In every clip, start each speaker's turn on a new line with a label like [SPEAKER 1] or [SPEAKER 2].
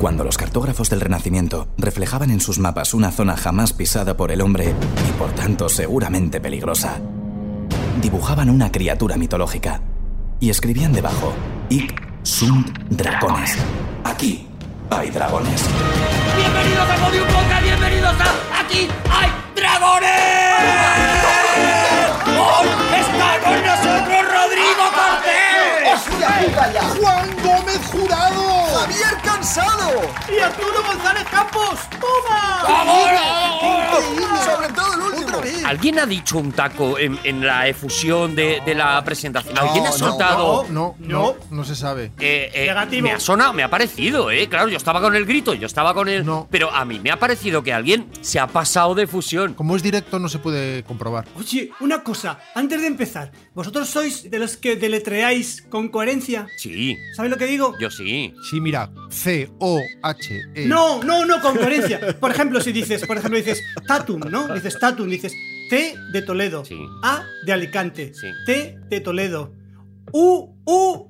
[SPEAKER 1] Cuando los cartógrafos del Renacimiento reflejaban en sus mapas una zona jamás pisada por el hombre y por tanto seguramente peligrosa, dibujaban una criatura mitológica y escribían debajo: Ic sunt dragones. Aquí hay dragones.
[SPEAKER 2] Bienvenidos a Podium Podcast, bienvenidos a Aquí hay dragones. Hoy está con nosotros Rodrigo Cortés.
[SPEAKER 3] Juan Gómez Jurado. Javier Cansado. Ah.
[SPEAKER 4] ¡Y Arturo González Campos! ¡Toma!
[SPEAKER 2] ¡Ahora!
[SPEAKER 3] Sobre todo el último.
[SPEAKER 5] ¿Alguien ha dicho un taco en, en la efusión de, de la presentación? ¿Alguien ha
[SPEAKER 6] No,
[SPEAKER 5] soltado?
[SPEAKER 3] Oh,
[SPEAKER 6] No, no,
[SPEAKER 4] No.
[SPEAKER 6] no, no se sabe.
[SPEAKER 5] eh, eh,
[SPEAKER 4] Negativo.
[SPEAKER 5] me ha sonado, me ha parecido, ¿eh? Claro, yo estaba con el grito, yo estaba con el.
[SPEAKER 6] No.
[SPEAKER 5] Pero a mí me ha parecido que alguien se ha pasado de fusión.
[SPEAKER 6] Como es directo, no se puede comprobar.
[SPEAKER 4] Oye, una cosa, antes de empezar, ¿vosotros sois de los que deletreáis con coherencia?
[SPEAKER 5] Sí,
[SPEAKER 4] ¿Sabéis lo que digo?
[SPEAKER 5] yo sí.
[SPEAKER 6] Sí, mira, C-O-H-E.
[SPEAKER 4] No, no, no, con coherencia. Por ejemplo, si dices, por ejemplo, dices Tatum, ¿no? Dices Tatum, dices T de Toledo,
[SPEAKER 5] Sí.
[SPEAKER 4] A de Alicante,
[SPEAKER 5] Sí.
[SPEAKER 4] T de Toledo, U, U,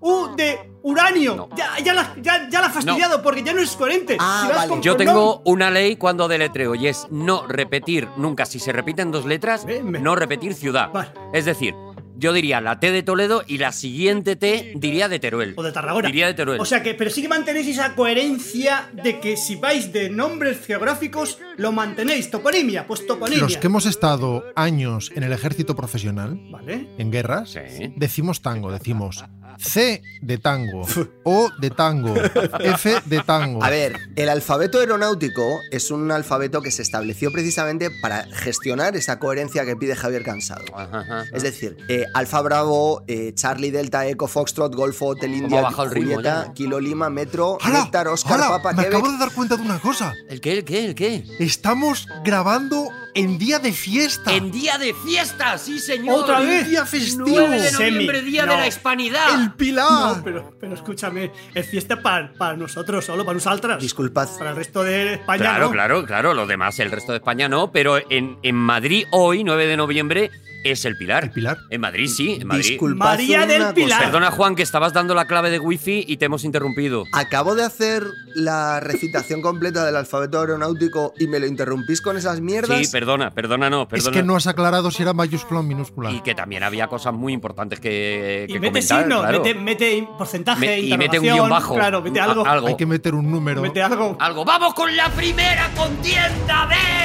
[SPEAKER 4] U de Uranio.
[SPEAKER 5] No.
[SPEAKER 4] Ya, ya la, ya, ya la has fastidiado porque ya no es coherente.
[SPEAKER 3] Ah,
[SPEAKER 4] Si vas
[SPEAKER 3] vale.
[SPEAKER 4] con
[SPEAKER 5] Yo
[SPEAKER 4] pronom-
[SPEAKER 5] tengo una ley cuando deletreo y es no repetir nunca. Si se repiten dos letras,
[SPEAKER 4] Ve, me-
[SPEAKER 5] no repetir ciudad.
[SPEAKER 4] Vale.
[SPEAKER 5] Es decir, yo diría la T de Toledo y la siguiente T diría de Teruel.
[SPEAKER 4] O de Tarragona.
[SPEAKER 5] Diría de Teruel.
[SPEAKER 4] O sea que, pero sí que mantenéis esa coherencia de que si vais de nombres geográficos, lo mantenéis. Toponimia, pues toponimia.
[SPEAKER 6] Los que hemos estado años en el ejército profesional,
[SPEAKER 4] Vale.
[SPEAKER 6] en guerras,
[SPEAKER 5] Sí.
[SPEAKER 6] decimos tango, decimos C de tango, O de tango, F de
[SPEAKER 5] Oh,
[SPEAKER 6] tango.
[SPEAKER 3] A ver, el alfabeto aeronáutico es un alfabeto que se estableció precisamente para gestionar esa coherencia que pide Javier Cansado.
[SPEAKER 5] Ajá, ajá.
[SPEAKER 3] Es decir, eh, Alfa Bravo, eh, Charlie Delta, Eco Foxtrot, Golfo, Hotel
[SPEAKER 5] ha
[SPEAKER 3] India,
[SPEAKER 5] bajado el ritmo
[SPEAKER 3] Julieta,
[SPEAKER 5] ya?
[SPEAKER 3] Kilo Lima, Metro,
[SPEAKER 6] ¡Hala!
[SPEAKER 3] Néctar, Oscar,
[SPEAKER 6] ¡Hala!
[SPEAKER 3] Papa,
[SPEAKER 6] Me
[SPEAKER 3] Quebec.
[SPEAKER 6] acabo de dar cuenta de una cosa.
[SPEAKER 5] ¿El qué? ¿El qué? ¿El qué?
[SPEAKER 6] Estamos grabando en día de fiesta.
[SPEAKER 5] En día de fiesta, sí señor.
[SPEAKER 4] ¿Otra
[SPEAKER 5] En
[SPEAKER 4] vez?
[SPEAKER 5] día
[SPEAKER 6] día festivo.
[SPEAKER 5] 9 de
[SPEAKER 4] Semi.
[SPEAKER 5] noviembre, día
[SPEAKER 4] No.
[SPEAKER 5] de la hispanidad.
[SPEAKER 6] El pilar.
[SPEAKER 4] No, pero, pero escúchame, es fiesta para nosotros solo, para nosotras.
[SPEAKER 3] Disculpad.
[SPEAKER 4] Para el resto de España.
[SPEAKER 5] Claro,
[SPEAKER 4] no.
[SPEAKER 5] claro, claro. Los demás, el resto de España no, pero en, en Madrid hoy, 9 de noviembre, es el Pilar.
[SPEAKER 6] ¿El Pilar?
[SPEAKER 5] En Madrid, sí, en Madrid.
[SPEAKER 3] Disculpad
[SPEAKER 4] María del
[SPEAKER 3] una cosa.
[SPEAKER 4] Pilar.
[SPEAKER 5] Perdona, Juan, que estabas dando la clave de wifi y te hemos interrumpido.
[SPEAKER 3] Acabo de hacer la recitación completa del alfabeto aeronáutico y me lo interrumpís con esas mierdas.
[SPEAKER 5] Sí, perdona, perdona, no,
[SPEAKER 6] Es
[SPEAKER 5] perdona.
[SPEAKER 6] que no has aclarado si era mayúscula o minúscula.
[SPEAKER 5] Y que también había cosas muy importantes que,
[SPEAKER 4] Y
[SPEAKER 5] que
[SPEAKER 4] mete
[SPEAKER 5] comentar,
[SPEAKER 4] signo,
[SPEAKER 5] claro.
[SPEAKER 4] mete, mete porcentaje,
[SPEAKER 5] Me- y mete un
[SPEAKER 4] interrogación,
[SPEAKER 5] guión bajo.
[SPEAKER 4] Claro, mete
[SPEAKER 5] A-
[SPEAKER 4] algo.
[SPEAKER 5] algo.
[SPEAKER 6] Hay que meter un número.
[SPEAKER 4] Mete algo.
[SPEAKER 5] Algo. ¡Vamos con la primera contienda de.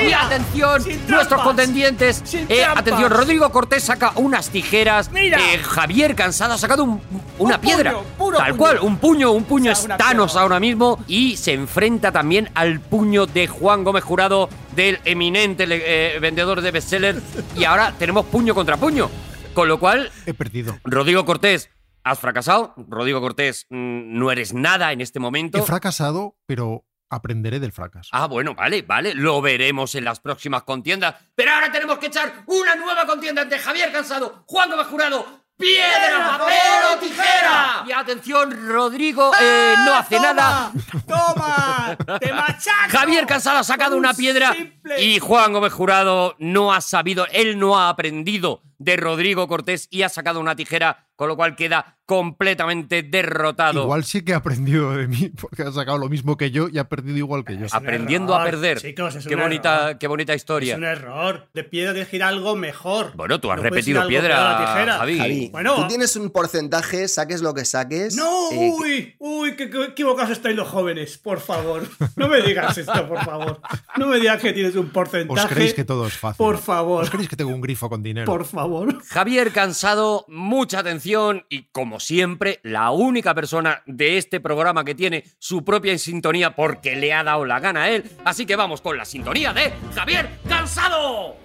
[SPEAKER 5] Y atención,
[SPEAKER 4] Sin trampas.
[SPEAKER 5] nuestros contendientes.
[SPEAKER 4] Sin
[SPEAKER 5] eh,
[SPEAKER 4] trampas.
[SPEAKER 5] atención, Rodrigo Cortés saca unas tijeras.
[SPEAKER 4] Mira.
[SPEAKER 5] eh, Javier Cansado ha sacado un- una
[SPEAKER 4] Un
[SPEAKER 5] piedra.
[SPEAKER 4] puño, puro
[SPEAKER 5] Tal
[SPEAKER 4] puño.
[SPEAKER 5] cual, un puño, un puño
[SPEAKER 4] O sea, una
[SPEAKER 5] es Thanos
[SPEAKER 4] piedra.
[SPEAKER 5] ahora mismo. Y se enfrenta también al puño de Juan Gómez Jurado, del eminente le- eh, vendedor de bestsellers. y ahora tenemos puño contra puño. Con lo cual,
[SPEAKER 6] He perdido.
[SPEAKER 5] Rodrigo Cortés, has fracasado. Rodrigo Cortés, mm, no eres nada en este momento.
[SPEAKER 6] He fracasado, pero aprenderé del fracaso.
[SPEAKER 5] Ah, bueno, vale, vale, lo veremos en las próximas contiendas. Pero ahora tenemos que echar una nueva contienda entre Javier Cansado, Juan Gómez Jurado, piedra, papel o tijera. Y atención, Rodrigo eh, no hace
[SPEAKER 4] ¡Toma!
[SPEAKER 5] nada.
[SPEAKER 4] ¡Toma! ¡Te machaco!
[SPEAKER 5] Javier Cansado ha sacado
[SPEAKER 4] Un
[SPEAKER 5] una piedra
[SPEAKER 4] simple-
[SPEAKER 5] y Juan Gómez Jurado no ha sabido, él no ha aprendido de Rodrigo Cortés y ha sacado una tijera, con lo cual queda completamente derrotado.
[SPEAKER 6] Igual sí que he aprendido de mí, porque ha sacado lo mismo que yo y ha perdido igual que yo.
[SPEAKER 4] un
[SPEAKER 5] aprendiendo a
[SPEAKER 4] error,
[SPEAKER 5] perder.
[SPEAKER 4] pues, chicos, es
[SPEAKER 5] qué
[SPEAKER 4] un
[SPEAKER 5] bonita,
[SPEAKER 4] error.
[SPEAKER 5] qué bonita
[SPEAKER 4] Es
[SPEAKER 5] historia.
[SPEAKER 4] un error. De piedra de girar algo mejor.
[SPEAKER 5] Bueno, tú has
[SPEAKER 4] No puedes ir
[SPEAKER 5] repetido
[SPEAKER 4] algo peor a
[SPEAKER 5] piedra,
[SPEAKER 4] la tijera.
[SPEAKER 5] Javi.
[SPEAKER 3] Javi,
[SPEAKER 4] Bueno.
[SPEAKER 3] tú tienes un porcentaje, saques lo que
[SPEAKER 6] Pues,
[SPEAKER 3] saques.
[SPEAKER 4] No,
[SPEAKER 3] eh,
[SPEAKER 4] uy, uy, qué, qué equivocados estáis los jóvenes, por favor. No me digas esto, por favor. No me digas que tienes un porcentaje.
[SPEAKER 6] ¿Os creéis que todo es fácil?
[SPEAKER 4] Por favor,
[SPEAKER 6] ¿Os creéis que tengo un grifo con dinero?
[SPEAKER 4] por favor.
[SPEAKER 5] Javier Cansado, mucha atención y como siempre, la única persona de este programa que tiene su propia sintonía porque le ha dado la gana a él. Así que vamos con la sintonía de Javier Cansado.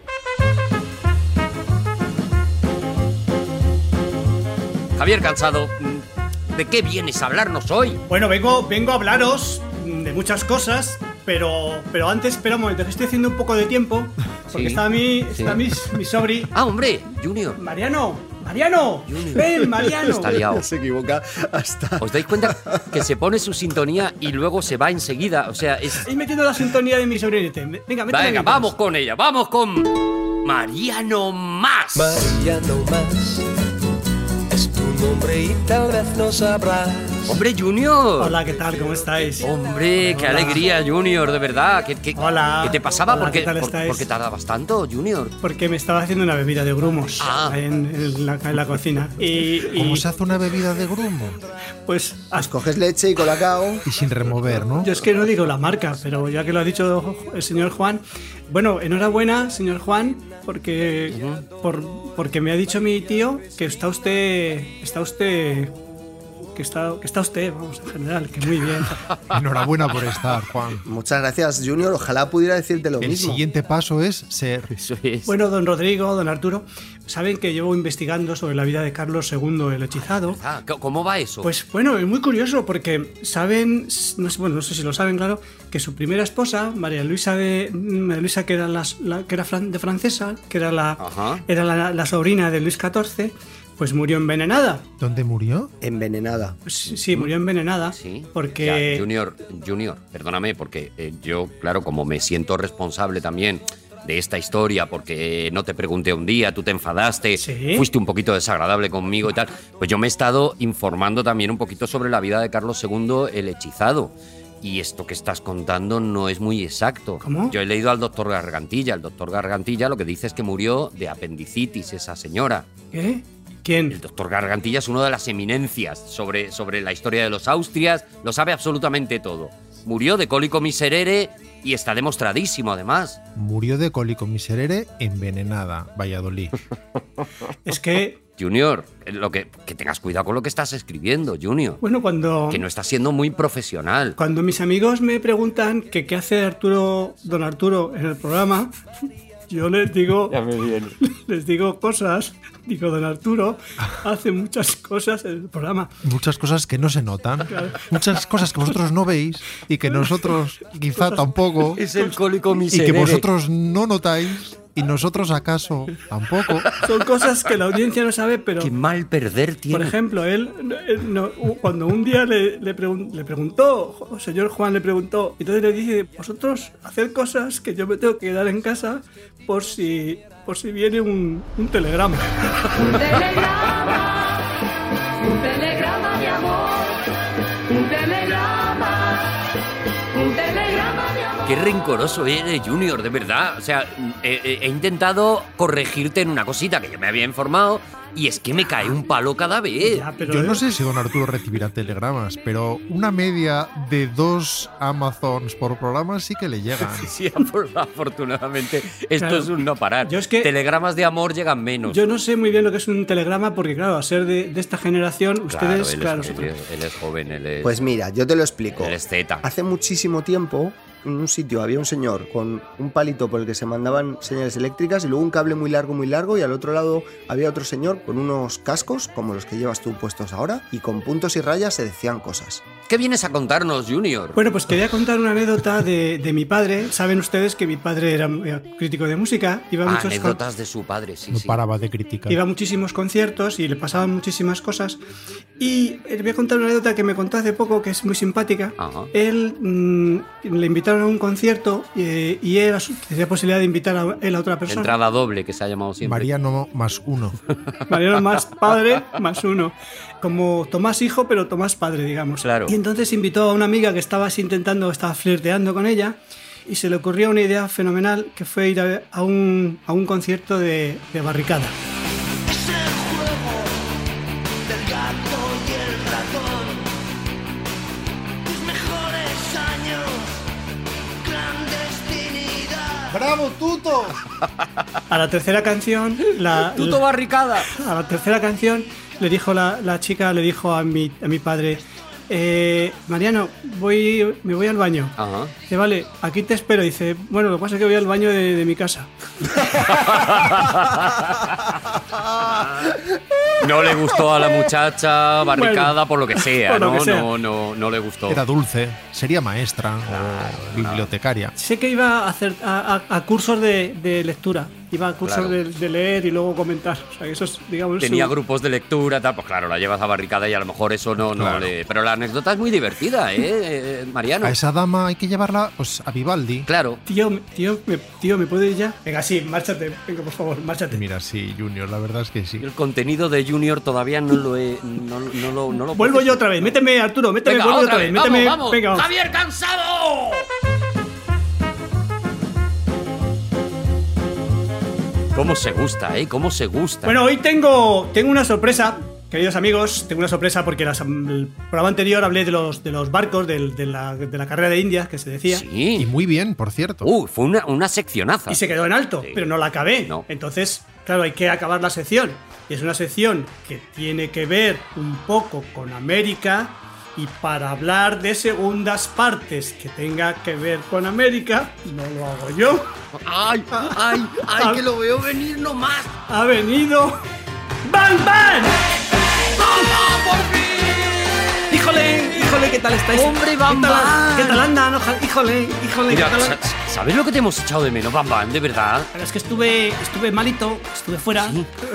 [SPEAKER 5] Javier Cansado, mm, ¿de qué vienes a hablarnos hoy?
[SPEAKER 4] Bueno, vengo, vengo a hablaros mm, de muchas cosas, pero, pero antes, espera un momento, que estoy haciendo un poco de tiempo, porque
[SPEAKER 5] Sí,
[SPEAKER 4] está mi,
[SPEAKER 5] sí.
[SPEAKER 4] está mi, mi sobri.
[SPEAKER 5] Ah, hombre, Junior.
[SPEAKER 4] Mariano, Mariano, ven, Mariano.
[SPEAKER 5] Está liado.
[SPEAKER 3] Se equivoca hasta.
[SPEAKER 5] ¿Os dais cuenta que se pone su sintonía y luego se va enseguida? O sea, es...
[SPEAKER 4] Estoy metiendo la sintonía de mi sobrinete. Venga, métela
[SPEAKER 5] Venga,
[SPEAKER 4] mientras.
[SPEAKER 5] vamos con ella, vamos con Mariano Más.
[SPEAKER 7] Mariano Más es tu nombre y tal vez no sabrás.
[SPEAKER 5] Hombre, Junior.
[SPEAKER 4] Hola, ¿qué tal? ¿Cómo estáis?
[SPEAKER 5] Hombre, qué
[SPEAKER 4] Hola.
[SPEAKER 5] alegría, Junior, de verdad. ¿Qué, qué-
[SPEAKER 4] Hola.
[SPEAKER 5] ¿qué te pasaba?
[SPEAKER 4] Hola,
[SPEAKER 5] ¿Por, qué,
[SPEAKER 4] ¿qué tal
[SPEAKER 5] por-
[SPEAKER 4] estáis?
[SPEAKER 5] por qué tardabas tanto, Junior?
[SPEAKER 4] Porque me estaba haciendo una bebida de grumos
[SPEAKER 5] Ah.
[SPEAKER 4] en, en la, en la cocina. Y, y,
[SPEAKER 6] ¿Cómo se hace una bebida de grumo?
[SPEAKER 4] pues as-
[SPEAKER 3] Coges leche y colacao.
[SPEAKER 6] Y sin remover, ¿no?
[SPEAKER 4] yo es que no digo la marca, pero ya que lo ha dicho el señor Juan, bueno, enhorabuena, señor Juan, porque por- porque me ha dicho mi tío que está usted está usted que está que está usted, vamos, en general, que muy bien.
[SPEAKER 6] Enhorabuena por estar, Juan.
[SPEAKER 3] Muchas gracias, Junior. Ojalá pudiera decirte lo
[SPEAKER 6] El
[SPEAKER 3] mismo.
[SPEAKER 6] siguiente paso es ser.
[SPEAKER 5] Eso es.
[SPEAKER 4] Bueno, don Rodrigo, don Arturo, saben que llevo investigando sobre la vida de Carlos II el hechizado.
[SPEAKER 5] Ah, ¿cómo- ¿Cómo va eso?
[SPEAKER 4] Pues bueno, es muy curioso porque saben, no sé, bueno, no sé si lo saben, claro, que su primera esposa, María Luisa de María Luisa que era las- la- que era fran- de francesa, que era la
[SPEAKER 5] Ajá.
[SPEAKER 4] era la, la sobrina de Luis XIV, pues murió envenenada.
[SPEAKER 6] ¿Dónde murió?
[SPEAKER 3] Envenenada.
[SPEAKER 4] Pues sí, sí, murió envenenada
[SPEAKER 5] Mm. Sí.
[SPEAKER 4] porque
[SPEAKER 5] Ya, junior, Junior, perdóname, porque eh, yo, claro, como me siento responsable también de esta historia, porque no te pregunté un día, tú te enfadaste,
[SPEAKER 4] Sí.
[SPEAKER 5] fuiste un poquito desagradable conmigo y tal, pues yo me he estado informando también un poquito sobre la vida de Carlos II, el hechizado. Y esto que estás contando no es muy exacto.
[SPEAKER 4] ¿Cómo?
[SPEAKER 5] Yo he leído al doctor Gargantilla. El doctor Gargantilla lo que dice es que murió de apendicitis esa señora.
[SPEAKER 4] ¿Qué?
[SPEAKER 5] El
[SPEAKER 4] ¿Eh? ¿Quién?
[SPEAKER 5] doctor Gargantilla es una de las eminencias sobre, sobre la historia de los Austrias, lo sabe absolutamente todo. Murió de cólico miserere y está demostradísimo además.
[SPEAKER 6] Murió de cólico miserere envenenada, Valladolid.
[SPEAKER 4] Es que
[SPEAKER 5] Junior, eh, lo que, que tengas cuidado con lo que estás escribiendo, Junior.
[SPEAKER 4] bueno, cuando
[SPEAKER 5] Que no estás siendo muy profesional.
[SPEAKER 4] Cuando mis amigos me preguntan que qué hace Arturo, don Arturo en el programa, yo les digo, les digo cosas, digo don Arturo hace muchas cosas en el programa.
[SPEAKER 6] Muchas cosas que no se notan. Muchas cosas que vosotros no veis y que nosotros quizá tampoco.
[SPEAKER 5] Es el cólico
[SPEAKER 6] Y que vosotros no notáis y nosotros acaso tampoco.
[SPEAKER 4] Son cosas que la audiencia no sabe, pero
[SPEAKER 5] Qué mal perder
[SPEAKER 4] por
[SPEAKER 5] tiene.
[SPEAKER 4] ejemplo, él, él no- cuando un día le, le pregun- le preguntó, o señor Juan le preguntó, entonces le dice, vosotros hacer cosas que yo me tengo que quedar en casa por si, por si viene un- un telegrama.
[SPEAKER 8] Un telegrama, un telegrama de amor, un telegrama, un telegrama de amor.
[SPEAKER 5] Qué rencoroso eres, Junior, de verdad. O sea, eh, eh, he, intentado corregirte en una cosita que yo me había informado y es que me cae un palo cada vez.
[SPEAKER 4] Ya, pero
[SPEAKER 6] Eh, Yo
[SPEAKER 4] él-
[SPEAKER 6] no sé si don Arturo recibirá telegramas, pero una media de dos Amazons por programa sí que le llegan.
[SPEAKER 5] Sí, afor- afortunadamente. Esto
[SPEAKER 4] Claro.
[SPEAKER 5] es un no parar.
[SPEAKER 4] Yo es que-
[SPEAKER 5] Telegramas de amor llegan menos.
[SPEAKER 4] Yo no sé muy bien lo que es un telegrama porque, claro, a ser de, de esta generación,
[SPEAKER 5] Claro,
[SPEAKER 4] ustedes,
[SPEAKER 5] él,
[SPEAKER 4] claro,
[SPEAKER 5] es, él es- él es joven, él es,
[SPEAKER 3] Pues mira, yo te lo explico.
[SPEAKER 5] él es Z.
[SPEAKER 3] Hace muchísimo tiempo, en un sitio había un señor con un palito por el que se mandaban señales eléctricas y luego un cable muy largo, muy largo, y al otro lado había otro señor con unos cascos, como los que llevas tú puestos ahora, y con puntos y rayas se decían cosas.
[SPEAKER 5] ¿Qué vienes a contarnos, Junior?
[SPEAKER 4] Bueno, pues quería contar una anécdota de, de mi padre. Saben ustedes que mi padre era, era crítico de música, iba a
[SPEAKER 5] Ah,
[SPEAKER 4] muchos con-
[SPEAKER 5] anécdotas de su padre, sí,
[SPEAKER 6] No
[SPEAKER 4] Pues
[SPEAKER 5] sí.
[SPEAKER 6] paraba de criticar.
[SPEAKER 4] Iba a muchísimos conciertos y le pasaban muchísimas cosas. Y eh, voy a contar una anécdota que me contó hace poco que es muy simpática.
[SPEAKER 5] Ajá.
[SPEAKER 4] Él mm, le invitaron a un concierto eh, y él asu- tenía posibilidad de invitar a él a otra persona.
[SPEAKER 5] Entrada doble que se ha llamado siempre.
[SPEAKER 6] Mariano más uno.
[SPEAKER 4] Mariano más padre más uno. Como Tomás hijo, pero Tomás padre, digamos.
[SPEAKER 5] Claro.
[SPEAKER 4] Y entonces invitó a una amiga que estaba así intentando, estaba flirteando con ella. Y se le ocurrió una idea fenomenal que fue ir a, a un, a un concierto de, de barricada.
[SPEAKER 6] ¡Bravo, Tuto!
[SPEAKER 4] A la tercera canción, la,
[SPEAKER 5] ¡Tuto barricada!
[SPEAKER 4] a la tercera canción le dijo la, la chica, le dijo a mi, a mi padre, "Eh, Mariano, voy, me voy al baño.
[SPEAKER 5] Ajá.
[SPEAKER 4] Dice, vale, aquí te espero. Dice, bueno, lo que pasa es que voy al baño de, de mi casa.
[SPEAKER 5] No le gustó a la muchacha barricada
[SPEAKER 4] Bueno,
[SPEAKER 5] por lo que sea,
[SPEAKER 4] por lo
[SPEAKER 5] ¿no?
[SPEAKER 4] que sea.
[SPEAKER 5] No, no, no le gustó.
[SPEAKER 6] Era dulce, sería maestra o bibliotecaria.
[SPEAKER 4] Sé que iba a, hacer, a, a- a cursos de, de lectura, Iba a cursos
[SPEAKER 5] Claro.
[SPEAKER 4] de, de leer y luego comentar. O sea, que eso es, digamos,
[SPEAKER 5] Tenía
[SPEAKER 4] su-
[SPEAKER 5] grupos de lectura, tal, pues claro, la llevas a barricada y a lo mejor eso no, no
[SPEAKER 6] Claro.
[SPEAKER 5] le. Pero la anécdota es muy divertida, ¿eh, eh, Mariano?
[SPEAKER 6] A esa dama hay que llevarla pues, a Vivaldi.
[SPEAKER 5] Claro.
[SPEAKER 4] Tío, me- tío, me, tío, ¿me puedo ir ya? Venga, sí, márchate. Venga, por favor, márchate.
[SPEAKER 6] Mira, sí, Junior, la verdad es que sí.
[SPEAKER 5] Yo el contenido de Junior todavía no lo he. No, no lo, no lo
[SPEAKER 4] Vuelvo yo otra vez. Méteme, Arturo, méteme,
[SPEAKER 5] Venga,
[SPEAKER 4] vuelvo
[SPEAKER 5] otra
[SPEAKER 4] otra vez.
[SPEAKER 5] vez.
[SPEAKER 4] Méteme,
[SPEAKER 5] Vamos, vamos.
[SPEAKER 4] venga, vamos.
[SPEAKER 5] ¡Javier Cansado! ¿Cómo se gusta, eh? ¿Cómo se gusta?
[SPEAKER 4] Bueno, hoy tengo, tengo una sorpresa, queridos amigos. Tengo una sorpresa porque las- el programa anterior hablé de los, de los barcos, del- de, la, de la carrera de Indias que se decía.
[SPEAKER 6] Y
[SPEAKER 5] sí.
[SPEAKER 6] muy bien, por cierto.
[SPEAKER 5] Uh, fue una, una seccionaza.
[SPEAKER 4] Y se quedó en alto,
[SPEAKER 5] Sí.
[SPEAKER 4] pero no la acabé.
[SPEAKER 5] No.
[SPEAKER 4] Entonces, claro, hay que acabar la sección. Y es una sección que tiene que ver un poco con América. Y para hablar de segundas partes que tenga que ver con América, no lo hago yo.
[SPEAKER 5] ¡Ay, ay,
[SPEAKER 4] Ah.
[SPEAKER 5] ay! ¡Que lo veo venir nomás!
[SPEAKER 4] Ha venido. ¡Bang, bang!
[SPEAKER 7] Híjole, híjole, ¿qué tal estáis?
[SPEAKER 5] ¡Hombre, Bam
[SPEAKER 4] ¿Qué tal,
[SPEAKER 5] Bam!
[SPEAKER 4] qué tal andan? Ojalá- Híjole, híjole,
[SPEAKER 5] Mira,
[SPEAKER 4] ¿qué tal
[SPEAKER 5] sa-
[SPEAKER 4] andan?
[SPEAKER 5] sa- ¿sabes lo que te hemos echado de menos, Bam Bam? De verdad.
[SPEAKER 4] Pero es que estuve, estuve malito, estuve fuera,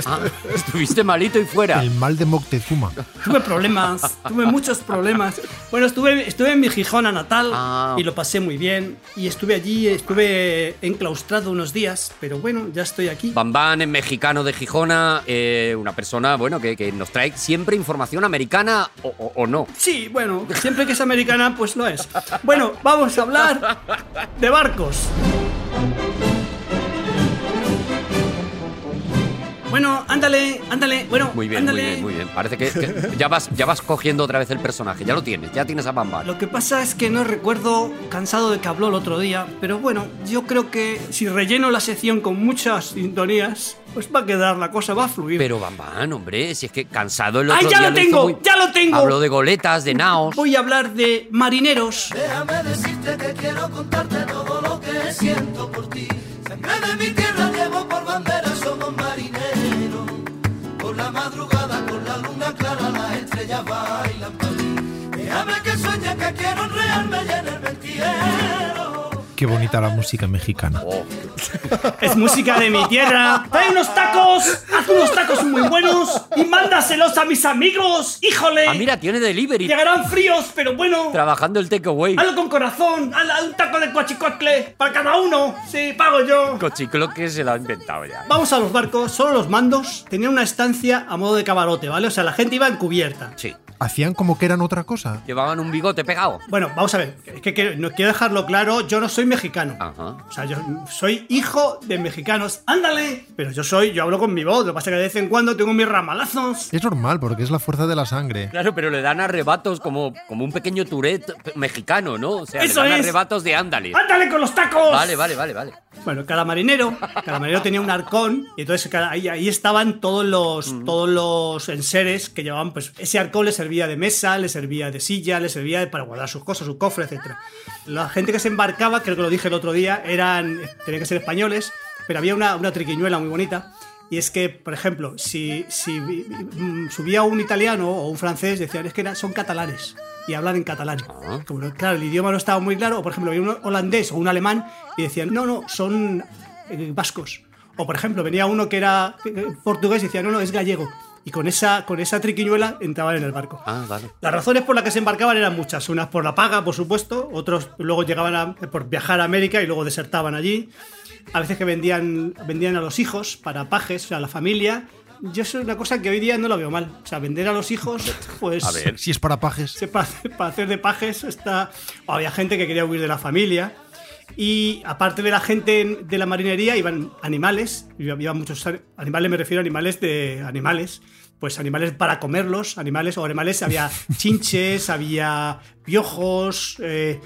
[SPEAKER 5] Ah, estuviste malito y fuera.
[SPEAKER 6] El mal de Moctezuma.
[SPEAKER 4] tuve problemas, tuve muchos problemas. Bueno, estuve, estuve en mi Gijona natal
[SPEAKER 5] Ah.
[SPEAKER 4] y lo pasé muy bien. Y estuve allí, estuve enclaustrado unos días, pero bueno, ya estoy aquí.
[SPEAKER 5] Bambán es mexicano de Gijona, eh, una persona bueno que, que nos trae siempre información americana o, o- o no.
[SPEAKER 4] Sí, bueno, siempre que es americana, pues lo es. Bueno, vamos a hablar de barcos. Bueno, ándale, ándale, bueno,
[SPEAKER 5] Muy bien,
[SPEAKER 4] ándale.
[SPEAKER 5] muy bien, muy bien. Parece que, que ya, vas, ya vas cogiendo otra vez el personaje, ya lo tienes, ya tienes a Bambán.
[SPEAKER 4] Lo que pasa es que no recuerdo cansado de que habló el otro día, pero bueno, yo creo que si relleno la sección con muchas sintonías, pues va a quedar, la cosa va a fluir.
[SPEAKER 5] Pero Bambán, hombre, si es que cansado el otro
[SPEAKER 4] ¡Ay, ya
[SPEAKER 5] día
[SPEAKER 4] lo
[SPEAKER 5] hizo
[SPEAKER 4] tengo!
[SPEAKER 5] muy-
[SPEAKER 4] ¡Ya lo tengo!
[SPEAKER 5] Habló de goletas, de naos.
[SPEAKER 4] Voy a hablar de marineros.
[SPEAKER 7] Déjame decirte que quiero contarte todo lo que siento por ti. Sangre de mi tierra llevo por bandera, somos marineros. Por la madrugada, con la luna clara, las estrellas bailan para mí. Déjame que sueñe que quiero enrearme y en el ventiero.
[SPEAKER 6] Qué bonita la música mexicana.
[SPEAKER 5] Oh,
[SPEAKER 4] Es música de mi tierra. ¡Trae unos tacos! ¡Haz unos tacos muy buenos! ¡Y mándaselos a mis amigos! ¡Híjole!
[SPEAKER 5] ah, mira, tiene delivery.
[SPEAKER 4] Llegarán fríos, pero bueno.
[SPEAKER 5] Trabajando el takeaway.
[SPEAKER 4] Hazlo con corazón. Haz haz un taco de coachicotle para cada uno. Sí, pago yo.
[SPEAKER 5] Cochiclo que se lo ha inventado ya.
[SPEAKER 4] Vamos a los barcos, solo los mandos tenían una estancia a modo de cabarote, ¿vale? O sea, la gente iba encubierta.
[SPEAKER 5] Sí.
[SPEAKER 6] Hacían como que eran otra cosa.
[SPEAKER 5] Llevaban un bigote pegado.
[SPEAKER 4] Bueno, vamos a ver, es que, que- no quiero dejarlo claro, yo no soy mexicano.
[SPEAKER 5] Ajá.
[SPEAKER 4] O sea, yo soy hijo de mexicanos. ¡Ándale! Pero yo soy, yo hablo con mi voz, lo que pasa es que de vez en cuando tengo mis ramalazos.
[SPEAKER 6] Es normal porque es la fuerza de la sangre.
[SPEAKER 5] Claro, pero le dan arrebatos como, como un pequeño Tourette mexicano, ¿no? O sea,
[SPEAKER 4] Eso
[SPEAKER 5] le dan
[SPEAKER 4] es.
[SPEAKER 5] arrebatos de ándale.
[SPEAKER 4] ¡Ándale con los tacos!
[SPEAKER 5] Vale, vale, vale, vale.
[SPEAKER 4] Bueno, cada marinero, cada marinero tenía un arcón y entonces cada- ahí, ahí estaban todos los, todos los enseres que llevaban, pues ese arcón le servía de mesa, le servía de silla, le servía de- para guardar sus cosas, su cofre, etc. La gente que se embarcaba, creo que lo dije el otro día, eran, tenían que ser españoles, pero había una, una triquiñuela muy bonita. Y es que, por ejemplo, si, si vi- mm, subía un italiano o un francés, decían, es que era- son catalanes y hablan en catalán. Como no- claro, el idioma no estaba muy claro, o por ejemplo, venía un holandés o un alemán y decían, no, no, son eh, vascos. O por ejemplo, venía uno que era eh, portugués y decía, no, no, es gallego. Y con esa, con esa triquiñuela entraban en el barco.
[SPEAKER 5] Ah, vale.
[SPEAKER 4] Las razones por las que se embarcaban eran muchas. Unas por la paga, por supuesto. Otros luego llegaban a- eh, por viajar a América y luego desertaban allí. A veces que vendían, vendían a los hijos para pajes, o sea, a la familia. Yo eso es una cosa que hoy día no la veo mal. O sea, vender a los hijos, pues...
[SPEAKER 5] A ver.
[SPEAKER 6] Si es para pajes.
[SPEAKER 4] se- Para, hacer- para hacer de pajes está... Había gente que quería huir de la familia. Y aparte de la gente en- de la marinería, iban animales. Iba- Iban muchos a- animales, me refiero a animales de animales. Pues animales para comerlos, animales o animales. Había chinches, había piojos, eh,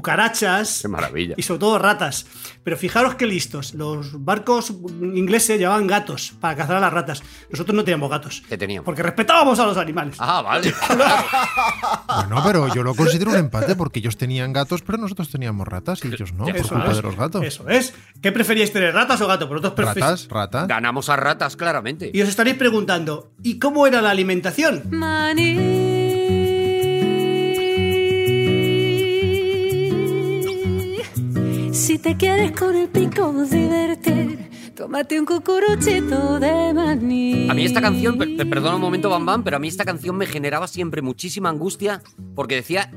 [SPEAKER 4] cucarachas.
[SPEAKER 5] Qué maravilla.
[SPEAKER 4] Y sobre todo ratas. Pero fijaros qué listos. Los barcos ingleses llevaban gatos para cazar a las ratas. Nosotros no teníamos gatos.
[SPEAKER 5] ¿Qué teníamos?
[SPEAKER 4] Porque respetábamos a los animales.
[SPEAKER 5] Ah, vale.
[SPEAKER 6] Bueno, pero yo lo considero un empate porque ellos tenían gatos, pero nosotros teníamos ratas y ellos no, por
[SPEAKER 4] Eso
[SPEAKER 6] culpa
[SPEAKER 4] es,
[SPEAKER 6] de los gatos.
[SPEAKER 4] Eso es. ¿Qué preferíais tener, ratas o gato? Vosotros preferís-
[SPEAKER 6] Ratas, ratas.
[SPEAKER 5] Ganamos a ratas, claramente.
[SPEAKER 4] Y os estaréis preguntando, ¿y cómo era la alimentación?
[SPEAKER 9] Maní. Si te quieres con el pico divertir, Tómate un cucuruchito de maní.
[SPEAKER 5] A mí esta canción, per- te perdono un momento, Bam Bam, pero a mí esta canción me generaba siempre muchísima angustia porque decía,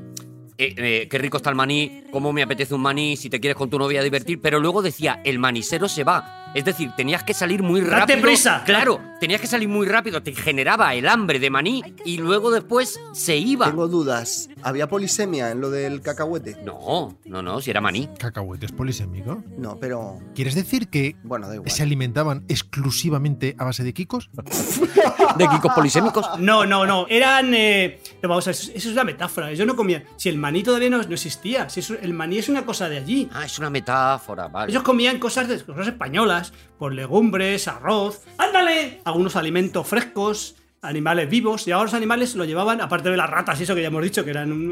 [SPEAKER 5] eh, eh, qué rico está el maní, cómo me apetece un maní, si te quieres con tu novia divertir, pero luego decía, el manisero se va. Es decir, tenías que salir muy rápido.
[SPEAKER 2] ¡Date prisa!
[SPEAKER 5] Claro, tenías que salir muy rápido, te generaba el hambre de maní y luego después se iba.
[SPEAKER 3] Tengo dudas. ¿Había polisemia en lo del cacahuete?
[SPEAKER 5] No, no, no, si era maní.
[SPEAKER 6] Cacahuete es polisémico.
[SPEAKER 3] No, pero
[SPEAKER 6] ¿Quieres decir que
[SPEAKER 3] bueno, da igual.
[SPEAKER 6] se alimentaban exclusivamente a base de quicos?
[SPEAKER 5] De quicos polisémicos.
[SPEAKER 4] No, no, no. Eran. eh, no, vamos a ver, eso, eso es una metáfora. Yo no comía. Si el maní todavía no, no existía. Si eso- el maní es una cosa de allí.
[SPEAKER 5] Ah, es una metáfora, vale.
[SPEAKER 4] Ellos comían cosas, de, cosas españolas, por legumbres, arroz, ándale, algunos alimentos frescos, animales vivos, y ahora los animales lo llevaban, aparte de las ratas y eso que ya hemos dicho, que eran un,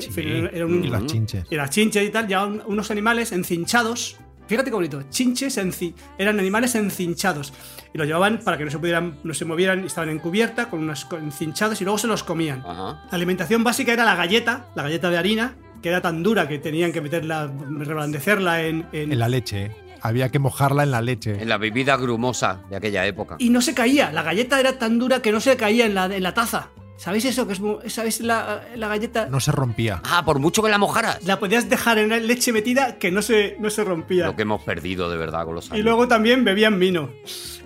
[SPEAKER 4] era un-
[SPEAKER 6] Y las chinches.
[SPEAKER 4] y las chinches y tal, llevaban unos animales encinchados. Fíjate qué bonito, chinches enci- eran animales encinchados. Y los llevaban para que no se pudieran, no se movieran, y estaban en cubierta con unos co- encinchados y luego se los comían.
[SPEAKER 5] Ajá.
[SPEAKER 4] La alimentación básica era la galleta, la galleta de harina, que era tan dura que tenían que meterla, reblandecerla en, en-
[SPEAKER 6] En la leche. ¿eh? Había que mojarla en la leche.
[SPEAKER 5] En la bebida grumosa de aquella época.
[SPEAKER 4] y no se caía. La galleta era tan dura que no se caía en la, en la taza. ¿Sabéis eso? Que es mu- ¿Sabéis la, la galleta?
[SPEAKER 6] No se rompía.
[SPEAKER 5] Ah, por mucho que la mojaras.
[SPEAKER 4] La podías dejar en la leche metida que no se, no se rompía.
[SPEAKER 5] Lo que hemos perdido de verdad con los
[SPEAKER 4] Y
[SPEAKER 5] años.
[SPEAKER 4] luego también bebían vino.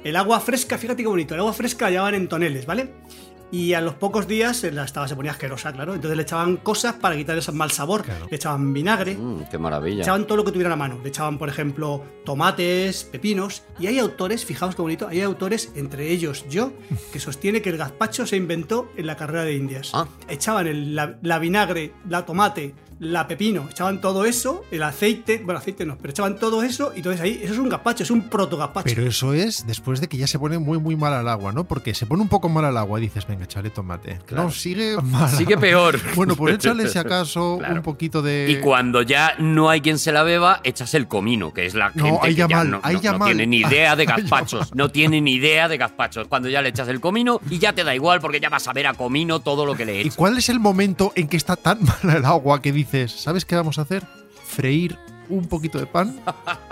[SPEAKER 4] El agua fresca, fíjate qué bonito, el agua fresca la llevaban en toneles, ¿vale? Y a los pocos días eh, la estaba, se ponía asquerosa, claro. Entonces le echaban cosas para quitar ese mal sabor.
[SPEAKER 6] Claro.
[SPEAKER 4] Le echaban vinagre,
[SPEAKER 5] Mm, qué maravilla.
[SPEAKER 4] echaban todo lo que tuvieran a mano. Le echaban, por ejemplo, tomates, pepinos. Y hay autores, fijaos qué bonito, hay autores, entre ellos yo, que sostiene que el gazpacho se inventó en la carrera de Indias.
[SPEAKER 5] Ah.
[SPEAKER 4] Echaban el- la, la vinagre, la tomate, la pepino, echaban todo eso, el aceite, bueno, aceite no, pero echaban todo eso y entonces ahí, eso es un gazpacho, es un proto gazpacho.
[SPEAKER 6] Pero eso es después de que ya se pone muy, muy mal al agua, ¿no? Porque se pone un poco mal al agua y dices, venga, échale tomate. No, sigue mal.
[SPEAKER 5] Sigue peor.
[SPEAKER 6] Bueno, pues échale si acaso
[SPEAKER 5] Claro.
[SPEAKER 6] un poquito de.
[SPEAKER 5] Y cuando ya no hay quien se la beba, echas el comino, que es la
[SPEAKER 6] No,
[SPEAKER 5] gente
[SPEAKER 6] ahí
[SPEAKER 5] que
[SPEAKER 6] ya
[SPEAKER 5] ya
[SPEAKER 6] mal,
[SPEAKER 5] no,
[SPEAKER 6] ahí
[SPEAKER 5] no-
[SPEAKER 6] ya
[SPEAKER 5] no
[SPEAKER 6] mal.
[SPEAKER 5] tiene ni idea de
[SPEAKER 6] Ahí ya
[SPEAKER 5] gazpachos. No tiene ni idea de gazpachos. Cuando ya le echas el comino y ya te da igual porque ya vas a ver a comino todo lo que le
[SPEAKER 6] ¿Y
[SPEAKER 5] echas.
[SPEAKER 6] cuál es el momento en que está tan mal el agua que dices, ¿sabes qué vamos a hacer? Freír un poquito de pan,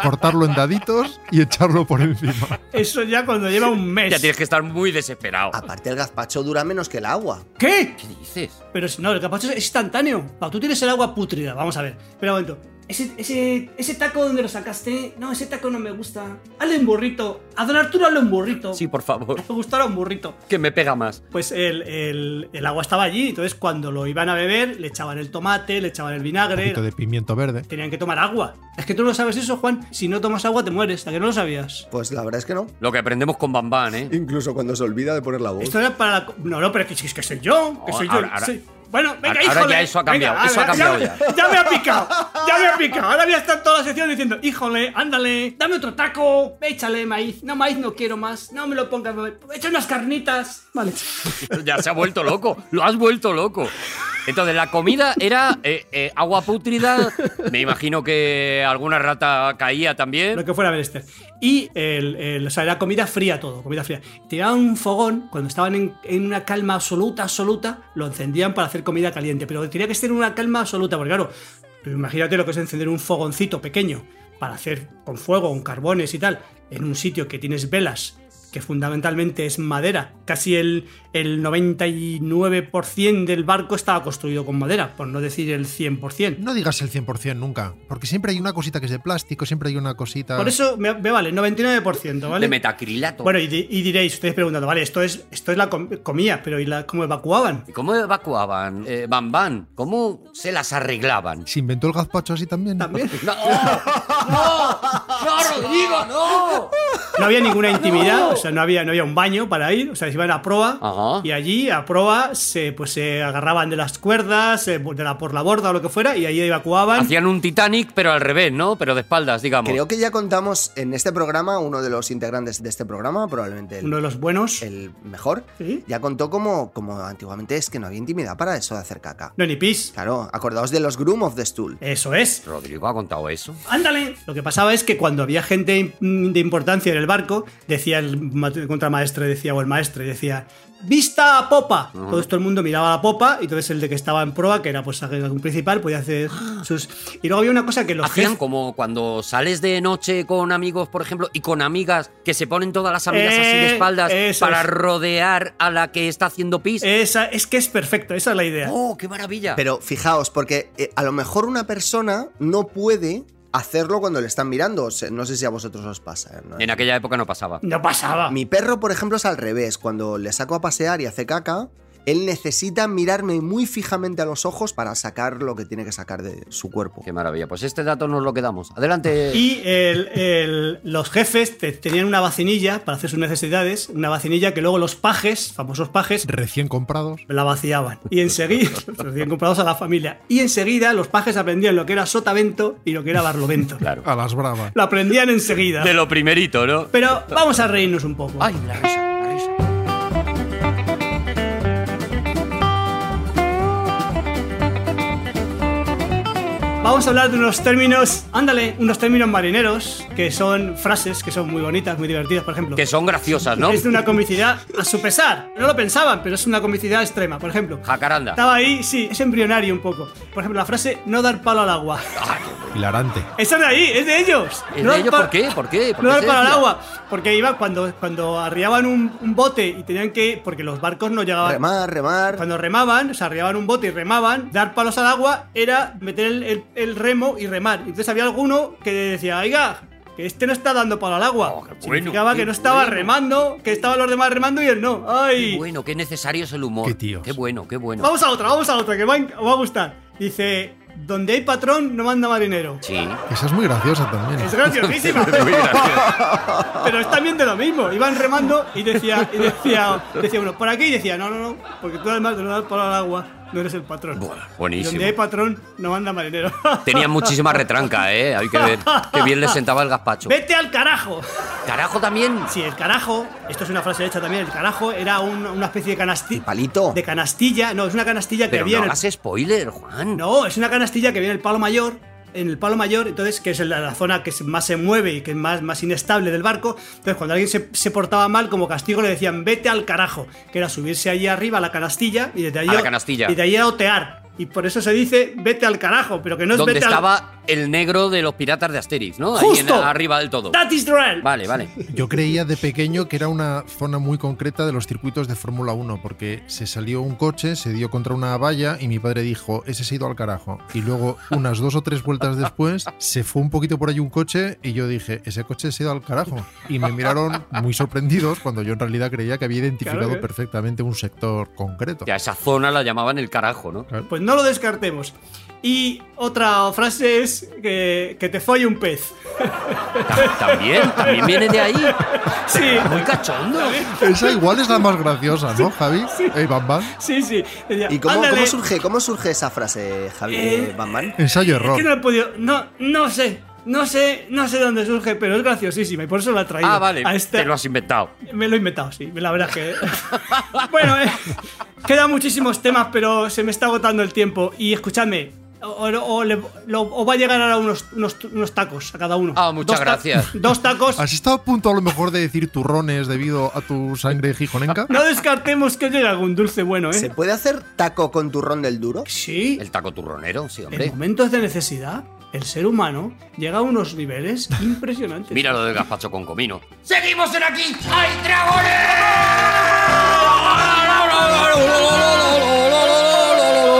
[SPEAKER 6] cortarlo en daditos y echarlo por encima.
[SPEAKER 4] Eso ya cuando lleva un mes.
[SPEAKER 5] Ya tienes que estar muy desesperado.
[SPEAKER 3] Aparte, el gazpacho dura menos que el agua.
[SPEAKER 4] ¿Qué?
[SPEAKER 5] ¿Qué dices?
[SPEAKER 4] Pero si no, el gazpacho es instantáneo. Pau, tú tienes el agua pútrida, vamos a ver. Espera un momento. Ese, ese, ese taco donde lo sacaste, no, ese taco no me gusta. Hazle un burrito. A don Arturo hazle un burrito.
[SPEAKER 5] Sí, por favor,
[SPEAKER 4] Me gustará un burrito.
[SPEAKER 5] que me pega más.
[SPEAKER 4] Pues el, el- el agua estaba allí, entonces cuando lo iban a beber, le echaban el tomate, le echaban el
[SPEAKER 6] Un
[SPEAKER 4] vinagre.
[SPEAKER 6] poquito de pimiento verde.
[SPEAKER 4] Tenían que tomar agua. Es que tú no sabes eso, Juan. Si no tomas agua, te mueres. ¿A que no lo sabías?
[SPEAKER 3] Pues la verdad es que no.
[SPEAKER 5] Lo que aprendemos con Bambán, ¿eh?
[SPEAKER 3] Incluso cuando se olvida de poner la voz.
[SPEAKER 4] Esto era para la... co- No, no, pero es que, es que soy yo, que
[SPEAKER 5] No,
[SPEAKER 4] soy yo.
[SPEAKER 5] ahora- ahora-
[SPEAKER 4] soy- Bueno, venga,
[SPEAKER 5] ahora ya
[SPEAKER 4] híjole.
[SPEAKER 5] eso ha cambiado,
[SPEAKER 4] venga,
[SPEAKER 5] eso ha
[SPEAKER 4] ahora-
[SPEAKER 5] cambiado
[SPEAKER 4] ya. ya me ha picado, ya me ha picado. Ahora voy a estar toda la sección diciendo, híjole, ándale, dame otro taco, échale maíz. No, maíz no quiero más, no me lo pongas, echa unas carnitas. Vale.
[SPEAKER 5] Ya se ha vuelto loco, lo has vuelto loco. Entonces, la comida era eh, eh, agua pútrida. Me imagino que alguna rata caía
[SPEAKER 4] lo
[SPEAKER 5] también.
[SPEAKER 4] que fuera menester. Y el, el- o sea, era comida fría todo, comida fría. Tiraban un fogón, cuando estaban en, en una calma absoluta, absoluta, lo encendían para hacer comida caliente. Pero tenía que ser en una calma absoluta, porque claro, tú imagínate lo que es encender un fogoncito pequeño para hacer con fuego, con carbones y tal, en un sitio que tienes velas que fundamentalmente es madera. Casi el, el 99% del barco estaba construido con madera, por no decir el 100%.
[SPEAKER 6] No digas el 100% nunca, porque siempre hay una cosita que es de plástico, siempre hay una cosita...
[SPEAKER 4] Por eso me, me vale, 99%, ¿vale?
[SPEAKER 5] De metacrilato.
[SPEAKER 4] Bueno, y, di- y diréis, ustedes preguntando, vale, esto es, esto es la com- comida, pero ¿y la, cómo evacuaban?
[SPEAKER 5] ¿Y cómo evacuaban? Eh, Bam Bam, ¿cómo se las arreglaban?
[SPEAKER 6] ¿Se inventó el gazpacho así también?
[SPEAKER 4] También.
[SPEAKER 5] ¡No! ¡No! ¡No, Rodrigo, no!
[SPEAKER 4] No había ninguna intimidad, o sea, no había, no había un baño para ir, o sea, se iban a proa
[SPEAKER 5] Ajá.
[SPEAKER 4] y allí a proa se, pues, se agarraban de las cuerdas, eh, de la, por la borda o lo que fuera, y ahí evacuaban.
[SPEAKER 5] Hacían un Titanic, pero al revés, ¿no? Pero de espaldas, digamos.
[SPEAKER 3] Creo que ya contamos en este programa, uno de los integrantes de este programa, probablemente el,
[SPEAKER 4] Uno de los buenos.
[SPEAKER 3] el mejor,
[SPEAKER 4] Sí.
[SPEAKER 3] ya contó como, como antiguamente es que no había intimidad para eso de hacer caca.
[SPEAKER 4] No, Eh, ni pis.
[SPEAKER 3] Claro, acordaos de los Groom of the Stool.
[SPEAKER 4] Eso es.
[SPEAKER 5] Rodrigo ha contado eso.
[SPEAKER 4] Ándale. Lo que pasaba es que cuando había gente im- de importancia en el barco, decía el ma- contramaestre, decía, o el maestre, decía, ¡Vista a popa! Entonces todo el mundo miraba a la popa, y entonces el de que estaba en proa, que era pues algún principal, podía hacer sus. Y luego había una cosa que los
[SPEAKER 5] Hacían
[SPEAKER 4] jef-
[SPEAKER 5] como cuando sales de noche con amigos, por ejemplo, y con amigas que se ponen todas las amigas así de
[SPEAKER 4] Eh,
[SPEAKER 5] espaldas
[SPEAKER 4] eso
[SPEAKER 5] para
[SPEAKER 4] es. Eh,
[SPEAKER 5] rodear a la que está haciendo pis.
[SPEAKER 4] Esa, es que es perfecto, esa es la idea.
[SPEAKER 5] ¡Oh, qué maravilla!
[SPEAKER 3] Pero fijaos, porque eh, a lo mejor una persona no puede hacerlo cuando le están mirando. O sea, no sé si a vosotros os pasa. ¿eh? ¿no?
[SPEAKER 5] en aquella época no pasaba.
[SPEAKER 4] No pasaba.
[SPEAKER 3] Mi perro, por ejemplo, es al revés. Cuando le saco a pasear y hace caca, él necesita mirarme muy fijamente a los ojos para sacar lo que tiene que sacar de su cuerpo.
[SPEAKER 5] Qué maravilla. Pues este dato nos lo quedamos. Adelante.
[SPEAKER 4] Y el- el- los jefes te- tenían una vacinilla para hacer sus necesidades, una vacinilla que luego los pajes, famosos pajes,
[SPEAKER 6] Recién comprados.
[SPEAKER 4] la vaciaban. Y enseguida, recién comprados a la familia. Y enseguida los pajes aprendían lo que era sotavento y lo que era barlovento.
[SPEAKER 5] Claro.
[SPEAKER 6] A las bravas.
[SPEAKER 4] Lo aprendían enseguida.
[SPEAKER 5] De lo primerito, ¿no?
[SPEAKER 4] Pero vamos a reírnos un poco.
[SPEAKER 5] ¡Ay, la risa! La risa.
[SPEAKER 4] Vamos a hablar de unos términos, ándale, unos términos marineros, que son frases que son muy bonitas, muy divertidas, por ejemplo.
[SPEAKER 5] Que son graciosas, ¿no?
[SPEAKER 4] Es de una comicidad a su pesar. No lo pensaban, pero es una comicidad extrema. Por ejemplo,
[SPEAKER 5] Jacaranda.
[SPEAKER 4] Estaba ahí, sí, es embrionario un poco. Por ejemplo, la frase no dar palo al agua.
[SPEAKER 6] Hilarante.
[SPEAKER 4] Esa de ahí, es de ellos.
[SPEAKER 5] Ah. ¿Es
[SPEAKER 4] No
[SPEAKER 5] de
[SPEAKER 4] dar
[SPEAKER 5] ello?
[SPEAKER 4] pa-
[SPEAKER 5] ¿Por qué? ¿Por qué? ¿Por
[SPEAKER 4] No
[SPEAKER 5] qué
[SPEAKER 4] dar
[SPEAKER 5] se
[SPEAKER 4] palo al
[SPEAKER 5] decía?
[SPEAKER 4] agua. Porque iba cuando, cuando arriaban un, un bote y tenían que. Porque los barcos no llegaban.
[SPEAKER 3] Remar, remar.
[SPEAKER 4] Cuando remaban, o sea, arriaban un bote y remaban, dar palos al agua era meter el, el- el remo y remar. Entonces había alguno que decía, oiga, que este no está dando palo al agua.
[SPEAKER 5] Oh, qué bueno,
[SPEAKER 4] Significaba
[SPEAKER 5] qué
[SPEAKER 4] que no estaba
[SPEAKER 5] bueno.
[SPEAKER 4] remando, que estaban los demás remando y él no. ¡Ay!
[SPEAKER 5] Qué bueno, qué necesario es el humor.
[SPEAKER 6] Qué tíos.
[SPEAKER 5] Qué bueno, qué bueno.
[SPEAKER 4] Vamos a otra, vamos a otra, que va a en- os va a gustar. Dice, donde hay patrón no manda marinero.
[SPEAKER 5] Sí.
[SPEAKER 6] Esa es muy graciosa también.
[SPEAKER 4] Es graciosísima. Pero es también de lo mismo. Iban remando y decía, y decía, decía uno, por aquí y decía, no, no, no, porque tú además de no dar por al agua, no eres el patrón.
[SPEAKER 5] Buah,
[SPEAKER 4] Y
[SPEAKER 5] buenísimo.
[SPEAKER 4] Donde hay patrón no manda marinero.
[SPEAKER 5] Tenían muchísima retranca, ¿eh? Hay que ver. Qué bien les sentaba el gazpacho.
[SPEAKER 4] Vete al carajo.
[SPEAKER 5] ¡Carajo también!
[SPEAKER 4] Sí, el carajo, esto es una frase hecha también, el carajo era un- una especie de canastilla.
[SPEAKER 3] Palito.
[SPEAKER 4] De canastilla, no, es una canastilla que
[SPEAKER 5] Pero
[SPEAKER 4] había
[SPEAKER 5] no
[SPEAKER 4] en el-
[SPEAKER 5] hagas spoiler, Juan.
[SPEAKER 4] No, es una canastilla que viene en el palo mayor. En el palo mayor, entonces, que es la, la zona que se- más se mueve y que es más, más inestable del barco. Entonces, cuando alguien se, se portaba mal, como castigo le decían, vete al carajo. Que era subirse allí arriba a la canastilla y desde ahí
[SPEAKER 5] A la canastilla.
[SPEAKER 4] Y de ahí a otear. Y por eso se dice, vete al carajo, pero que no es
[SPEAKER 5] Donde
[SPEAKER 4] vete al-
[SPEAKER 5] estaba el negro de los piratas de Asterix, ¿no? Ahí en-
[SPEAKER 4] ¡Justo!
[SPEAKER 5] arriba del todo.
[SPEAKER 4] That is the rail.
[SPEAKER 5] Vale, vale.
[SPEAKER 6] Yo creía de pequeño que era una zona muy concreta de los circuitos de Fórmula 1, porque se salió un coche, se dio contra una valla y mi padre dijo, ese se ha ido al carajo. Y luego, unas dos o tres vueltas después, se fue un poquito por ahí un coche y yo dije, ese coche se ha ido al carajo. Y me miraron muy sorprendidos cuando yo en realidad creía que había identificado
[SPEAKER 4] Claro que-
[SPEAKER 6] perfectamente un sector concreto.
[SPEAKER 5] Ya, esa zona la llamaban el carajo, ¿no?
[SPEAKER 4] Pues no lo descartemos. Y otra frase es que, que te folle un pez.
[SPEAKER 5] También, también viene de ahí.
[SPEAKER 4] Sí.
[SPEAKER 5] Muy cachondo.
[SPEAKER 6] Esa igual es la más graciosa, ¿no, Javi? Ey, Bam Bam.
[SPEAKER 4] Sí, sí. Decía,
[SPEAKER 3] ¿Y cómo,
[SPEAKER 4] "Ándale".
[SPEAKER 3] cómo surge, cómo surge esa frase, Javier
[SPEAKER 4] Eh,
[SPEAKER 3] Bamban?
[SPEAKER 6] Ensayo
[SPEAKER 4] Es que no
[SPEAKER 6] error.
[SPEAKER 4] he podido. No, no sé. No sé, no sé dónde surge, pero es graciosísima y por eso la he traído.
[SPEAKER 5] Ah, vale.
[SPEAKER 4] A esta-
[SPEAKER 5] Te lo has inventado.
[SPEAKER 4] Me lo he inventado, sí. La verdad es que. bueno, eh, quedan muchísimos temas, pero se me está agotando el tiempo. Y escuchadme, o, o- o le- lo- o va a llegar ahora unos, unos, unos tacos a cada uno.
[SPEAKER 5] Ah,
[SPEAKER 4] Dos
[SPEAKER 5] muchas
[SPEAKER 4] ta-
[SPEAKER 5] gracias.
[SPEAKER 4] Dos tacos.
[SPEAKER 6] ¿Has estado a punto a lo mejor de decir turrones debido a tu sangre gijonenca?
[SPEAKER 4] No descartemos que llegue algún dulce bueno,
[SPEAKER 3] ¿Se
[SPEAKER 4] ¿eh?
[SPEAKER 3] puede hacer taco con turrón del duro?
[SPEAKER 4] Sí.
[SPEAKER 5] El taco turronero, sí,
[SPEAKER 4] En
[SPEAKER 5] hombre.
[SPEAKER 4] momentos de necesidad, el ser humano llega a unos niveles impresionantes.
[SPEAKER 5] Mira lo del gazpacho con comino.
[SPEAKER 2] ¡Seguimos en aquí! ¡Hay dragones!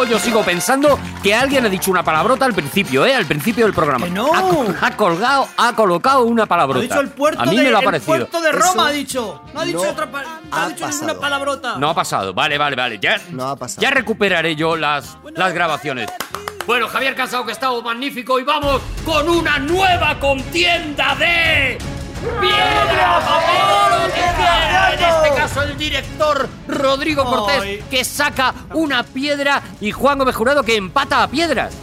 [SPEAKER 5] Yo sigo pensando que alguien ha dicho una palabrota al principio, ¿eh? Al principio del programa.
[SPEAKER 4] ¡Que no!
[SPEAKER 5] Ha, col- ha colgado, ha colocado una
[SPEAKER 4] Ha
[SPEAKER 5] palabrota.
[SPEAKER 4] dicho el puerto,
[SPEAKER 5] a mí
[SPEAKER 4] de,
[SPEAKER 5] me lo ha
[SPEAKER 4] el
[SPEAKER 5] parecido.
[SPEAKER 4] puerto de
[SPEAKER 3] Eso
[SPEAKER 4] Roma, ha dicho. No ha dicho,
[SPEAKER 3] no
[SPEAKER 4] otra, pa- no
[SPEAKER 3] ha
[SPEAKER 4] ha dicho ninguna
[SPEAKER 3] pasado.
[SPEAKER 4] palabrota.
[SPEAKER 5] No ha pasado. Vale, vale, vale. Ya,
[SPEAKER 3] No ha pasado.
[SPEAKER 5] ya recuperaré yo las, las grabaciones. Bueno, Javier Casado, que ha estado magnífico, y vamos con una nueva contienda de. ¡Piedra, papel o tijera! En este caso, el director Rodrigo Cortés,
[SPEAKER 4] Ay.
[SPEAKER 5] que saca una piedra, y Juan Gómez Jurado, que empata a piedras.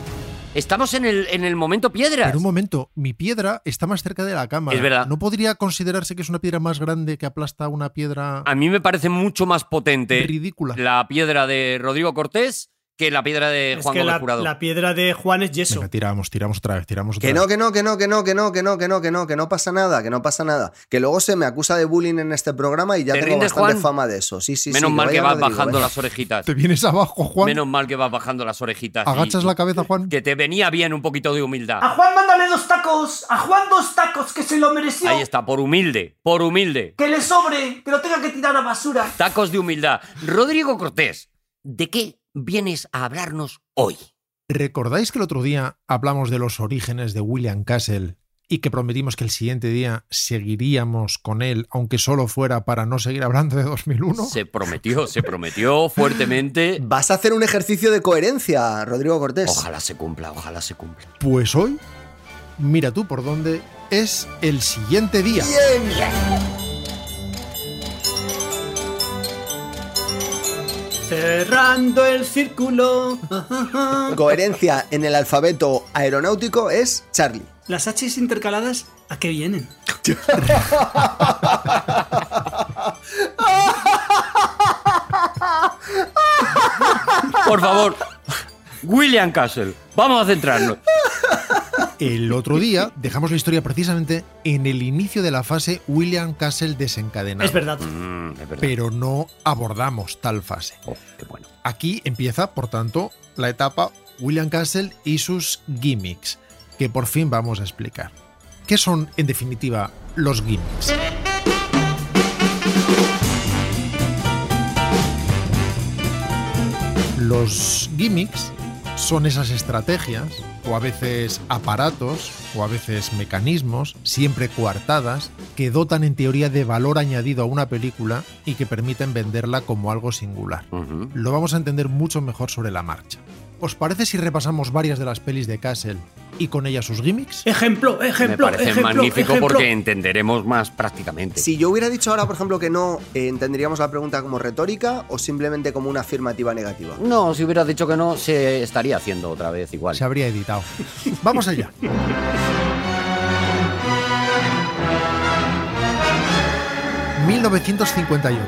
[SPEAKER 5] Estamos en el, en el momento piedras.
[SPEAKER 6] Pero un momento, mi piedra está más cerca de la cámara.
[SPEAKER 5] Es verdad.
[SPEAKER 6] ¿No podría considerarse que es una piedra más grande que aplasta una piedra
[SPEAKER 5] A mí me parece mucho más potente
[SPEAKER 6] ridícula?
[SPEAKER 5] la piedra de Rodrigo Cortés que la piedra de
[SPEAKER 4] Es
[SPEAKER 5] eh, Juan
[SPEAKER 4] que
[SPEAKER 5] Gómez
[SPEAKER 4] la,
[SPEAKER 5] Jurado.
[SPEAKER 4] la piedra de Juan es yeso.
[SPEAKER 6] Venga, tiramos, tiramos otra vez, tiramos otra
[SPEAKER 3] Que
[SPEAKER 6] vez.
[SPEAKER 3] no, que no, que no, que no, que no, que no, que no, que no, que no pasa nada, que no pasa nada. Que luego se me acusa de bullying en este programa y ya
[SPEAKER 5] ¿Te
[SPEAKER 3] tengo
[SPEAKER 5] rindes,
[SPEAKER 3] bastante
[SPEAKER 5] Juan?
[SPEAKER 3] fama de eso. Sí, sí,
[SPEAKER 5] Menos
[SPEAKER 3] sí,
[SPEAKER 5] mal que
[SPEAKER 3] vaya
[SPEAKER 5] vas
[SPEAKER 3] Rodrigo, ¿eh?
[SPEAKER 5] bajando
[SPEAKER 3] vaya.
[SPEAKER 5] las orejitas.
[SPEAKER 6] Te vienes abajo, Juan.
[SPEAKER 5] Menos mal que vas bajando las orejitas. y-
[SPEAKER 6] Agachas la cabeza, Juan.
[SPEAKER 5] Que te venía bien un poquito de humildad.
[SPEAKER 2] A Juan mándale dos tacos, a Juan dos tacos, que se lo mereció.
[SPEAKER 5] Ahí está, por humilde, por humilde.
[SPEAKER 2] Que le sobre, que lo tenga que tirar a basura.
[SPEAKER 5] Tacos de humildad. Rodrigo Cortés, ¿de qué vienes a hablarnos hoy?
[SPEAKER 6] ¿Recordáis que el otro día hablamos de los orígenes de William Castle y que prometimos que el siguiente día seguiríamos con él, aunque solo fuera para no seguir hablando de 2001?
[SPEAKER 5] Se prometió, se prometió fuertemente.
[SPEAKER 3] Vas a hacer un ejercicio de coherencia, Rodrigo Cortés.
[SPEAKER 5] Ojalá se cumpla, ojalá se cumpla.
[SPEAKER 6] Pues hoy, mira tú por dónde, es el siguiente día.
[SPEAKER 4] Cerrando el círculo.
[SPEAKER 3] Coherencia en el alfabeto aeronáutico es Charlie.
[SPEAKER 4] Las H's intercaladas, ¿a qué vienen?
[SPEAKER 5] Por favor, William Castle, vamos a centrarnos.
[SPEAKER 6] El otro día dejamos la historia precisamente en el inicio de la fase William Castle desencadenado.
[SPEAKER 4] Es verdad.
[SPEAKER 5] Mm, es verdad.
[SPEAKER 6] Pero no abordamos tal fase.
[SPEAKER 5] Oh, qué bueno.
[SPEAKER 6] Aquí empieza, por tanto, la etapa William Castle y sus gimmicks, que por fin vamos a explicar. ¿Qué son, en definitiva, los gimmicks? Los gimmicks son esas estrategias, o a veces aparatos, o a veces mecanismos, siempre coartadas, que dotan en teoría de valor añadido a una película y que permiten venderla como algo singular
[SPEAKER 5] Ujú.
[SPEAKER 6] lo vamos a entender mucho mejor sobre la marcha. ¿Os parece si repasamos varias de las pelis de Castle y con ellas sus gimmicks?
[SPEAKER 4] Ejemplo,
[SPEAKER 5] Me
[SPEAKER 4] ejemplo,
[SPEAKER 5] parece
[SPEAKER 4] ejemplo,
[SPEAKER 5] magnífico
[SPEAKER 4] ejemplo.
[SPEAKER 5] porque entenderemos más prácticamente.
[SPEAKER 3] Si yo hubiera dicho ahora, por ejemplo, que no, eh, ¿entenderíamos la pregunta como retórica o simplemente como una afirmativa negativa?
[SPEAKER 5] No, si hubieras dicho que no, se estaría haciendo otra vez igual.
[SPEAKER 6] Se habría editado. Vamos allá. ...1958...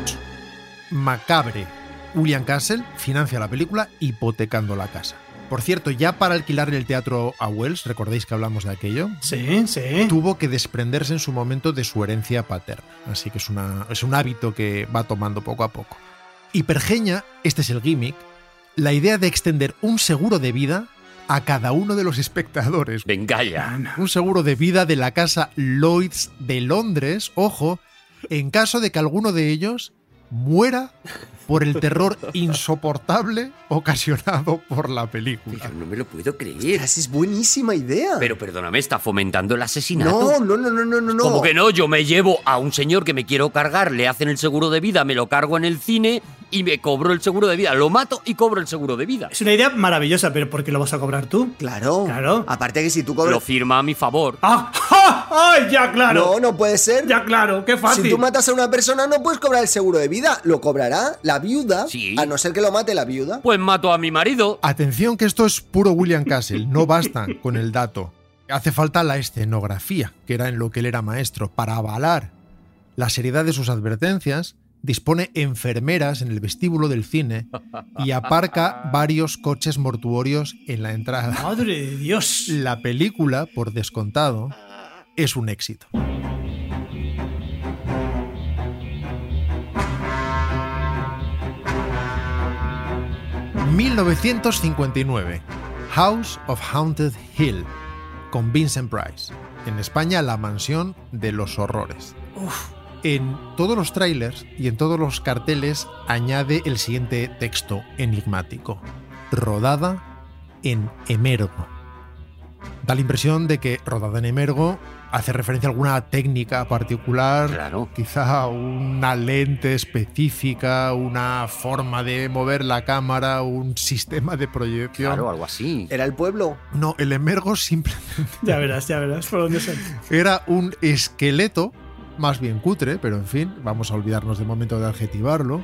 [SPEAKER 6] ...macabre... ...William Castle financia la película... ...hipotecando la casa... ...por cierto, ya para alquilarle el teatro a Wells... ...recordáis que hablamos de aquello...
[SPEAKER 4] Sí, sí.
[SPEAKER 6] tuvo que desprenderse en su momento de su herencia paterna. Así que es, una- es un hábito que va tomando poco a poco. Y pergeña, este es el gimmick, la idea de extender un seguro de vida a cada uno de los espectadores.
[SPEAKER 5] Venga ya.
[SPEAKER 6] Un seguro de vida de la casa Lloyds de Londres, ojo, en caso de que alguno de ellos muera por el terror insoportable ocasionado por la película.
[SPEAKER 5] Pero no me lo puedo creer.
[SPEAKER 3] Esa es buenísima idea.
[SPEAKER 5] Pero perdóname, está fomentando el asesinato.
[SPEAKER 3] no, no, no, no, no, no.
[SPEAKER 5] Como que no, yo me llevo a un señor que me quiero cargar, le hacen el seguro de vida, me lo cargo en el cine y me cobro el seguro de vida. Lo mato y cobro el seguro de vida.
[SPEAKER 4] Es una idea maravillosa, pero ¿por qué lo vas a cobrar tú?
[SPEAKER 3] Claro.
[SPEAKER 4] Claro.
[SPEAKER 3] Aparte que si tú
[SPEAKER 5] Lo
[SPEAKER 3] cobras...
[SPEAKER 5] firma a mi favor.
[SPEAKER 4] ¡Ah! ¡Ja! ¡Ay, ya claro!
[SPEAKER 3] No, no puede ser.
[SPEAKER 4] Ya claro, qué fácil.
[SPEAKER 3] Si tú matas a una persona no puedes cobrar el seguro de vida, lo cobrará la viuda,
[SPEAKER 5] Sí.
[SPEAKER 3] a no ser que lo mate la viuda.
[SPEAKER 5] Pues mato a mi marido.
[SPEAKER 6] Atención que esto es puro William Castle, no basta con el dato. Hace falta la escenografía, que era en lo que él era maestro, para avalar la seriedad de sus advertencias, dispone enfermeras en el vestíbulo del cine y aparca varios coches mortuorios en la entrada.
[SPEAKER 4] Madre de Dios.
[SPEAKER 6] La película, por descontado, es un éxito. ...1959... ...House of Haunted Hill... ...con Vincent Price... ...en España la mansión de los horrores... ...en todos los trailers... ...y en todos los carteles... ...añade el siguiente texto enigmático... ...rodada en Emergo... Da la impresión de que rodada en emergo hace referencia a alguna técnica particular,
[SPEAKER 5] Claro.
[SPEAKER 6] quizá una lente específica, una forma de mover la cámara, un sistema de proyección.
[SPEAKER 5] Claro, algo así.
[SPEAKER 3] Era el pueblo.
[SPEAKER 6] No, el emergo simplemente
[SPEAKER 4] Ya verás, ya verás por dónde sale.
[SPEAKER 6] era un esqueleto, más bien cutre, pero en fin, vamos a olvidarnos de momento de adjetivarlo,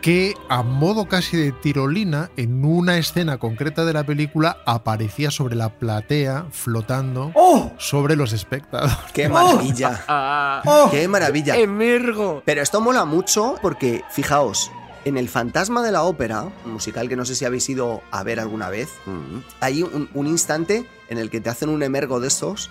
[SPEAKER 6] que a modo casi de tirolina, en una escena concreta de la película, aparecía sobre la platea flotando
[SPEAKER 4] ¡Oh!
[SPEAKER 6] sobre los espectadores.
[SPEAKER 3] ¡Qué maravilla!
[SPEAKER 5] Ah,
[SPEAKER 4] ¡Oh!
[SPEAKER 3] ¡Qué maravilla!
[SPEAKER 5] emergo.
[SPEAKER 3] Pero esto mola mucho porque, fijaos, En El Fantasma de la Ópera, un musical que no sé si habéis ido a ver alguna vez, hay un, un instante en el que te hacen un emergo de estos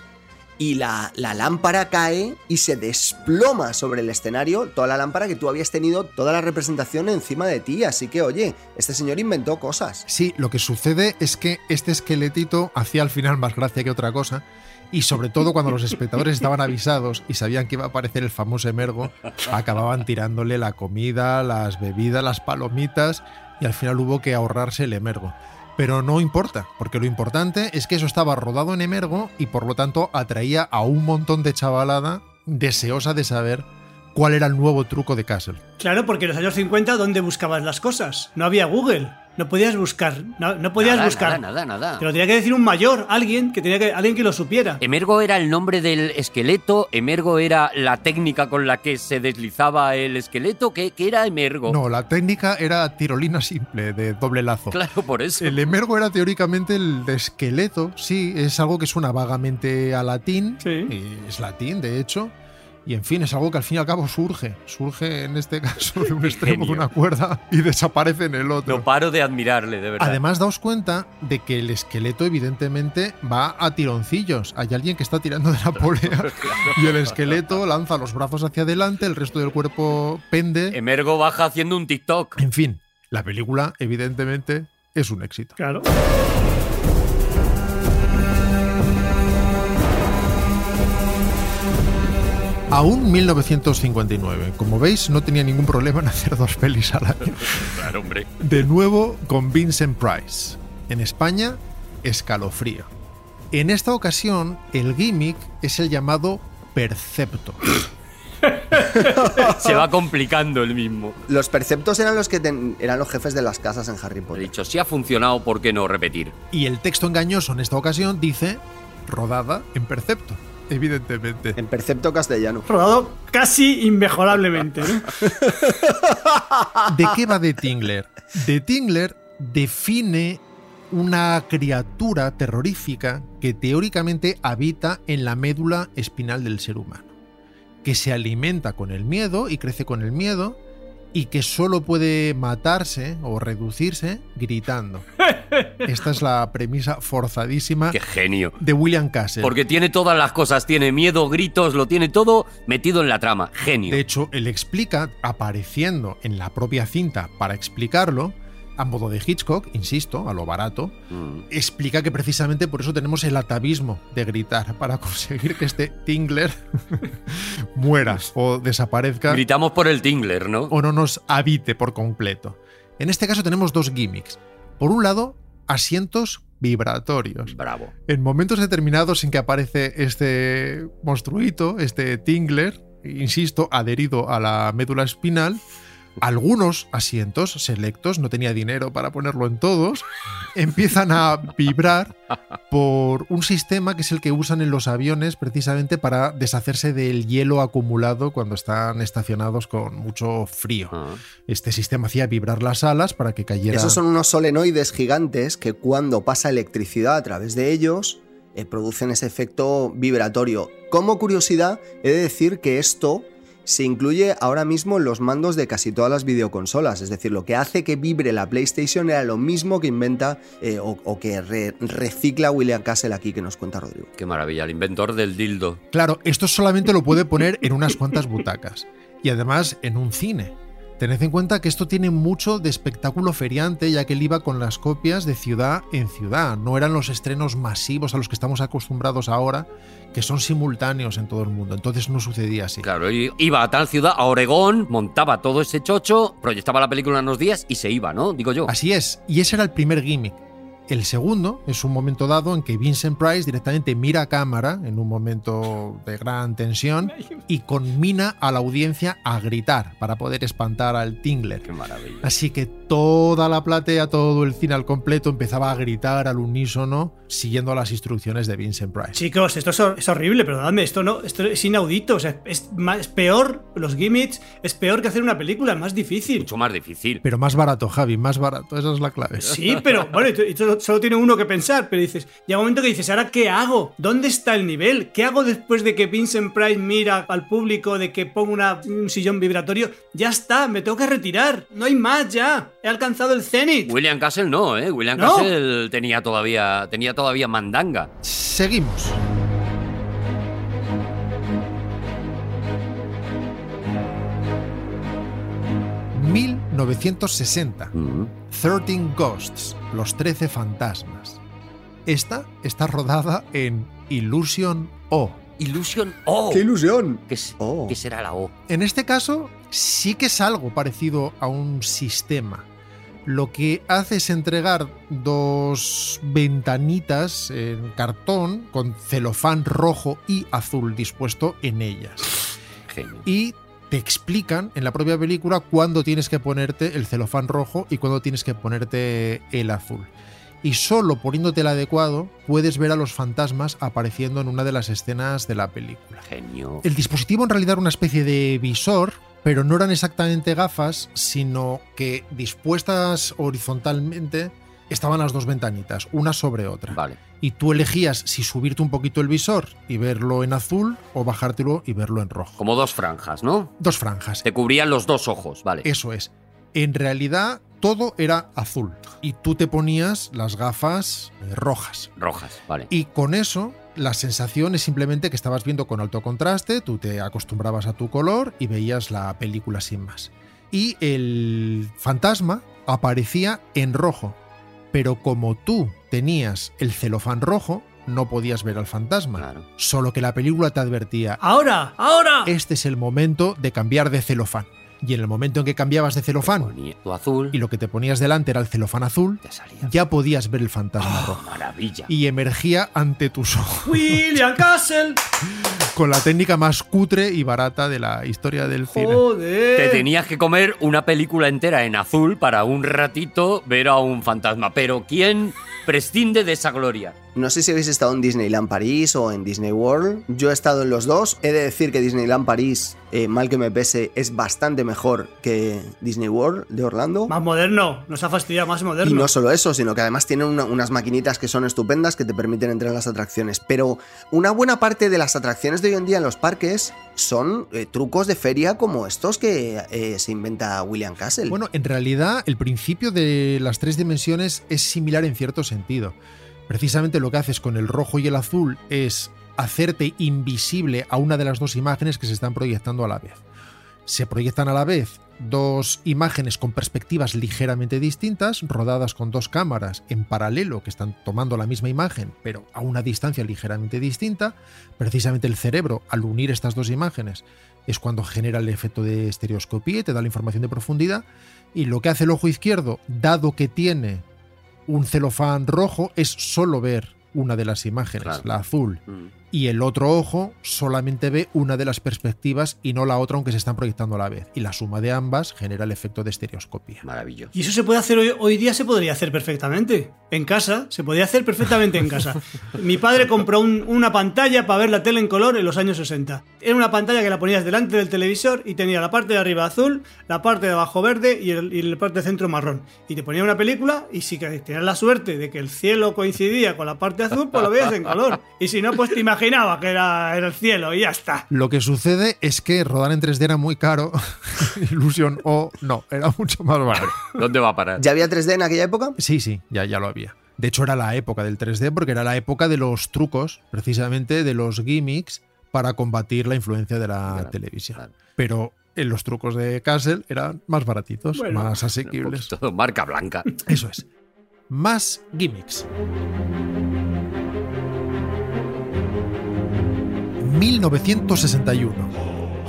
[SPEAKER 3] y la, la lámpara cae y se desploma sobre el escenario toda la lámpara que tú habías tenido toda la representación encima de ti. Así que, oye, este señor inventó cosas.
[SPEAKER 6] Sí, lo que sucede es que este esqueletito hacía al final más gracia que otra cosa. Y sobre todo cuando los espectadores estaban avisados y sabían que iba a aparecer el famoso emergo, acababan tirándole la comida, las bebidas, las palomitas y al final hubo que ahorrarse el emergo. Pero no importa, porque lo importante es que eso estaba rodado en emergo y por lo tanto atraía a un montón de chavalada deseosa de saber cuál era el nuevo truco de Castle.
[SPEAKER 4] Claro, porque en los años 50, ¿dónde buscabas las cosas? No había Google. No podías buscar. No, no podías
[SPEAKER 5] nada,
[SPEAKER 4] buscar.
[SPEAKER 5] Nada, nada,
[SPEAKER 4] Te
[SPEAKER 5] nada.
[SPEAKER 4] lo tenía que decir un mayor, alguien que tenía que, alguien que lo supiera.
[SPEAKER 5] Emergo era el nombre del esqueleto, Emergo era la técnica con la que se deslizaba el esqueleto, ¿qué, qué era Emergo?
[SPEAKER 6] No, la técnica era tirolina simple, de doble lazo.
[SPEAKER 5] Claro, por eso.
[SPEAKER 6] El emergo era teóricamente el de esqueleto, sí, es algo que suena vagamente a latín,
[SPEAKER 4] Sí.
[SPEAKER 6] eh, es latín de hecho, y en fin, es algo que al fin y al cabo surge, surge en este caso de un extremo de
[SPEAKER 5] genio.
[SPEAKER 6] una cuerda y desaparece en el otro.
[SPEAKER 5] No paro de admirarle, de verdad.
[SPEAKER 6] Además, daos cuenta de que el esqueleto, evidentemente, va a tironcillos. Hay alguien que está tirando de la polea y el esqueleto lanza los brazos hacia adelante, el resto del cuerpo pende.
[SPEAKER 5] Emergo baja haciendo un TikTok.
[SPEAKER 6] En fin, la película, evidentemente, es un éxito.
[SPEAKER 4] Claro.
[SPEAKER 6] Aún 1959. Como veis, no tenía ningún problema en hacer dos pelis al año.
[SPEAKER 5] Claro, hombre.
[SPEAKER 6] De nuevo con Vincent Price. En España, escalofrío. En esta ocasión, el gimmick es el llamado percepto.
[SPEAKER 5] Se va complicando el mismo.
[SPEAKER 3] Los perceptos eran los que ten- eran los jefes de las casas en Harry
[SPEAKER 5] He
[SPEAKER 3] Potter.
[SPEAKER 5] dicho, si ha funcionado, ¿por qué no repetir?
[SPEAKER 6] Y el texto engañoso en esta ocasión dice rodada en percepto, evidentemente.
[SPEAKER 3] En percepto castellano.
[SPEAKER 4] Rodado casi inmejorablemente. ¿no?
[SPEAKER 6] ¿De qué va The Tingler? The Tingler define una criatura terrorífica que teóricamente habita en la médula espinal del ser humano, que se alimenta con el miedo y crece con el miedo y que solo puede matarse o reducirse gritando. Esta es la premisa forzadísima
[SPEAKER 5] ¡Qué genio!
[SPEAKER 6] de William Castle.
[SPEAKER 5] Porque tiene todas las cosas, tiene miedo, gritos, lo tiene todo metido en la trama. Genio.
[SPEAKER 6] De hecho, él explica, apareciendo en la propia cinta para explicarlo, a modo de Hitchcock, insisto, a lo barato,
[SPEAKER 5] Mm.
[SPEAKER 6] explica que precisamente por eso tenemos el atavismo de gritar, para conseguir que este Tingler muera o desaparezca
[SPEAKER 5] Gritamos por el Tingler, ¿no?
[SPEAKER 6] o no nos habite por completo. En este caso tenemos dos gimmicks. Por un lado, asientos vibratorios.
[SPEAKER 5] Bravo.
[SPEAKER 6] En momentos determinados en que aparece este monstruito, este Tingler, insisto, adherido a la médula espinal, algunos asientos selectos, no tenía dinero para ponerlo en todos, empiezan a vibrar por un sistema que es el que usan en los aviones precisamente para deshacerse del hielo acumulado cuando están estacionados con mucho frío.
[SPEAKER 5] Ah.
[SPEAKER 6] Este sistema hacía vibrar las alas para que cayeran...
[SPEAKER 3] Esos son unos solenoides gigantes que cuando pasa electricidad a través de ellos eh, producen ese efecto vibratorio. Como curiosidad, he de decir que esto se incluye ahora mismo en los mandos de casi todas las videoconsolas. Es decir, lo que hace que vibre la PlayStation era lo mismo que inventa eh, o, o que re- recicla William Castle aquí que nos cuenta Rodrigo.
[SPEAKER 5] Qué maravilla, el inventor del dildo.
[SPEAKER 6] Claro, esto solamente lo puede poner en unas cuantas butacas. Y además en un cine. Tened en cuenta que esto tiene mucho de espectáculo feriante, ya que él iba con las copias de ciudad en ciudad. No eran los estrenos masivos a los que estamos acostumbrados ahora, que son simultáneos en todo el mundo. Entonces no sucedía así.
[SPEAKER 5] Claro, y iba a tal ciudad, a Oregón, montaba todo ese chocho, proyectaba la película unos días y se iba, ¿no? Digo yo.
[SPEAKER 6] Así es, y ese era el primer gimmick. El segundo es un momento dado en que Vincent Price directamente mira a cámara en un momento de gran tensión y conmina a la audiencia a gritar para poder espantar al Tingler.
[SPEAKER 5] Qué maravilla.
[SPEAKER 6] Así que toda la platea, todo el cine al completo empezaba a gritar al unísono siguiendo las instrucciones de Vincent Price.
[SPEAKER 4] Chicos, esto es, hor- es horrible, pero dadme, esto no, esto es inaudito. O sea, es, más- es peor, los gimmicks, es peor que hacer una película, es más difícil.
[SPEAKER 5] Mucho más difícil.
[SPEAKER 6] Pero más barato, Javi, más barato, esa es la clave.
[SPEAKER 4] Sí, pero bueno, y tú- y tú- solo, solo tiene uno que pensar, pero dices, llega un momento que dices, ¿ahora qué hago? ¿Dónde está el nivel? ¿Qué hago después de que Vincent Price mira al público, de que ponga una- un sillón vibratorio? Ya está, me tengo que retirar, no hay más ya, he alcanzado el cenit.
[SPEAKER 5] William Castle no, ¿eh? William
[SPEAKER 4] No.
[SPEAKER 5] Castle tenía todavía, tenía todavía mandanga.
[SPEAKER 6] Seguimos. ...1960...
[SPEAKER 5] Mm.
[SPEAKER 6] 13 Ghosts, Los 13 Fantasmas. Esta está rodada en Illusion O.
[SPEAKER 5] Illusion O.
[SPEAKER 3] ¡Qué ilusión!
[SPEAKER 5] ¿Qué, es-
[SPEAKER 3] Oh.
[SPEAKER 5] qué será la O?
[SPEAKER 6] En este caso, sí que es algo parecido a un sistema. Lo que hace es entregar dos ventanitas en cartón con celofán rojo y azul dispuesto en ellas
[SPEAKER 5] Genio.
[SPEAKER 6] y te explican en la propia película cuándo tienes que ponerte el celofán rojo y cuándo tienes que ponerte el azul. Y solo poniéndote el adecuado puedes ver a los fantasmas apareciendo en una de las escenas de la película.
[SPEAKER 5] Genio.
[SPEAKER 6] El dispositivo en realidad era una especie de visor, pero no eran exactamente gafas, sino que dispuestas horizontalmente estaban las dos ventanitas, una sobre otra
[SPEAKER 5] Vale.
[SPEAKER 6] y tú elegías si subirte un poquito el visor y verlo en azul o bajártelo y verlo en rojo.
[SPEAKER 5] Como dos franjas, ¿no?
[SPEAKER 6] Dos franjas.
[SPEAKER 5] Te cubrían los dos ojos, vale.
[SPEAKER 6] Eso es. En realidad todo era azul y tú te ponías las gafas eh, rojas.
[SPEAKER 5] Rojas, vale.
[SPEAKER 6] Y con eso la sensación es simplemente que estabas viendo con alto contraste, tú te acostumbrabas a tu color y veías la película sin más. Y el fantasma aparecía en rojo, pero como tú tenías el celofán rojo, no podías ver al fantasma.
[SPEAKER 5] Claro.
[SPEAKER 6] Solo que la película te
[SPEAKER 4] Ah.
[SPEAKER 6] advertía,
[SPEAKER 4] Ahora, ahora.
[SPEAKER 6] este es el momento de cambiar de celofán. Y en el momento en que cambiabas de celofán
[SPEAKER 5] Ponía tu azul
[SPEAKER 6] y lo que te ponías delante era el celofán azul,
[SPEAKER 5] te salía.
[SPEAKER 6] ya podías ver el fantasma rojo.
[SPEAKER 5] Maravilla.
[SPEAKER 6] Y emergía ante tus ojos
[SPEAKER 4] William Castle.
[SPEAKER 6] con la técnica más cutre y barata de la historia del cine.
[SPEAKER 4] Oh, Joder.
[SPEAKER 5] Te tenías que comer una película entera en azul para un ratito ver a un fantasma. Pero ¿quién prescinde de esa gloria?
[SPEAKER 3] No sé si habéis estado en Disneyland París o en Disney World. Yo he estado en los dos. He de decir que Disneyland París, eh, mal que me pese, es bastante mejor que Disney World de Orlando.
[SPEAKER 4] Más moderno, nos ha fastidiado más
[SPEAKER 3] Y
[SPEAKER 4] moderno.
[SPEAKER 3] no solo eso, sino que además tienen una- unas maquinitas que son estupendas que te permiten entrar en las atracciones. Pero una buena parte de las atracciones de hoy en día en los parques son eh, trucos de feria como estos que eh, se inventa William Castle.
[SPEAKER 6] Bueno, en realidad el principio de las tres dimensiones es similar en cierto sentido. Precisamente lo que haces con el rojo y el azul es hacerte invisible a una de las dos imágenes que se están proyectando a la vez. Se proyectan a la vez dos imágenes con perspectivas ligeramente distintas, rodadas con dos cámaras en paralelo que están tomando la misma imagen, pero a una distancia ligeramente distinta. Precisamente el cerebro, al unir estas dos imágenes, es cuando genera el efecto de estereoscopía y te da la información de profundidad. Y lo que hace el ojo izquierdo, dado que tiene un celofán rojo, es solo ver una de las imágenes,
[SPEAKER 5] Claro.
[SPEAKER 6] la azul
[SPEAKER 5] Mm.
[SPEAKER 6] y el otro ojo solamente ve una de las perspectivas y no la otra aunque se están proyectando a la vez. Y la suma de ambas genera el efecto de estereoscopía.
[SPEAKER 5] Maravilloso.
[SPEAKER 4] Y eso se puede hacer hoy, hoy día, se podría hacer perfectamente. En casa, se podría hacer perfectamente en casa. Mi padre compró un- una pantalla para ver la tele en color en los años 60. Era una pantalla que la ponías delante del televisor y tenía la parte de arriba azul, la parte de abajo verde y, el, y la parte de centro marrón. Y te ponía una película y si que- tenías la suerte de que el cielo coincidía con la parte azul, pues lo veías en color. Y si no, pues te imaginabas que era, era el cielo y ya está.
[SPEAKER 6] Lo que sucede es que rodar en 3D era muy caro. Ilusión o no, era mucho más barato.
[SPEAKER 5] ¿Dónde va a parar?
[SPEAKER 3] ¿Ya había 3D en aquella época?
[SPEAKER 6] Sí, sí, ya, ya lo había. De hecho, era la época del 3D porque era la época de los trucos, precisamente de los gimmicks para combatir la influencia de la
[SPEAKER 5] Claro,
[SPEAKER 6] televisión.
[SPEAKER 5] claro.
[SPEAKER 6] Pero eh, los trucos de Castle eran más baratitos,
[SPEAKER 4] Bueno,
[SPEAKER 6] más
[SPEAKER 5] Un
[SPEAKER 6] asequibles.
[SPEAKER 5] poquito, marca blanca.
[SPEAKER 6] Eso es. Más gimmicks. 1961.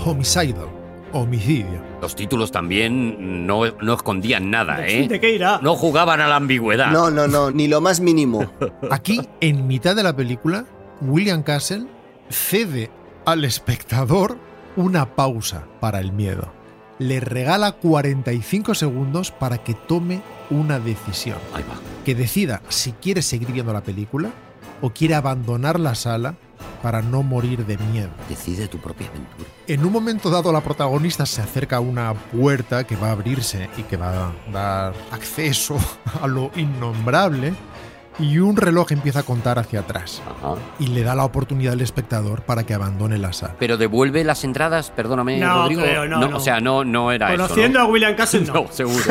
[SPEAKER 6] Homicidio. Homicidio.
[SPEAKER 5] Los títulos también no, no escondían nada,
[SPEAKER 4] ¿De
[SPEAKER 5] ¿eh?
[SPEAKER 4] qué irá?
[SPEAKER 5] No jugaban a la ambigüedad.
[SPEAKER 3] No, no, no, ni lo más mínimo.
[SPEAKER 6] Aquí, en mitad de la película, William Castle cede al espectador una pausa para el miedo. Le regala 45 segundos para que tome una decisión.
[SPEAKER 5] Ahí va.
[SPEAKER 6] que decida si quiere seguir viendo la película o quiere abandonar la sala para no morir de miedo.
[SPEAKER 5] Decide tu propia aventura.
[SPEAKER 6] En un momento dado la protagonista se acerca a una puerta que va a abrirse y que va a dar acceso a lo innombrable y un reloj empieza a contar hacia atrás
[SPEAKER 5] Ajá.
[SPEAKER 6] y le da la oportunidad al espectador para que abandone la sala.
[SPEAKER 5] Pero devuelve las entradas, perdóname,
[SPEAKER 4] No,
[SPEAKER 5] Rodrigo.
[SPEAKER 4] creo, no, no.
[SPEAKER 5] O sea, no, no era
[SPEAKER 4] Conociendo
[SPEAKER 5] eso.
[SPEAKER 4] a William Castle,
[SPEAKER 5] ¿no?
[SPEAKER 4] no.
[SPEAKER 5] No, seguro.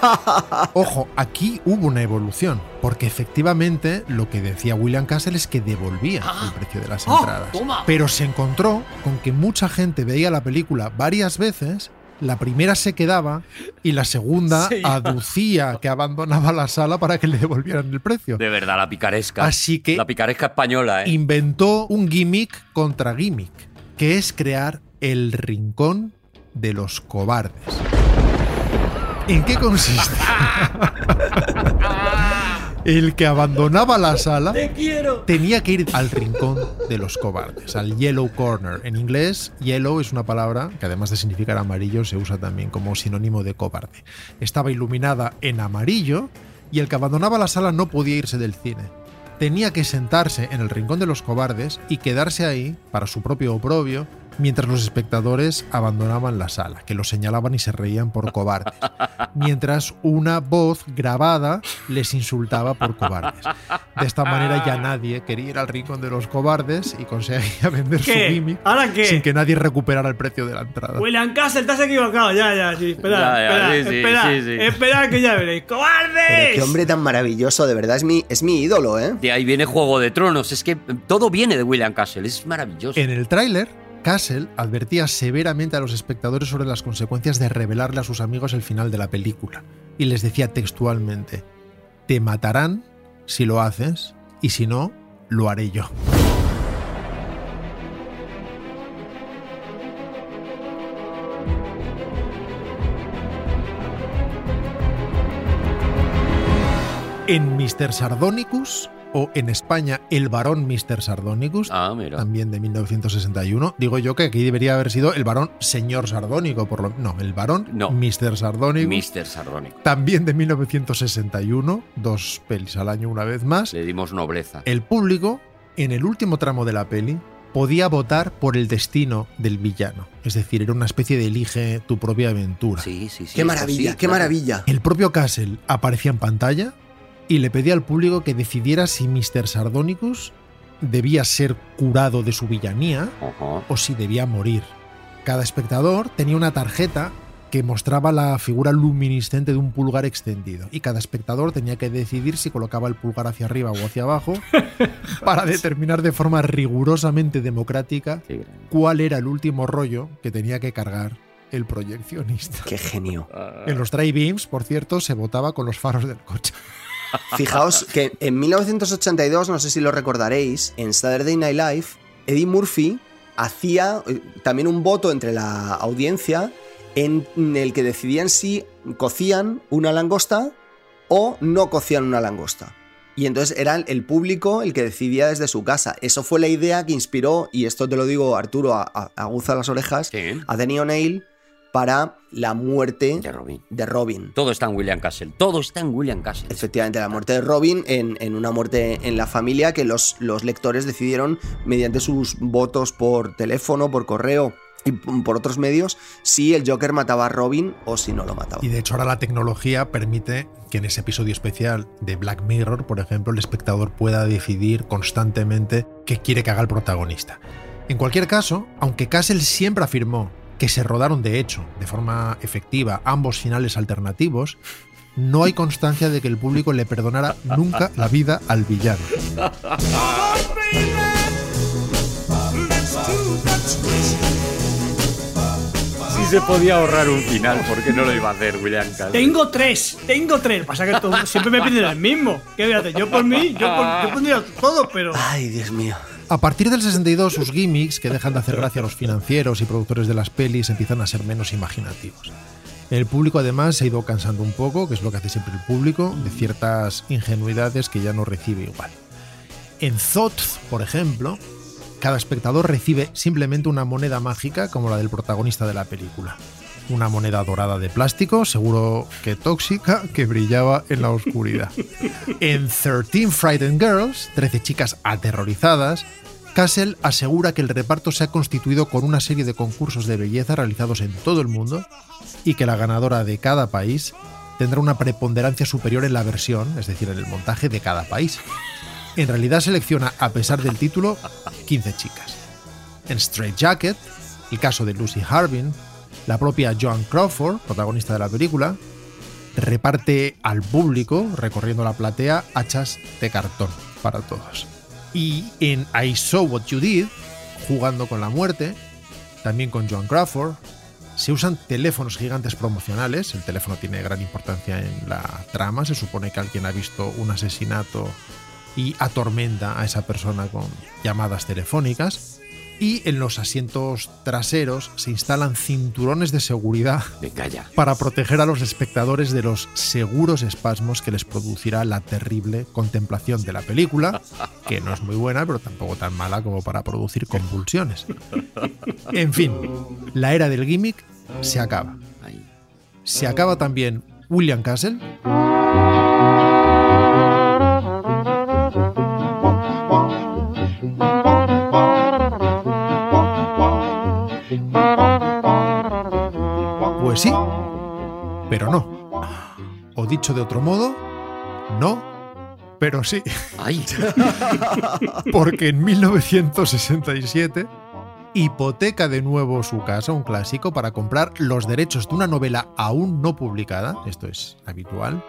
[SPEAKER 6] Ojo, aquí hubo una evolución, porque efectivamente lo que decía William Castle es que devolvía el precio de las
[SPEAKER 5] ¡Oh,
[SPEAKER 6] entradas.
[SPEAKER 5] toma!
[SPEAKER 6] Pero se encontró con que mucha gente veía la película varias veces, la primera se quedaba y la segunda
[SPEAKER 4] Sí.
[SPEAKER 6] aducía que abandonaba la sala para que le devolvieran el precio.
[SPEAKER 5] De verdad, la picaresca.
[SPEAKER 6] Así que
[SPEAKER 5] La picaresca española, ¿eh?
[SPEAKER 6] inventó un gimmick contra gimmick, que es crear el rincón de los cobardes. ¿En qué consiste? El que abandonaba la sala tenía que ir al rincón de los cobardes, al yellow corner. En inglés, yellow es una palabra que además de significar amarillo se usa también como sinónimo de cobarde. Estaba iluminada en amarillo y el que abandonaba la sala no podía irse del cine. Tenía que sentarse en el rincón de los cobardes y quedarse ahí para su propio oprobio mientras los espectadores abandonaban la sala, que lo señalaban y se reían por cobardes, mientras una voz grabada les insultaba por cobardes. De esta manera ya nadie quería ir al rincón de los cobardes y conseguía vender su
[SPEAKER 4] ¿Qué?
[SPEAKER 6] gimmick
[SPEAKER 4] ¿Ahora qué?
[SPEAKER 6] sin que nadie recuperara el precio de la
[SPEAKER 3] Ah.
[SPEAKER 6] entrada.
[SPEAKER 4] William Castle, te has equivocado. Ya, ya, sí. Espera,
[SPEAKER 5] Ya, ya,
[SPEAKER 4] espera,
[SPEAKER 5] sí, sí,
[SPEAKER 4] espera,
[SPEAKER 5] sí, sí.
[SPEAKER 4] espera que ya veréis.
[SPEAKER 3] Pero
[SPEAKER 4] ¡Cobardes!
[SPEAKER 3] qué hombre tan maravilloso, de verdad, es mi, es mi ídolo, ¿eh?
[SPEAKER 5] De ahí viene Juego de Tronos. Es que todo viene de William Castle. Es maravilloso.
[SPEAKER 6] En el tráiler, Castle advertía severamente a los espectadores sobre las consecuencias de revelarle a sus amigos el final de la película. Y les decía textualmente, te matarán si lo haces y si no, lo haré yo. En Mr. Sardonicus, o en España, el varón Mr. Sardonicus,
[SPEAKER 5] Ah, mira.
[SPEAKER 6] también de 1961. Digo yo que aquí debería haber sido el varón señor sardónico, por lo no, el varón
[SPEAKER 5] No.
[SPEAKER 6] Mr. Sardónico.
[SPEAKER 5] Mr. Sardónico.
[SPEAKER 6] También de 1961, dos pelis al año una vez más.
[SPEAKER 5] Le dimos nobleza.
[SPEAKER 6] El público, en el último tramo de la peli, podía votar por el destino del villano. Es decir, era una especie de elige tu propia aventura.
[SPEAKER 5] Sí, sí, sí.
[SPEAKER 3] qué
[SPEAKER 5] eso
[SPEAKER 3] maravilla,
[SPEAKER 5] sí,
[SPEAKER 3] qué
[SPEAKER 5] claro.
[SPEAKER 3] maravilla.
[SPEAKER 6] El propio Castle aparecía en pantalla y le pedía al público que decidiera si Mr. Sardonicus debía ser curado de su villanía
[SPEAKER 5] Ajá.
[SPEAKER 6] o si debía morir. Cada espectador tenía una tarjeta que mostraba la figura luminiscente de un pulgar extendido y cada espectador tenía que decidir si colocaba el pulgar hacia arriba o hacia abajo para determinar de forma rigurosamente democrática
[SPEAKER 5] Qué grande.
[SPEAKER 6] cuál era el último rollo que tenía que cargar el proyeccionista.
[SPEAKER 3] Qué genio.
[SPEAKER 5] Ah,
[SPEAKER 6] En los drive-beams, por cierto, se votaba con los faros del coche.
[SPEAKER 3] Fijaos que en 1982, no sé si lo recordaréis, en Saturday Night Live, Eddie Murphy hacía eh, también un voto entre la audiencia en en el que decidían si cocían una langosta o no cocían una langosta. Y entonces era el público el que decidía desde su casa. Eso fue la idea que inspiró, y esto te lo digo Arturo, a- a- aguza las orejas,
[SPEAKER 5] sí,
[SPEAKER 3] a Denny O'Neill para la muerte
[SPEAKER 5] de Robin.
[SPEAKER 3] de Robin.
[SPEAKER 5] Todo está en William Castle. Todo está en William Castle.
[SPEAKER 3] Efectivamente, la muerte de Robin en, en una muerte en la familia que los, los lectores decidieron mediante sus votos por teléfono, por correo y p- por otros medios si el Joker mataba a Robin o si no lo mataba.
[SPEAKER 6] Y de hecho ahora la tecnología permite que en ese episodio especial de Black Mirror, por ejemplo, el espectador pueda decidir constantemente qué quiere que haga el protagonista. En cualquier caso, aunque Castle siempre afirmó que se rodaron de hecho, de forma efectiva, ambos finales alternativos, no hay constancia de que el público le perdonara nunca la vida al villano.
[SPEAKER 5] Si se podía ahorrar un final, ¿por qué no lo iba a hacer William Castle?
[SPEAKER 4] Tengo tres, tengo tres. Pasa que todo- siempre me piden el mismo. ¿Qué voy a hacer? Yo por mí, yo, por, yo pondría todo, pero.
[SPEAKER 3] Ay, Dios mío.
[SPEAKER 6] A partir del 62, sus gimmicks, que dejan de hacer gracia a los financieros y productores de las pelis, empiezan a ser menos imaginativos. El público además se ha ido cansando un poco, que es lo que hace siempre el público, de ciertas ingenuidades que ya no recibe igual. En Thoughts, por ejemplo, cada espectador recibe simplemente una moneda mágica como la del protagonista de la película. Una moneda dorada de plástico, seguro que tóxica, que brillaba en la oscuridad. En 13 Frightened Girls, 13 chicas aterrorizadas, Castle asegura que el reparto se ha constituido con una serie de concursos de belleza realizados en todo el mundo y que la ganadora de cada país tendrá una preponderancia superior en la versión, es decir, en el montaje de cada país. En realidad selecciona, a pesar del título, 15 chicas. En Straight Jacket, el caso de Lucy Harbin, la propia Joan Crawford, protagonista de la película, reparte al público, recorriendo la platea, hachas de cartón para todos. Y en I Saw What You Did, jugando con la muerte, también con Joan Crawford, se usan teléfonos gigantes promocionales. El teléfono tiene gran importancia en la trama. Se supone que alguien ha visto un asesinato y atormenta a esa persona con llamadas telefónicas. Y en los asientos traseros se instalan cinturones de seguridad
[SPEAKER 5] Venga ya.
[SPEAKER 6] para proteger a los espectadores de los seguros espasmos que les producirá la terrible contemplación de la película, que no es muy buena, pero tampoco tan mala como para producir convulsiones. En fin, la era del gimmick se acaba.
[SPEAKER 5] Ahí.
[SPEAKER 6] Se acaba también William Castle, Pues sí, pero no. O dicho de otro modo, no, pero sí.
[SPEAKER 5] Ahí.
[SPEAKER 6] Porque en 1967 hipoteca de nuevo su casa, un clásico, para comprar los derechos de una novela aún no publicada, esto es habitual,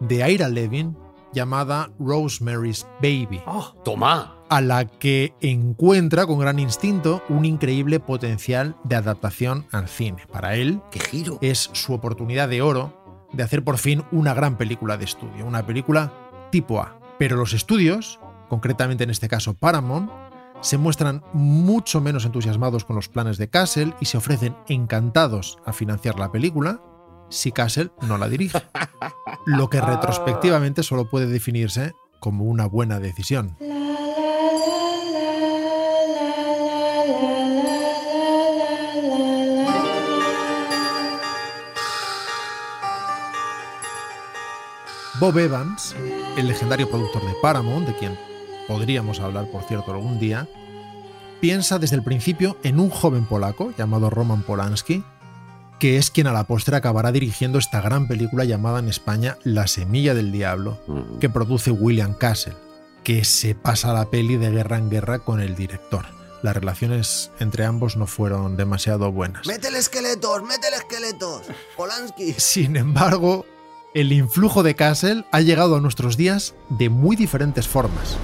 [SPEAKER 6] de Ira Levin llamada Rosemary's Baby
[SPEAKER 5] Oh, toma.
[SPEAKER 6] a la que encuentra con gran instinto un increíble potencial de adaptación al cine. Para él
[SPEAKER 5] Qué giro.
[SPEAKER 6] es su oportunidad de oro de hacer por fin una gran película de estudio, una película tipo A. Pero los estudios, concretamente en este caso Paramount, se muestran mucho menos entusiasmados con los planes de Castle y se ofrecen encantados a financiar la película si Castle no la dirige, lo que retrospectivamente solo puede definirse como una buena decisión. Bob Evans, el legendario productor de Paramount, de quien podríamos hablar, por cierto, algún día, piensa desde el principio en un joven polaco llamado Roman Polanski, que es quien a la postre acabará dirigiendo esta gran película llamada en España La Semilla del Diablo,
[SPEAKER 5] Mm.
[SPEAKER 6] que produce William Castle, que se pasa la peli de guerra en guerra con el director. Las relaciones entre ambos no fueron demasiado buenas.
[SPEAKER 3] ¡Métele esqueletos! ¡Métele esqueletos! ¡Polanski!
[SPEAKER 6] Sin embargo, el influjo de Castle ha llegado a nuestros días de muy diferentes formas.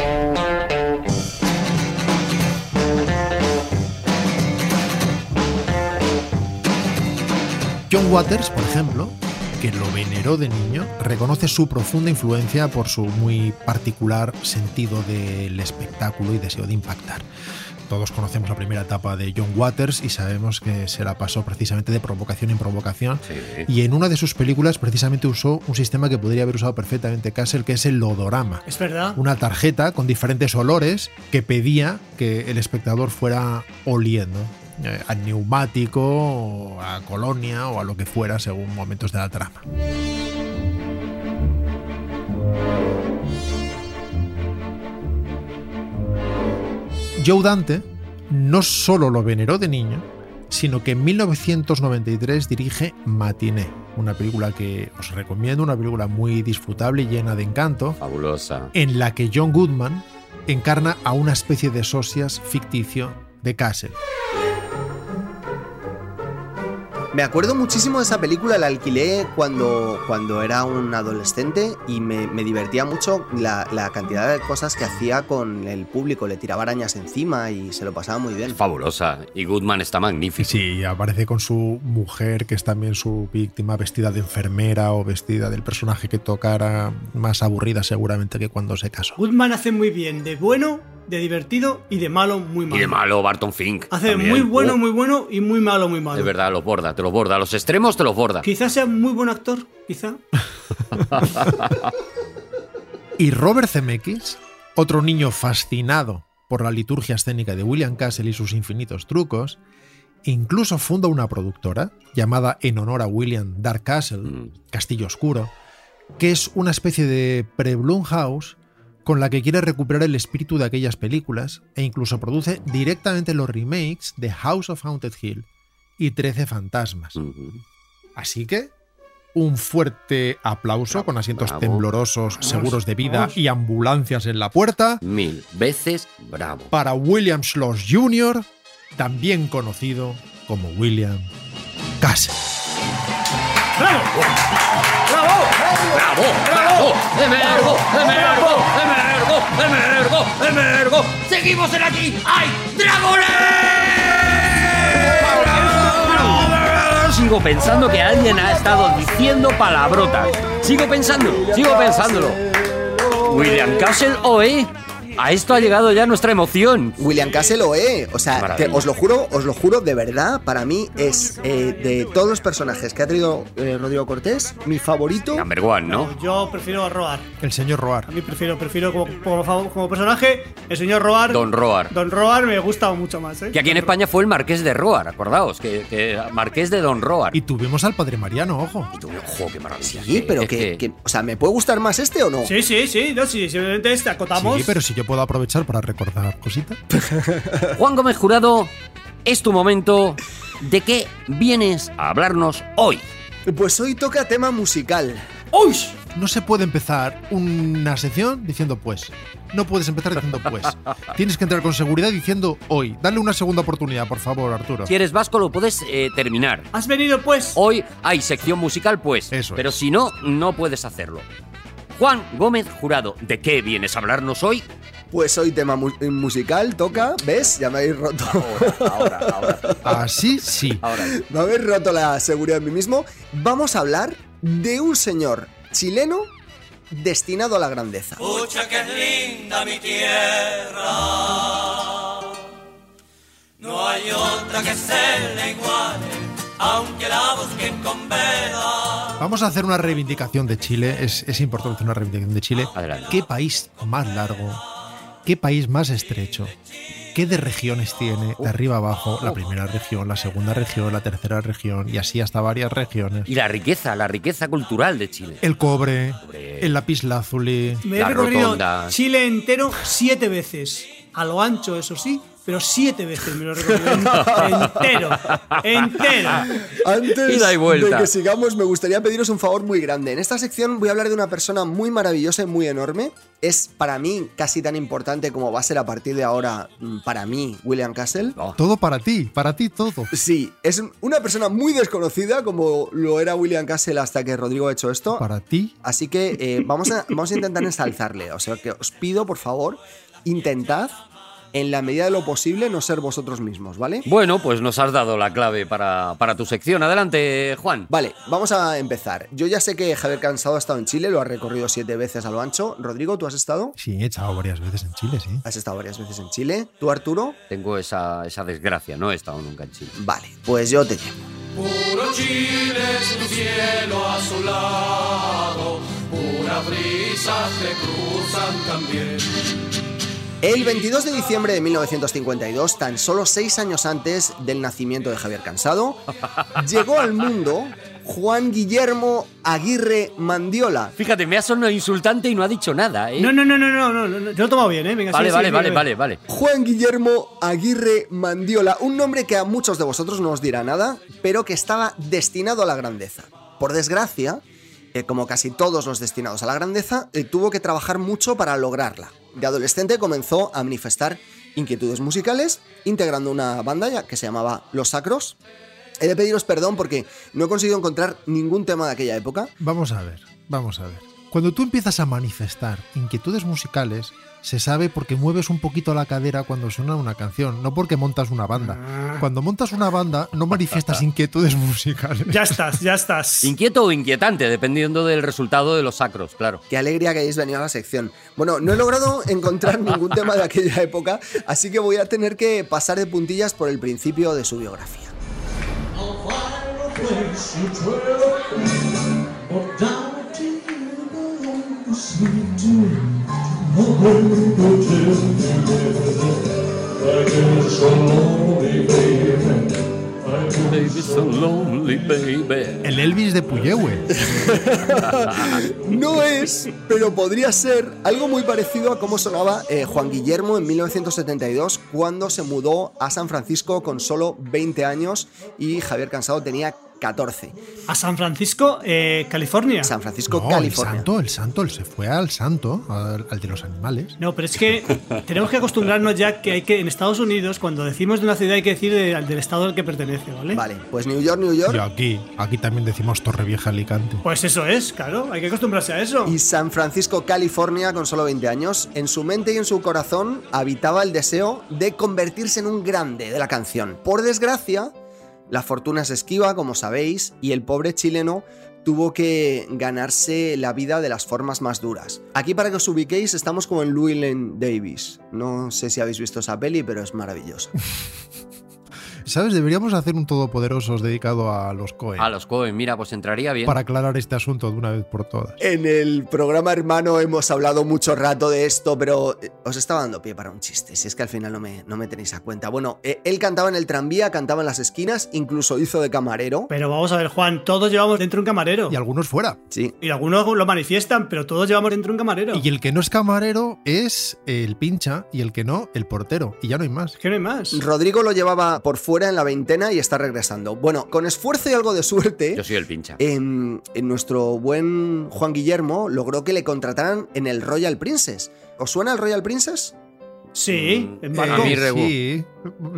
[SPEAKER 6] John Waters, por ejemplo, que lo veneró de niño, reconoce su profunda influencia por su muy particular sentido del espectáculo y deseo de impactar. Todos conocemos la primera etapa de John Waters y sabemos que se la pasó precisamente de provocación en provocación
[SPEAKER 5] Sí.
[SPEAKER 6] y en una de sus películas precisamente usó un sistema que podría haber usado perfectamente Castle, que es el lodorama.
[SPEAKER 4] Es verdad.
[SPEAKER 6] Una tarjeta con diferentes olores que pedía que el espectador fuera oliendo. eh, A neumático, o a colonia o a lo que fuera según momentos de la trama. Joe Dante no solo lo veneró de niño, sino que en 1993 dirige Matiné, una película que os recomiendo, una película muy disfrutable y llena de encanto,
[SPEAKER 5] Fabulosa.
[SPEAKER 6] en la que John Goodman encarna a una especie de socias ficticio de Castle.
[SPEAKER 3] Me acuerdo muchísimo de esa película, la alquilé cuando, cuando era un adolescente y me, me divertía mucho la, la cantidad de cosas que hacía con el público. Le tiraba arañas encima y se lo pasaba muy bien.
[SPEAKER 5] Fabulosa. Y Goodman está
[SPEAKER 6] Y
[SPEAKER 5] magnífico.
[SPEAKER 6] sí, aparece con su mujer, que es también su víctima, vestida de enfermera o vestida del personaje que tocara, más aburrida seguramente que cuando se casó.
[SPEAKER 4] Goodman hace muy bien de bueno, de divertido y de malo muy malo.
[SPEAKER 5] Y de malo, Barton Fink.
[SPEAKER 4] Hace
[SPEAKER 5] también.
[SPEAKER 4] muy bueno,
[SPEAKER 5] Oh,
[SPEAKER 4] muy bueno y muy malo, muy malo.
[SPEAKER 5] Es verdad, los borda, te los borda. Los extremos te los borda.
[SPEAKER 4] Quizás sea muy buen actor, quizá.
[SPEAKER 6] Y Robert Zemeckis, otro niño fascinado por la liturgia escénica de William Castle y sus infinitos trucos, incluso funda una productora llamada en honor a William Dark Castle,
[SPEAKER 5] Mm.
[SPEAKER 6] Castillo Oscuro, que es una especie de pre-Blumhouse con la que quiere recuperar el espíritu de aquellas películas e incluso produce directamente los remakes
[SPEAKER 5] mm,
[SPEAKER 6] de House of Haunted Hill y 13 Fantasmas.
[SPEAKER 5] Ujú.
[SPEAKER 6] Así que, un fuerte aplauso con asientos
[SPEAKER 5] Bravo.
[SPEAKER 6] temblorosos, seguros de vida y ambulancias en la puerta
[SPEAKER 5] Mil veces bravo.
[SPEAKER 6] para William Schloss Jr., también conocido como William Cass.
[SPEAKER 5] ¡Bravo! ¡Bravo! ¡Emergo! ¡Emergo! ¡Emergo! ¡Emergo! ¡Emergo! ¡Seguimos en aquí! ¡Hay dragones! Sigo pensando que alguien ha estado diciendo palabrotas. Sigo pensando, sigo pensándolo. William Castle OE. A esto ha llegado ya nuestra emoción.
[SPEAKER 3] William Castle o eh, o sea,
[SPEAKER 5] Maravilla.
[SPEAKER 3] te- os lo juro, os lo juro, de verdad, para mí es eh, de todos los personajes que ha traído eh, Rodrigo Cortés, mi favorito.
[SPEAKER 5] Number one, ¿no?
[SPEAKER 4] Yo prefiero a Roar.
[SPEAKER 6] El señor
[SPEAKER 4] A
[SPEAKER 6] Roar.
[SPEAKER 4] mí prefiero, prefiero como, como, fa- como personaje el señor Roar.
[SPEAKER 5] Don Roar.
[SPEAKER 4] Don Roar me gusta mucho más, ¿eh?
[SPEAKER 5] Que aquí en España fue el Marqués de Roar, acordaos, que, que Marqués de Don Roar.
[SPEAKER 6] Y tuvimos al Padre Mariano, ojo.
[SPEAKER 5] Y tú, ojo, qué maravilla.
[SPEAKER 3] Sí, pero
[SPEAKER 5] Es
[SPEAKER 3] que, que- o sea, ¿me puede gustar más este o no?
[SPEAKER 4] Sí, sí, sí, no, sí, simplemente este, acotamos.
[SPEAKER 6] Sí, pero si yo puedo aprovechar para recordar cositas.
[SPEAKER 5] Juan Gómez Jurado, es tu momento. ¿De qué vienes a hablarnos hoy?
[SPEAKER 3] Pues hoy toca tema musical.
[SPEAKER 5] ¡Uy!
[SPEAKER 6] No se puede empezar una sección diciendo pues. No puedes empezar diciendo pues. Tienes que entrar con seguridad diciendo hoy. Dale una segunda oportunidad, por favor, Arturo.
[SPEAKER 5] Si eres vasco, lo puedes eh, terminar.
[SPEAKER 4] Has venido pues.
[SPEAKER 5] Hoy hay sección musical, pues.
[SPEAKER 6] Eso
[SPEAKER 5] pero
[SPEAKER 6] es.
[SPEAKER 5] si no, no puedes hacerlo. Juan Gómez Jurado, ¿de qué vienes a hablarnos hoy?
[SPEAKER 3] Pues hoy tema mu- musical toca, ¿ves? Ya me habéis roto.
[SPEAKER 5] Ahora, ahora,
[SPEAKER 6] Así sí.
[SPEAKER 5] ahora.
[SPEAKER 3] Me habéis roto la seguridad en mí mismo. Vamos a hablar de un señor chileno destinado a la grandeza.
[SPEAKER 7] Escucha que es linda mi tierra. No hay otra que se le iguale, aunque la busquen con vela.
[SPEAKER 6] Vamos a hacer una reivindicación de Chile. Es, es importante hacer una reivindicación de Chile.
[SPEAKER 5] Adelante.
[SPEAKER 6] ¿Qué país más largo? ¿Qué país más estrecho? ¿Qué de regiones tiene? De arriba a abajo, la primera región, la segunda región, la tercera región y así hasta varias regiones.
[SPEAKER 5] Y la riqueza, la riqueza cultural de Chile.
[SPEAKER 6] El cobre,
[SPEAKER 5] Hombre.
[SPEAKER 6] el lapislázuli.
[SPEAKER 4] me he
[SPEAKER 5] La
[SPEAKER 4] recorrido
[SPEAKER 5] rotonda.
[SPEAKER 4] Chile entero siete veces. A lo ancho, eso sí, pero siete veces me lo he recorrido entero. Entero.
[SPEAKER 5] Y
[SPEAKER 3] Antes
[SPEAKER 5] da y vuelta.
[SPEAKER 3] de que sigamos, me gustaría pediros un favor muy grande. En esta sección voy a hablar de una persona muy maravillosa y muy enorme. Es para mí casi tan importante como va a ser a partir de ahora mm, para mí William Castle.
[SPEAKER 5] No.
[SPEAKER 6] Todo para ti, para ti todo.
[SPEAKER 3] Sí, es un- una persona muy desconocida como lo era William Castle hasta que Rodrigo ha hecho esto.
[SPEAKER 6] Para ti
[SPEAKER 3] Así que eh, vamos, a, vamos a intentar ensalzarle. O sea que os pido, por favor, intentad en la medida de lo posible no ser vosotros mismos, ¿vale?
[SPEAKER 5] Bueno, pues nos has dado la clave para, para tu sección. Adelante, Juan.
[SPEAKER 3] Vale, vamos a empezar. Yo ya sé que Javier Cansado ha estado en Chile, lo ha recorrido siete veces a lo ancho. Rodrigo, ¿tú has estado?
[SPEAKER 6] Sí, he estado varias veces en Chile, sí.
[SPEAKER 3] Has estado varias veces en Chile. ¿Tú, Arturo?
[SPEAKER 5] Tengo esa, esa desgracia, no he estado nunca en Chile.
[SPEAKER 3] Vale, pues yo te llevo.
[SPEAKER 7] Puro Chile es un cielo azulado, puras brisas te cruzan también.
[SPEAKER 3] El 22 de diciembre de 1952, tan solo seis años antes del nacimiento de Javier Cansado, llegó al mundo Juan Guillermo Aguirre Mandiola.
[SPEAKER 5] Fíjate, me ha sonado insultante y no ha dicho nada, ¿eh?
[SPEAKER 4] No, no, no, no, no, no, no, no, Yo lo he tomado bien, ¿eh? Venga,
[SPEAKER 5] Vale,
[SPEAKER 4] sigue,
[SPEAKER 5] vale,
[SPEAKER 4] sigue,
[SPEAKER 5] vale,
[SPEAKER 4] sigue,
[SPEAKER 5] vale, vale.
[SPEAKER 3] Juan Guillermo Aguirre Mandiola, un nombre que a muchos de vosotros no os dirá nada, pero que estaba destinado a la grandeza. Por desgracia, eh, como casi todos los destinados a la grandeza, eh, tuvo que trabajar mucho para lograrla. De adolescente comenzó a manifestar inquietudes musicales, integrando una banda ya que se llamaba Los Sacros. He de pediros perdón porque no he conseguido encontrar ningún tema de aquella época.
[SPEAKER 6] Vamos a ver, vamos a ver. Cuando tú empiezas a manifestar inquietudes musicales, se sabe porque mueves un poquito la cadera cuando suena una canción, no porque montas una banda. Cuando montas una banda, no manifiestas inquietudes musicales.
[SPEAKER 4] Ya estás, ya estás.
[SPEAKER 5] Inquieto o inquietante, dependiendo del resultado de los sacros, claro.
[SPEAKER 3] Qué alegría que hayáis venido a la sección. Bueno, no he logrado encontrar ningún tema de aquella época, así que voy a tener que pasar de puntillas por el principio de su biografía.
[SPEAKER 6] El Elvis de Puyehue.
[SPEAKER 3] No es, pero podría ser algo muy parecido a cómo sonaba eh, Juan Guillermo en 1972 cuando se mudó a San Francisco con solo 20 años y Javier Cansado tenía 14.
[SPEAKER 4] A San Francisco, eh, California.
[SPEAKER 3] San Francisco,
[SPEAKER 6] No, el
[SPEAKER 3] California.
[SPEAKER 6] santo, el santo, él se fue al santo, al, al de los animales.
[SPEAKER 4] No, pero es que tenemos que acostumbrarnos ya que hay que en Estados Unidos cuando decimos de una ciudad hay que decir de- del estado al que pertenece, ¿vale?
[SPEAKER 3] Vale, pues New York, New
[SPEAKER 6] Y
[SPEAKER 3] York
[SPEAKER 6] aquí, aquí también decimos Torrevieja Alicante.
[SPEAKER 4] Pues eso es, claro, hay que acostumbrarse a eso.
[SPEAKER 3] y San Francisco, California, con solo 20 años. En su mente y en su corazón habitaba el deseo de convertirse en un grande de la canción. Por desgracia, la fortuna es esquiva, como sabéis, y el pobre chileno tuvo que ganarse la vida de las formas más duras. Aquí para que os ubiquéis estamos como en Llewellyn Davis. No sé si habéis visto esa peli, pero es maravillosa.
[SPEAKER 6] ¿Sabes? Deberíamos hacer un Todopoderosos dedicado a los Cohen
[SPEAKER 5] A los Cohen, mira, pues entraría bien.
[SPEAKER 6] para aclarar este asunto de una vez por todas.
[SPEAKER 3] En el programa hermano hemos hablado mucho rato de esto, pero eh, os estaba dando pie para un chiste, si es que al final no me, no me tenéis a cuenta. Bueno, eh, él cantaba en el tranvía, cantaba en las esquinas, incluso hizo de camarero.
[SPEAKER 4] Pero vamos a ver, Juan, todos llevamos dentro un camarero.
[SPEAKER 6] Y algunos fuera.
[SPEAKER 3] Sí.
[SPEAKER 4] Y algunos lo manifiestan, pero todos llevamos dentro un camarero.
[SPEAKER 6] Y el que no es camarero es el pincha y el que no, el portero. Y ya no hay más.
[SPEAKER 4] Es que no hay más.
[SPEAKER 3] Rodrigo lo llevaba por fuera en la veintena y está regresando. Bueno, con esfuerzo y algo de suerte,
[SPEAKER 5] Yo soy el pincha.
[SPEAKER 3] em, en nuestro buen Juan Guillermo logró que le contrataran en el Royal Princess. ¿Os suena el Royal Princess?
[SPEAKER 4] Sí,
[SPEAKER 5] Mm,
[SPEAKER 4] en
[SPEAKER 5] a
[SPEAKER 4] barco.
[SPEAKER 5] mí re-
[SPEAKER 6] sí,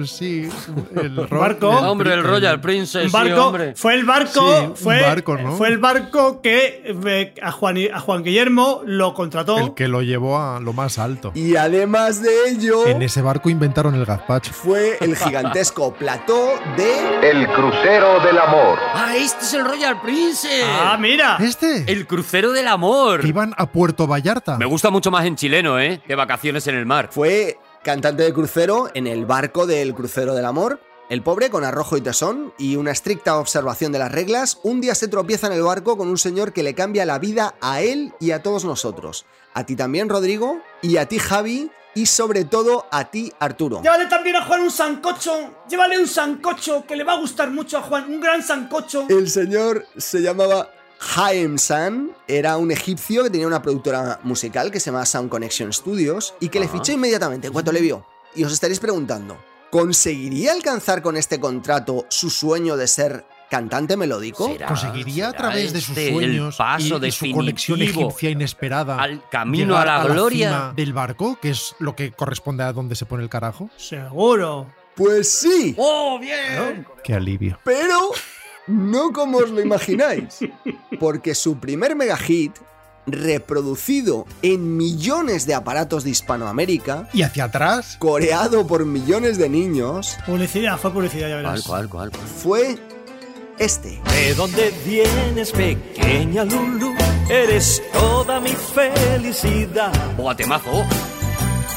[SPEAKER 6] sí. El ro-
[SPEAKER 4] Barco.
[SPEAKER 6] el-
[SPEAKER 5] hombre, el Royal Princess,
[SPEAKER 4] Un
[SPEAKER 5] sí,
[SPEAKER 4] barco,
[SPEAKER 5] hombre.
[SPEAKER 4] fue el barco,
[SPEAKER 6] Sí, un
[SPEAKER 4] fue,
[SPEAKER 6] barco, ¿no?
[SPEAKER 4] fue el barco que eh, a, Juan, a Juan Guillermo lo contrató.
[SPEAKER 6] El que lo llevó a lo más alto.
[SPEAKER 3] Y además de ello,
[SPEAKER 6] En ese barco inventaron el gazpacho.
[SPEAKER 3] fue el gigantesco plató de...
[SPEAKER 10] El crucero del amor.
[SPEAKER 5] ¡Ah, este es el Royal Princess!
[SPEAKER 4] Ah, mira.
[SPEAKER 6] Este,
[SPEAKER 5] ¡El crucero del amor!
[SPEAKER 6] que iban a Puerto Vallarta.
[SPEAKER 5] Me gusta mucho más en chileno, ¿eh? Que vacaciones en el mar.
[SPEAKER 3] Fue cantante de crucero en el barco del Crucero del Amor. El pobre, con arrojo y tesón y una estricta observación de las reglas, un día se tropieza en el barco con un señor que le cambia la vida a él y a todos nosotros. A ti también, Rodrigo, y a ti, Javi, y sobre todo a ti, Arturo.
[SPEAKER 4] Llévale también a Juan un sancocho. Llévale un sancocho que le va a gustar mucho a Juan. Un gran sancocho.
[SPEAKER 6] Eh.
[SPEAKER 3] El señor se llamaba Haim San, era un egipcio que tenía una productora musical que se llamaba Sound Connection Studios y que le
[SPEAKER 5] Ajá.
[SPEAKER 3] fichó inmediatamente en cuanto le vio. Y os estaréis preguntando, ¿conseguiría alcanzar con este contrato su sueño de ser cantante melódico?
[SPEAKER 5] ¿Será?
[SPEAKER 6] Conseguiría a
[SPEAKER 5] será
[SPEAKER 6] través de sus
[SPEAKER 5] este el
[SPEAKER 6] sueños
[SPEAKER 5] paso
[SPEAKER 6] y, y su
[SPEAKER 5] definitivo
[SPEAKER 6] conexión egipcia inesperada
[SPEAKER 5] al camino
[SPEAKER 6] llegar
[SPEAKER 5] a la gloria?
[SPEAKER 6] cima del barco, que es lo que corresponde a donde se pone el carajo.
[SPEAKER 4] Seguro.
[SPEAKER 3] Pues sí,
[SPEAKER 5] ¡Oh, bien!
[SPEAKER 6] Qué alivio.
[SPEAKER 3] pero no como os lo imagináis. Porque su primer megahit, reproducido en millones de aparatos de Hispanoamérica,
[SPEAKER 6] Y hacia atrás,
[SPEAKER 3] coreado por millones de niños,
[SPEAKER 4] Publicidad, fue publicidad, ya verás.
[SPEAKER 6] Pues
[SPEAKER 5] ¿Cuál, cuál, cuál? cuál?
[SPEAKER 3] fue este.
[SPEAKER 2] ¿De dónde vienes, pequeña Lulu? Eres toda mi felicidad.
[SPEAKER 5] ¡Oh, temazo!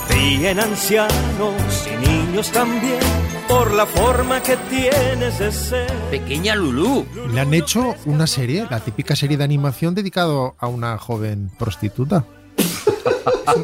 [SPEAKER 2] Ríen ancianos y niños también por la forma que tienes de ser.
[SPEAKER 5] ¡Pequeña Lulú!
[SPEAKER 6] le han hecho una serie, la típica serie de animación dedicado a una joven prostituta.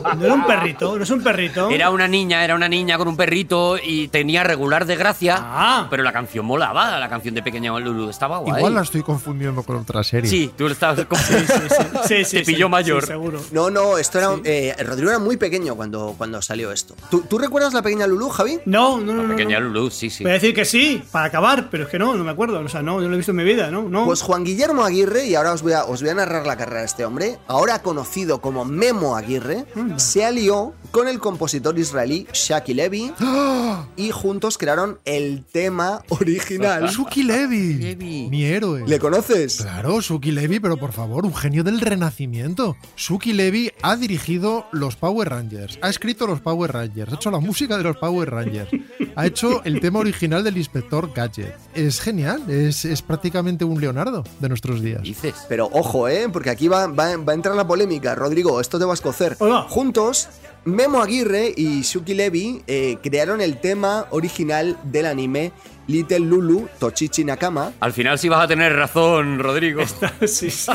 [SPEAKER 4] No era un perrito, no es un perrito.
[SPEAKER 5] Era una niña, era una niña con un perrito y tenía regular de gracia.
[SPEAKER 4] Ah.
[SPEAKER 5] Pero la canción molaba, la canción de Pequeña Lulú. Estaba guay.
[SPEAKER 6] Igual la estoy confundiendo con otra serie.
[SPEAKER 5] Sí, tú lo estabas como-
[SPEAKER 4] Sí, sí,
[SPEAKER 5] Te
[SPEAKER 4] sí,
[SPEAKER 5] pilló
[SPEAKER 4] sí,
[SPEAKER 5] mayor.
[SPEAKER 4] seguro.
[SPEAKER 3] No, no, esto era. eh, Rodrigo era muy pequeño cuando, cuando salió esto. ¿Tú, tú recuerdas la pequeña Lulú, Javi?
[SPEAKER 4] No, no, no. no, no.
[SPEAKER 5] Pequeña Lulú, sí, sí.
[SPEAKER 4] Voy a decir que sí, para acabar, pero es que no, no me acuerdo. O sea, no, yo lo he visto en mi vida, ¿no? no.
[SPEAKER 3] Pues Juan Guillermo Aguirre, y ahora os voy, a, os voy a narrar la carrera de este hombre, ahora conocido como Memo Aguirre, se alió con el compositor israelí Shaki Levy
[SPEAKER 6] ¡Ah!
[SPEAKER 3] y juntos crearon el tema original.
[SPEAKER 6] Suki Levy,
[SPEAKER 5] Levy.
[SPEAKER 6] mi héroe.
[SPEAKER 3] ¿Le conoces?
[SPEAKER 6] Claro, Suki Levy, pero por favor, un genio del renacimiento. Suki Levy ha dirigido los Power Rangers, ha escrito los Power Rangers, ha hecho la música de los Power Rangers, ha hecho el tema original del Inspector Gadget. Es genial, es, es prácticamente un Leonardo de nuestros días.
[SPEAKER 5] Dices.
[SPEAKER 3] Pero ojo, ¿eh? Porque aquí va, va- va a entrar la polémica. Rodrigo, esto te va a escocer.
[SPEAKER 4] Hola.
[SPEAKER 3] Juntos, Memo Aguirre y Shuki Levy eh, crearon el tema original del anime Little Lulu Tochichi Nakama
[SPEAKER 5] Al final sí vas a tener razón, Rodrigo.
[SPEAKER 4] sí, sí.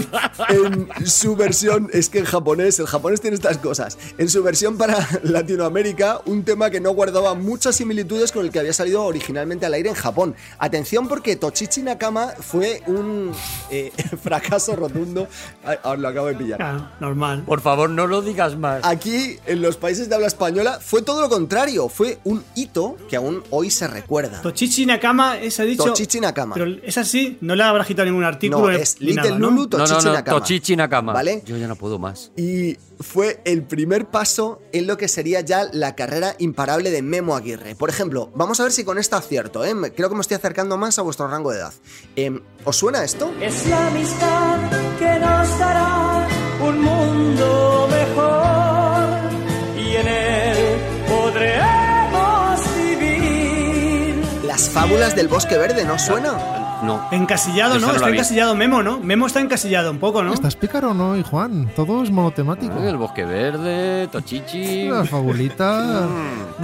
[SPEAKER 3] en su versión, es que en japonés, el japonés tiene estas cosas, en su versión para Latinoamérica, un tema que no guardaba muchas similitudes con el que había salido originalmente al aire en Japón. Atención porque Tochichi Nakama fue un eh, fracaso rotundo. Ay, ahora lo acabo de pillar.
[SPEAKER 4] Ah, normal.
[SPEAKER 5] Por favor, no lo digas más.
[SPEAKER 3] Ah, Aquí, en los países de habla española, fue todo lo contrario. Fue un hito que aún hoy se recuerda.
[SPEAKER 4] Tochichi Nakama Nakama, esa ha dicho.
[SPEAKER 3] Tochichi Nakama.
[SPEAKER 4] Pero esa sí, no le habrá quitado ningún artículo.
[SPEAKER 3] No,
[SPEAKER 4] ni
[SPEAKER 3] es Little
[SPEAKER 4] nada, ¿no?
[SPEAKER 3] Lulu
[SPEAKER 5] No, no,
[SPEAKER 3] Tochichi
[SPEAKER 5] no,
[SPEAKER 3] Nakama.
[SPEAKER 5] Tochichi Nakama.
[SPEAKER 3] ¿Vale?
[SPEAKER 5] Yo ya no puedo más.
[SPEAKER 3] Y fue el primer paso en lo que sería ya la carrera imparable de Memo Aguirre. Por ejemplo, vamos a ver si con esto acierto, ¿eh? Me- creo que me estoy acercando más a vuestro rango de edad. Em, ¿Os suena esto?
[SPEAKER 2] Es la amistad que nos dará un mundo mejor y en él podremos vivir.
[SPEAKER 3] Las fábulas del bosque verde, ¿no os suena?
[SPEAKER 5] No.
[SPEAKER 4] Encasillado,
[SPEAKER 5] Esa
[SPEAKER 4] ¿no?
[SPEAKER 5] no la
[SPEAKER 4] está
[SPEAKER 5] vi.
[SPEAKER 4] encasillado Memo, ¿no? Memo está encasillado un poco, ¿no?
[SPEAKER 6] ¿Estás pícaro o no, y Juan? Todo es monotemático.
[SPEAKER 5] El bosque verde, Tochichi.
[SPEAKER 6] La fabulita.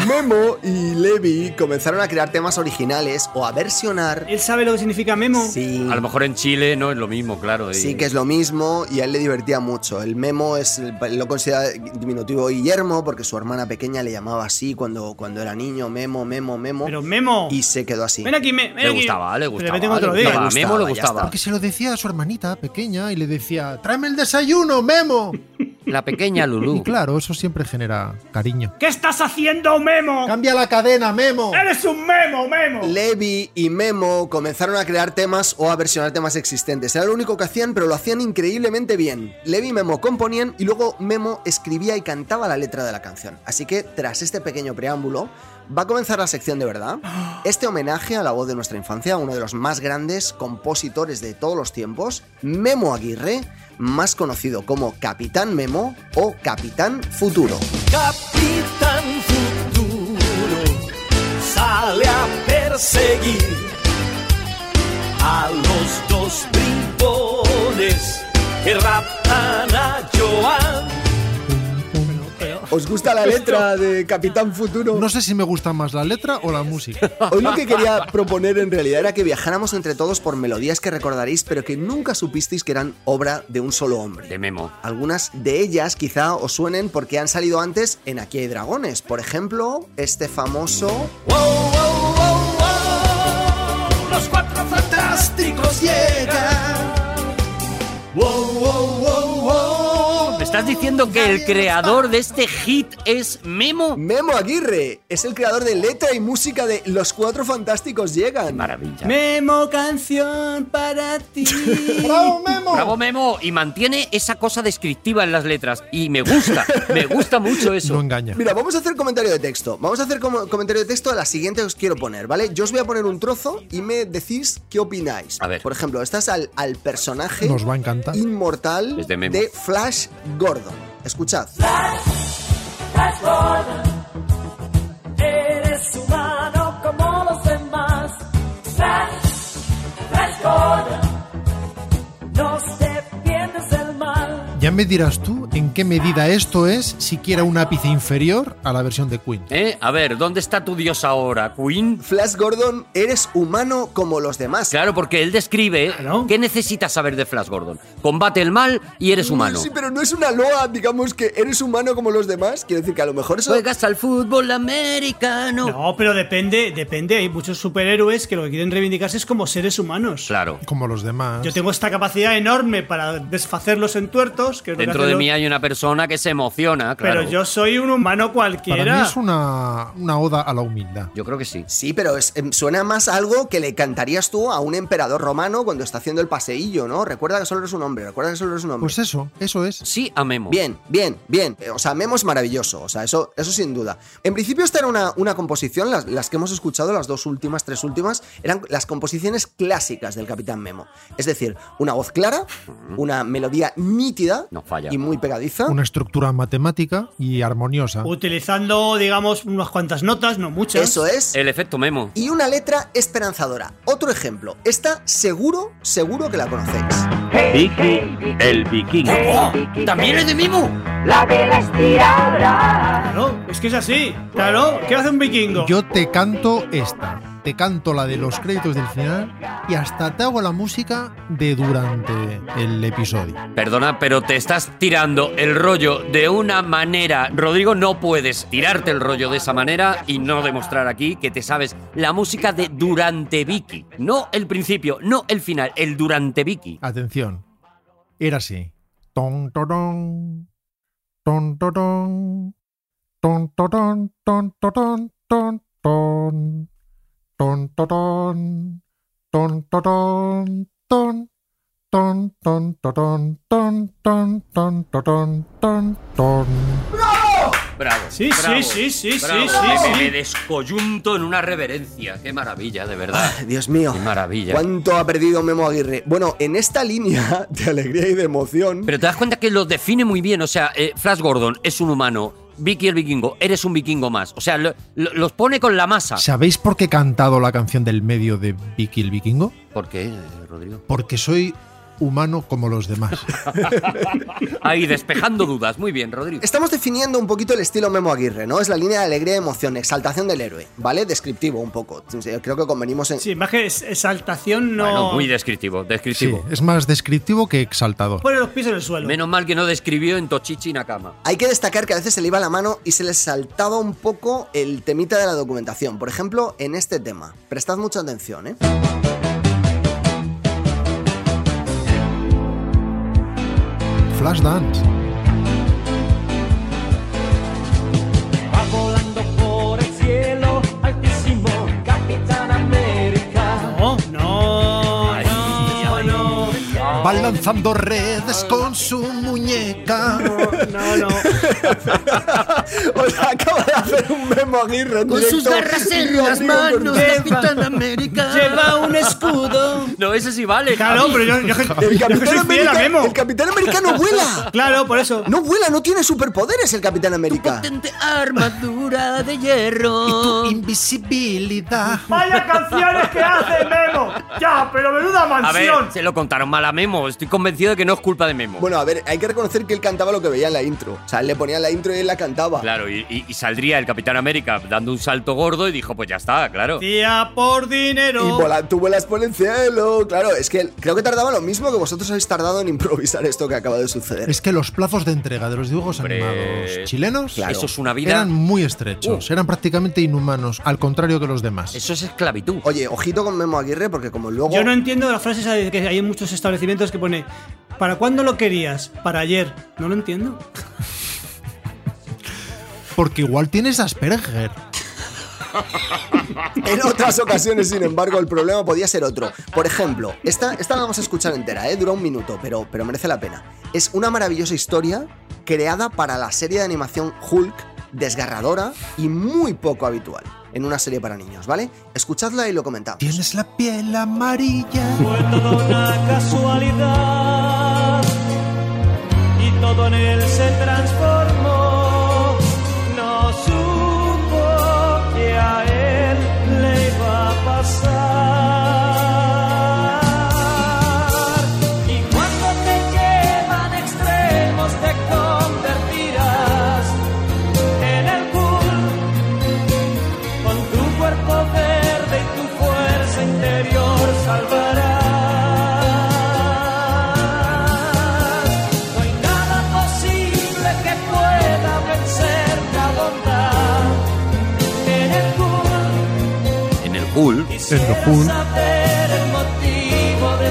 [SPEAKER 3] Memo y Levi comenzaron a crear temas originales o a versionar.
[SPEAKER 4] Él sabe lo que significa Memo.
[SPEAKER 3] Sí.
[SPEAKER 5] A lo mejor en Chile no es lo mismo, claro. y-
[SPEAKER 3] Sí, que es lo mismo y a él le divertía mucho. El memo es lo considera diminutivo Guillermo porque su hermana pequeña le llamaba así cuando, cuando era niño, memo, memo, memo.
[SPEAKER 4] Pero Memo.
[SPEAKER 3] y se quedó así.
[SPEAKER 4] Ven aquí, Me- ven
[SPEAKER 5] Le
[SPEAKER 4] aquí.
[SPEAKER 5] gustaba, le
[SPEAKER 4] Pero
[SPEAKER 5] gustaba.
[SPEAKER 4] vete con otro
[SPEAKER 5] le
[SPEAKER 4] día.
[SPEAKER 5] gustaba, a Memo le
[SPEAKER 3] Le
[SPEAKER 5] gustaba.
[SPEAKER 3] gustaba,
[SPEAKER 6] Porque se lo decía a su hermanita pequeña y le decía, tráeme el desayuno, Memo.
[SPEAKER 5] La pequeña
[SPEAKER 6] Y
[SPEAKER 5] Lulú.
[SPEAKER 6] claro, eso siempre genera cariño.
[SPEAKER 4] ¿Qué estás haciendo, Memo?
[SPEAKER 6] Cambia la cadena, Memo.
[SPEAKER 4] ¡Eres un Memo, Memo!
[SPEAKER 3] Levi y Memo comenzaron a crear temas o a versionar temas existentes. Era lo único que hacían, pero lo hacían increíblemente bien. Levi y Memo componían y luego Memo escribía y cantaba la letra de la canción. Así que, tras este pequeño preámbulo, va a comenzar la sección de verdad. Este homenaje a la voz de nuestra infancia, a uno de los más grandes compositores de todos los tiempos, Memo Aguirre, más conocido como Capitán Memo o Capitán Futuro.
[SPEAKER 2] Capitán Futuro sale a perseguir a los dos bribones que raptan a Joan.
[SPEAKER 3] ¿Os gusta la letra de Capitán Futuro?
[SPEAKER 6] No sé si me gusta más la letra o la música.
[SPEAKER 3] Hoy lo que quería proponer en realidad era que viajáramos entre todos por melodías que recordaréis, pero que nunca supisteis que eran obra de un solo hombre.
[SPEAKER 5] De Memo.
[SPEAKER 3] Algunas de ellas quizá os suenen porque han salido antes en Aquí hay dragones. Por ejemplo, este famoso...
[SPEAKER 2] Wow, wow, wow, wow. Los cuatro fantásticos llegan. Wow, wow, wow, wow.
[SPEAKER 5] ¿Me estás diciendo que el creador de este hit es Memo?
[SPEAKER 3] Memo Aguirre es el creador de letra y música de Los Cuatro Fantásticos Llegan.
[SPEAKER 5] Maravilla.
[SPEAKER 4] Memo, canción para ti.
[SPEAKER 6] ¡Bravo, Memo!
[SPEAKER 5] Bravo Memo y mantiene esa cosa descriptiva en las letras y me gusta, me gusta mucho
[SPEAKER 6] No
[SPEAKER 5] eso.
[SPEAKER 6] engaña.
[SPEAKER 3] Mira, vamos a hacer comentario de texto. Vamos a hacer como- comentario de texto a la siguiente que os quiero poner, ¿vale? Yo os voy a poner un trozo y me decís qué opináis.
[SPEAKER 5] A ver.
[SPEAKER 3] Por ejemplo, estás al, al personaje
[SPEAKER 6] Nos va a encantar.
[SPEAKER 3] inmortal
[SPEAKER 5] Es de Memo.
[SPEAKER 3] de Flash Gordon. Escuchad.
[SPEAKER 8] Eres humano como los demás. Flash, Flash Gordon. No te pierdes el mal.
[SPEAKER 6] Ya me dirás tú en qué medida esto es siquiera un ápice inferior a la versión de Queen.
[SPEAKER 5] ¿Eh? A ver, ¿dónde está tu dios ahora, Queen?
[SPEAKER 3] Flash Gordon, eres humano como los demás.
[SPEAKER 5] Claro, porque él describe
[SPEAKER 4] Claro.
[SPEAKER 5] qué necesitas saber de Flash Gordon. Combate el mal y eres humano.
[SPEAKER 3] Sí, pero no es una loa, digamos que eres humano como los demás. Quiero decir que a lo mejor eso.
[SPEAKER 5] Juegas al fútbol americano.
[SPEAKER 4] No, pero depende, depende. Hay muchos superhéroes que lo que quieren reivindicarse es como seres humanos.
[SPEAKER 5] Claro.
[SPEAKER 6] Como los demás.
[SPEAKER 4] Yo tengo esta capacidad enorme para desfacerlos en tuertos. Que es lo que
[SPEAKER 5] Dentro
[SPEAKER 4] hacen
[SPEAKER 5] de
[SPEAKER 4] los-
[SPEAKER 5] mí hay una persona que se emociona, claro.
[SPEAKER 4] Pero yo soy un humano cualquiera.
[SPEAKER 6] Para mí es una, una oda a la humildad.
[SPEAKER 5] Yo creo que sí.
[SPEAKER 3] Sí, pero es- em, suena más a algo que le cantarías tú a un emperador romano cuando está haciendo el paseillo, ¿no? Recuerda que solo eres un hombre, recuerda que solo eres un hombre.
[SPEAKER 6] Pues eso, eso es.
[SPEAKER 5] Sí a Memo.
[SPEAKER 3] Bien, bien, bien. Eh, O sea, Memo es maravilloso. O sea, eso, eso sin duda. En principio, esta era una, una composición, las, las que hemos escuchado, las dos últimas, tres últimas, eran las composiciones clásicas del Capitán Memo. Es decir, una voz clara, una melodía nítida
[SPEAKER 5] No falla.
[SPEAKER 3] y muy pegadiza.
[SPEAKER 6] Una estructura matemática y armoniosa.
[SPEAKER 4] Utilizando, digamos, unas cuantas notas, no muchas.
[SPEAKER 3] Eso es.
[SPEAKER 5] El efecto Memo.
[SPEAKER 3] Y una letra esperanzadora. Otro ejemplo. Esta seguro, seguro que la conocéis.
[SPEAKER 2] el vikingo.
[SPEAKER 5] ¡Oh! ¡También es de Memo!
[SPEAKER 8] La vida es tirada.
[SPEAKER 4] Claro, es que es así. Claro, ¿qué hace un vikingo?
[SPEAKER 6] Yo te canto esta. Te canto la de los créditos del final y hasta te hago la música de durante el episodio.
[SPEAKER 5] Perdona, pero te estás tirando el rollo de una manera. Rodrigo, no puedes tirarte el rollo de esa manera y no demostrar aquí que te sabes la música de Durante Vicky. No el principio, no el final, el Durante Vicky.
[SPEAKER 6] Atención. Era así. Ton torón. Ton torón. Ton torón, ton torón, ton ton. Ton, totón, ton, totón, ton, ton, ton, totón, ton, ton, ton, totón, ton, ton.
[SPEAKER 5] Bravo.
[SPEAKER 4] Sí,
[SPEAKER 5] bravo,
[SPEAKER 4] sí, sí, sí,
[SPEAKER 5] bravo.
[SPEAKER 4] sí, sí,
[SPEAKER 5] Me-
[SPEAKER 4] sí.
[SPEAKER 5] Me descoyunto en una reverencia. Qué maravilla, de verdad.
[SPEAKER 4] Ah.
[SPEAKER 3] Dios mío.
[SPEAKER 5] Qué maravilla.
[SPEAKER 3] ¿Cuánto ha perdido Memo Aguirre? Bueno, en esta línea de alegría y de emoción.
[SPEAKER 5] Pero te das cuenta que lo define muy bien. O sea, eh, Flash Gordon es un humano. Vicky el vikingo, eres un vikingo más. O sea, lo- lo- los pone con la masa.
[SPEAKER 6] ¿Sabéis por qué he cantado la canción del medio de Vicky el Vikingo?
[SPEAKER 5] ¿Por qué, eh, Rodrigo?
[SPEAKER 6] Porque soy humano como los demás.
[SPEAKER 5] Ahí, despejando dudas. Muy bien, Rodrigo.
[SPEAKER 3] Estamos definiendo un poquito el estilo Memo Aguirre, ¿no? Es la línea de alegría y emoción, exaltación del héroe, ¿vale? Descriptivo un poco. Creo que convenimos en.
[SPEAKER 4] Sí, más que es- exaltación no.
[SPEAKER 5] Bueno, muy descriptivo,
[SPEAKER 6] Sí,
[SPEAKER 5] descriptivo.
[SPEAKER 6] es más descriptivo que exaltador.
[SPEAKER 4] Pone los pies en el suelo.
[SPEAKER 5] Menos mal que no describió en Tochichi Nakama.
[SPEAKER 3] Hay que destacar que a veces se le iba la mano y se le saltaba un poco el temita de la documentación. Por ejemplo, en este tema. Prestad mucha atención, ¿eh?
[SPEAKER 6] Flashdance.
[SPEAKER 2] Va volando por el cielo altísimo, Capitán América.
[SPEAKER 4] No, no,
[SPEAKER 5] Ay,
[SPEAKER 4] no, no,
[SPEAKER 6] Va lanzando redes con su muñeca.
[SPEAKER 4] no, no.
[SPEAKER 3] O sea, acaba de hacer un Memo Aguirre en directo. Rodrigo Cortés.
[SPEAKER 4] Capitán
[SPEAKER 6] América.
[SPEAKER 4] Lleva un escudo.
[SPEAKER 5] No, ese sí vale.
[SPEAKER 4] Claro,
[SPEAKER 5] Javi.
[SPEAKER 4] pero yo, yo,
[SPEAKER 3] El
[SPEAKER 4] yo soy
[SPEAKER 3] Capitán,
[SPEAKER 4] fiel a
[SPEAKER 3] América,
[SPEAKER 4] Memo.
[SPEAKER 3] el Capitán Americano vuela.
[SPEAKER 4] Claro, por eso.
[SPEAKER 3] No vuela, no tiene superpoderes el Capitán América.
[SPEAKER 5] armadura de hierro.
[SPEAKER 6] Invisibilidad.
[SPEAKER 4] Vaya canciones que hace Memo. Ya, pero menuda
[SPEAKER 5] A ver, se lo contaron mal a Memo. Estoy convencido de que no es culpa de Memo.
[SPEAKER 3] Bueno, a ver, hay que reconocer que él cantaba lo que veía en la intro. O sea, él le ponían la intro y él la cantaba.
[SPEAKER 5] Claro, y, y- y saldría el Capitán América dando un salto gordo y dijo, pues ya está, claro.
[SPEAKER 4] Tía por dinero.
[SPEAKER 3] Y vola- tú vuelas por el cielo. Claro, es que creo que tardaba lo mismo que vosotros habéis tardado en improvisar esto que acaba de suceder.
[SPEAKER 6] Es que los plazos de entrega de los dibujos
[SPEAKER 5] Hombre,
[SPEAKER 6] animados chilenos
[SPEAKER 3] claro.
[SPEAKER 5] Eso es una vida. Uh.
[SPEAKER 6] eran muy estrechos, eran prácticamente inhumanos, al contrario que los demás.
[SPEAKER 5] Eso es esclavitud.
[SPEAKER 3] Oye, ojito con Memo Aguirre, porque como luego.
[SPEAKER 4] Yo no entiendo la frase esa de que hay en muchos establecimientos que pone ¿Para cuándo lo querías? Para ayer. No lo entiendo.
[SPEAKER 6] Porque igual tienes Asperger.
[SPEAKER 3] En otras ocasiones, sin embargo, el problema podía ser otro. Por ejemplo, esta, esta la vamos a escuchar entera, ¿eh? dura un minuto, pero, pero merece la pena. Es una maravillosa historia creada para la serie de animación Hulk, desgarradora y muy poco habitual en una serie para niños, ¿vale? Escuchadla y lo comentamos.
[SPEAKER 6] Tienes la piel amarilla.
[SPEAKER 2] Fue toda una casualidad y todo en él se transformó. No supo que a él le iba a pasar. Y cuando te llevan a extremos te convertirás en el Hulk con tu cuerpo verde y tu fuerza interior salvarás. No hay nada posible que pueda vencer la bondad. En el Hulk
[SPEAKER 5] En el pool.
[SPEAKER 6] El
[SPEAKER 2] quisiera
[SPEAKER 6] Hulk.
[SPEAKER 2] saber el motivo de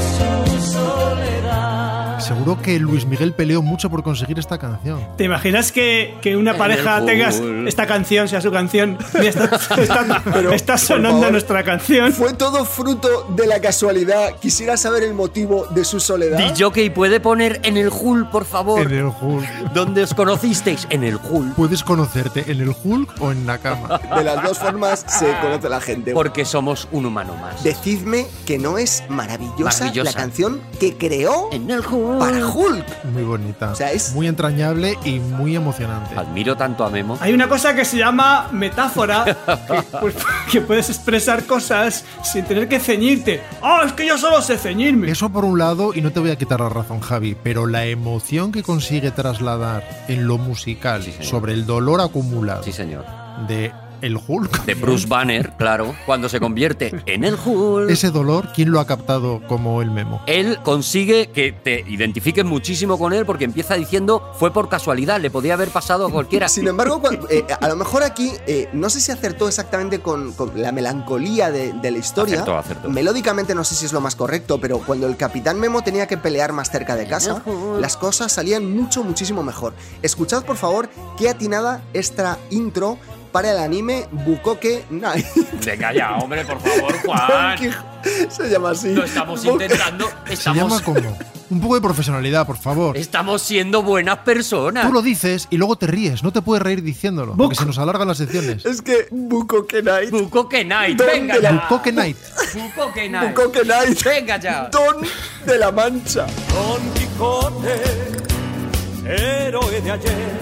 [SPEAKER 2] su soledad.
[SPEAKER 6] Seguro que Luis Miguel peleó mucho por conseguir esta canción.
[SPEAKER 4] ¿Te imaginas que, que una pareja
[SPEAKER 5] el
[SPEAKER 4] tenga
[SPEAKER 5] fútbol.
[SPEAKER 4] esta canción, sea su canción? Y está, está-
[SPEAKER 3] Pero,
[SPEAKER 4] está
[SPEAKER 3] por
[SPEAKER 4] sonando
[SPEAKER 3] favor.
[SPEAKER 4] nuestra canción.
[SPEAKER 3] Fue todo fruto de la casualidad. Quisiera saber el motivo de su soledad.
[SPEAKER 5] DJ puede poner en el Hulk, por
[SPEAKER 6] En
[SPEAKER 5] favor.
[SPEAKER 6] el Hulk.
[SPEAKER 5] ¿Dónde os conocisteis? En el Hulk.
[SPEAKER 6] Puedes conocerte en el Hulk o en Nakama.
[SPEAKER 3] De las dos formas se conoce la gente.
[SPEAKER 5] Porque somos un humano más.
[SPEAKER 3] Decidme que no es maravillosa,
[SPEAKER 5] Maravillosa.
[SPEAKER 3] la canción que creó
[SPEAKER 5] En el Hulk.
[SPEAKER 3] para Hulk.
[SPEAKER 6] Muy bonita.
[SPEAKER 3] O sea, es-
[SPEAKER 6] Muy entrañable y muy emocionante.
[SPEAKER 5] Admiro tanto a Memo.
[SPEAKER 4] Hay una cosa que se llama metáfora, que, pues, que puedes expresar cosas sin tener que ceñirte. ¡Oh, es que yo solo sé ceñirme!
[SPEAKER 6] Eso por un lado, y no te voy a quitar la razón, Javi, pero la emoción que consigue trasladar en lo musical
[SPEAKER 5] Sí, señor.
[SPEAKER 6] sobre el dolor acumulado
[SPEAKER 5] Sí, señor.
[SPEAKER 6] de el Hulk.
[SPEAKER 5] De Bruce Banner, claro. Cuando se convierte en el Hulk.
[SPEAKER 6] Ese dolor, ¿quién lo ha captado como el memo?
[SPEAKER 5] Él consigue que te identifiques muchísimo con él porque empieza diciendo fue por casualidad, le podía haber pasado a cualquiera.
[SPEAKER 3] Sin embargo, cuan- eh, a lo mejor aquí eh, no sé si acertó exactamente con, con la melancolía de, de la historia.
[SPEAKER 5] Acertó, acertó.
[SPEAKER 3] Melódicamente no sé si es lo más correcto, pero cuando el capitán Memo tenía que pelear más cerca de casa, las cosas salían mucho, muchísimo mejor. Escuchad, por favor, qué atinada esta intro para el anime Bukoke Night.
[SPEAKER 5] Venga ya, hombre, por favor, Juan.
[SPEAKER 3] Se llama así.
[SPEAKER 5] Lo estamos intentando.
[SPEAKER 6] Se llama
[SPEAKER 5] Estamos,
[SPEAKER 6] como. Un poco de profesionalidad, por favor.
[SPEAKER 5] estamos siendo buenas personas.
[SPEAKER 6] Tú lo dices y luego te ríes, no te puedes reír diciéndolo, porque se nos alargan las secciones.
[SPEAKER 3] Es que Bukoke Night.
[SPEAKER 5] Bucoque Night,
[SPEAKER 3] ¿Dónde
[SPEAKER 5] venga
[SPEAKER 3] la-
[SPEAKER 5] ya.
[SPEAKER 6] Bukoke Night.
[SPEAKER 5] Bucoque Night.
[SPEAKER 3] Bukoke Night.
[SPEAKER 5] Venga ya.
[SPEAKER 3] Don de la Mancha.
[SPEAKER 2] Don Quijote, héroe de ayer.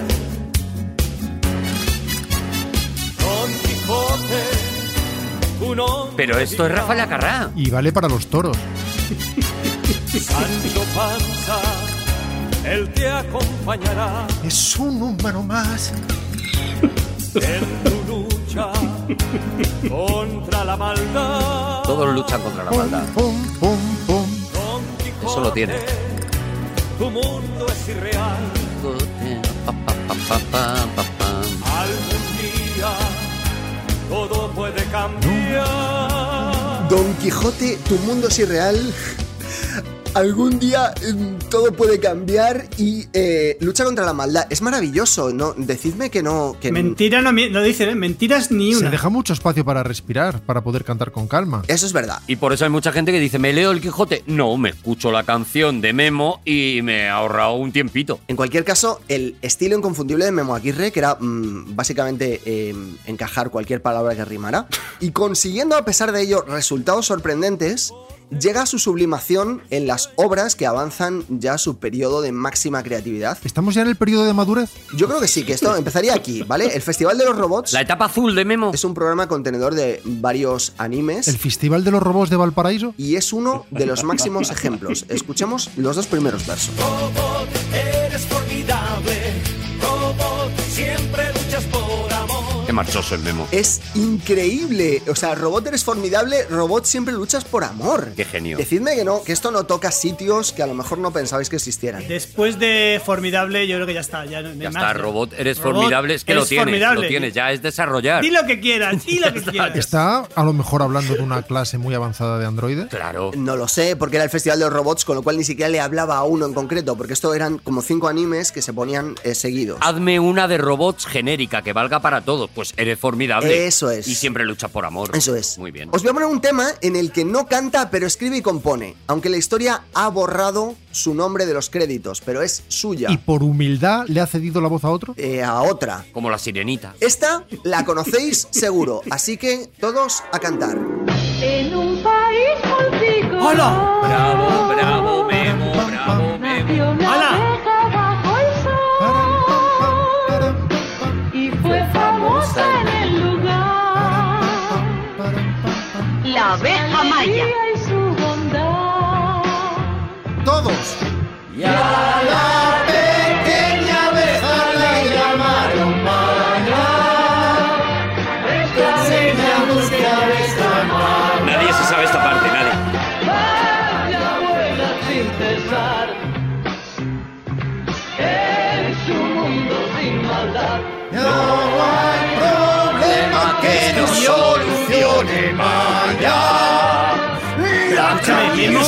[SPEAKER 2] Don Quijote, un hombre
[SPEAKER 5] Pero esto es Rafa
[SPEAKER 2] Lacarra.
[SPEAKER 5] Lacarrá.
[SPEAKER 6] Y vale para los toros.
[SPEAKER 2] Sancho Panza, él te acompañará
[SPEAKER 6] Es un humano más.
[SPEAKER 2] en tu lucha contra la maldad.
[SPEAKER 5] Todos luchan contra la
[SPEAKER 6] Pum,
[SPEAKER 5] maldad.
[SPEAKER 6] pum, pum, pum.
[SPEAKER 2] Don Quijote,
[SPEAKER 5] Eso lo tiene.
[SPEAKER 2] Tu mundo es irreal,
[SPEAKER 5] Pa, pa, pa, pa, pa, pa, pa.
[SPEAKER 2] algún día todo puede cambiar.
[SPEAKER 3] Don Quijote, tu mundo es irreal. Algún día mm, todo puede cambiar y eh, lucha contra la maldad. Es maravilloso, ¿no? Decidme que no. Que
[SPEAKER 4] Mentira no, mi- lo dicen, ¿eh? Mentiras ni
[SPEAKER 6] Se
[SPEAKER 4] una.
[SPEAKER 6] deja mucho espacio para respirar, para poder cantar con calma.
[SPEAKER 3] Eso es verdad.
[SPEAKER 5] Y por eso hay mucha gente que dice, me leo el Quijote. No, me escucho la canción de Memo y me he ahorrado un tiempito.
[SPEAKER 3] En cualquier caso, el estilo inconfundible de Memo Aguirre, que era mm, básicamente eh, encajar cualquier palabra que rimara, y consiguiendo a pesar de ello resultados sorprendentes, llega a su sublimación en las obras que avanzan ya su periodo de máxima creatividad.
[SPEAKER 6] ¿Estamos ya en el periodo de madurez?
[SPEAKER 3] Yo creo que sí, que esto empezaría aquí, ¿vale? El Festival de los Robots
[SPEAKER 5] La etapa azul de Memo.
[SPEAKER 3] es un programa contenedor de varios
[SPEAKER 6] ¿El
[SPEAKER 3] animes
[SPEAKER 6] Festival de los Robots de Valparaíso?
[SPEAKER 3] y es uno de los máximos ejemplos. Escuchemos los dos primeros versos.
[SPEAKER 2] Robot, eres formidable. Robot, siempre luchas por amor.
[SPEAKER 5] Qué marchoso el Memo.
[SPEAKER 3] Es increíble. O sea, robot eres formidable, robot siempre luchas por amor.
[SPEAKER 5] Qué genio.
[SPEAKER 3] Decidme que no, que esto no toca sitios que a lo mejor no pensabais que existieran.
[SPEAKER 4] Después de Formidable, yo creo que ya está. Ya, no hay
[SPEAKER 5] Ya
[SPEAKER 4] más,
[SPEAKER 5] está, robot, eres formidable. Es que
[SPEAKER 4] eres
[SPEAKER 5] lo tienes,
[SPEAKER 4] formidable.
[SPEAKER 5] lo tienes, ya es desarrollar.
[SPEAKER 4] Di lo que quieras, di lo que quieras.
[SPEAKER 6] Está a lo mejor hablando de una clase muy avanzada de androides.
[SPEAKER 5] Claro.
[SPEAKER 3] No lo sé, porque era el Festival de los Robots, con lo cual ni siquiera le hablaba a uno en concreto, porque esto eran como cinco animes que se ponían eh, seguidos.
[SPEAKER 5] Hazme una de robots genérica que valga para todos. Pues eres formidable.
[SPEAKER 3] Eso es.
[SPEAKER 5] Y siempre luchas por amor.
[SPEAKER 3] Eso es.
[SPEAKER 5] Muy bien.
[SPEAKER 3] Os voy a poner un tema en el que no canta, pero escribe y compone. Aunque la historia ha borrado su nombre de los créditos, pero es suya.
[SPEAKER 6] ¿Y por humildad le ha cedido la voz a otro?
[SPEAKER 3] Eh, a otra.
[SPEAKER 5] Como la sirenita.
[SPEAKER 3] Esta la conocéis seguro, así que todos a cantar.
[SPEAKER 8] En un país multicolor.
[SPEAKER 4] ¡Hola!
[SPEAKER 5] Bravo, bravo, Memo, bravo, Memo.
[SPEAKER 8] Nació una
[SPEAKER 4] ¡Hala!
[SPEAKER 8] abeja bajo el sol y fue famosa en el lugar. La abeja maya. Y su bondad.
[SPEAKER 3] Todos.
[SPEAKER 5] Nadie se sabe esta parte, nadie.
[SPEAKER 4] Memo,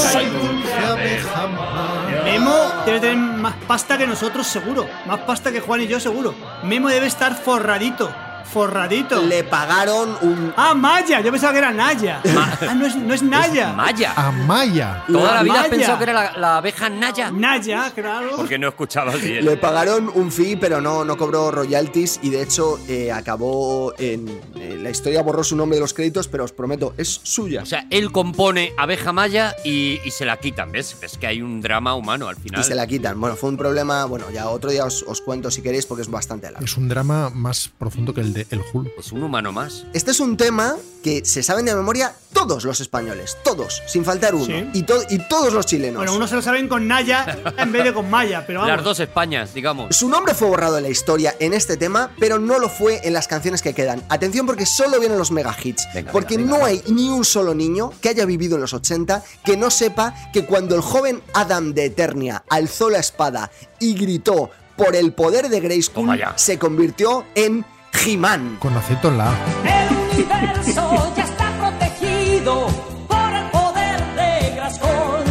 [SPEAKER 4] Memo debe tener más pasta que nosotros, seguro. Más pasta que Juan y yo, seguro. Memo debe estar forradito. Forradito.
[SPEAKER 3] Le pagaron un.
[SPEAKER 4] Ah, Maya. Yo pensaba que era Naya. ah, no es, no es Naya.
[SPEAKER 5] Maya.
[SPEAKER 6] Ah. Amaya.
[SPEAKER 5] Toda
[SPEAKER 4] la
[SPEAKER 5] la vida has
[SPEAKER 4] Maya.
[SPEAKER 5] pensado que era la, la abeja Naya.
[SPEAKER 4] Naya, claro.
[SPEAKER 5] Porque no escuchabas bien.
[SPEAKER 3] Le pagaron un fee, pero no, no cobró royalties y de hecho eh, acabó en. eh, la historia borró su nombre de los créditos, pero os prometo, es suya.
[SPEAKER 5] O sea, él compone Abeja Maya y, y se la quitan, ¿ves? Es que hay un drama humano al final.
[SPEAKER 3] Y se la quitan. Bueno, fue un problema. Bueno, ya otro día os, os cuento si queréis porque es bastante largo.
[SPEAKER 6] Es un drama más profundo que el de El Hulk.
[SPEAKER 5] Es un humano más.
[SPEAKER 3] Este es un tema que se saben de memoria todos los españoles. Todos, sin faltar uno.
[SPEAKER 4] Sí.
[SPEAKER 3] Y, to- y todos los chilenos.
[SPEAKER 4] Bueno, unos se lo saben con Naya en vez de con Maya, pero vamos.
[SPEAKER 5] Las dos Españas, digamos.
[SPEAKER 3] Su nombre fue borrado en la historia en este tema, pero no lo fue en las canciones que quedan. Atención porque solo vienen los mega hits.
[SPEAKER 5] Venga,
[SPEAKER 3] porque
[SPEAKER 5] venga, venga,
[SPEAKER 3] no hay ni un solo niño que haya vivido en los 80 que no sepa que cuando el joven Adam de Eternia alzó la espada y gritó por el poder de
[SPEAKER 5] Toma
[SPEAKER 3] Grayskull,
[SPEAKER 5] ya.
[SPEAKER 3] se convirtió en He-Man.
[SPEAKER 6] Con acento en la A.
[SPEAKER 2] El universo ya está protegido por el poder de Graskol.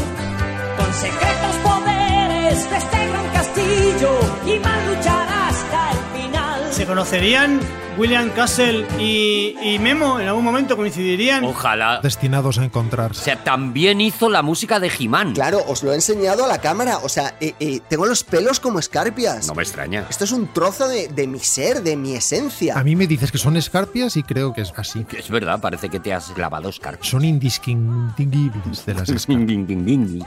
[SPEAKER 2] Con secretos poderes de este gran castillo y mal luchará hasta el final.
[SPEAKER 4] Se conocerían William Castle y, y Memo en algún momento coincidirían.
[SPEAKER 5] Ojalá.
[SPEAKER 6] Destinados a
[SPEAKER 5] O
[SPEAKER 6] encontrarse.
[SPEAKER 5] sea, también hizo la música de He-Man.
[SPEAKER 3] Claro, os lo he enseñado a la cámara. O sea, eh, eh, tengo los pelos como escarpias.
[SPEAKER 5] No me extraña.
[SPEAKER 3] Esto es un trozo de, de mi ser, de mi esencia.
[SPEAKER 6] A mí me dices que son escarpias y creo que es así.
[SPEAKER 5] Es verdad, parece que te has lavado, Oscar.
[SPEAKER 6] Son indistinguibles de las escarpias.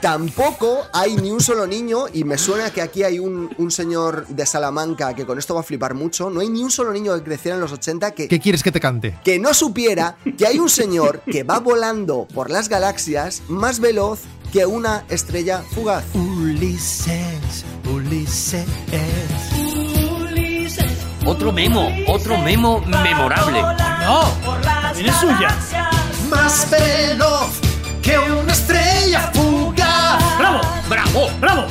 [SPEAKER 3] Tampoco hay ni un solo niño, y me suena que aquí hay un, un señor de Salamanca que con esto va a flipar mucho. No hay ni un solo niño que creciera en los 80 que,
[SPEAKER 6] ¿Qué quieres que te cante?
[SPEAKER 3] que no supiera que hay un señor que va volando por las galaxias más veloz que una estrella fugaz.
[SPEAKER 7] Ulises, Ulises.
[SPEAKER 5] Otro memo, otro memo memorable.
[SPEAKER 4] No, también es suya.
[SPEAKER 7] Más veloz que una estrella fugaz.
[SPEAKER 4] ¡Bravo!
[SPEAKER 5] ¡Bravo!
[SPEAKER 4] ¡Bravo!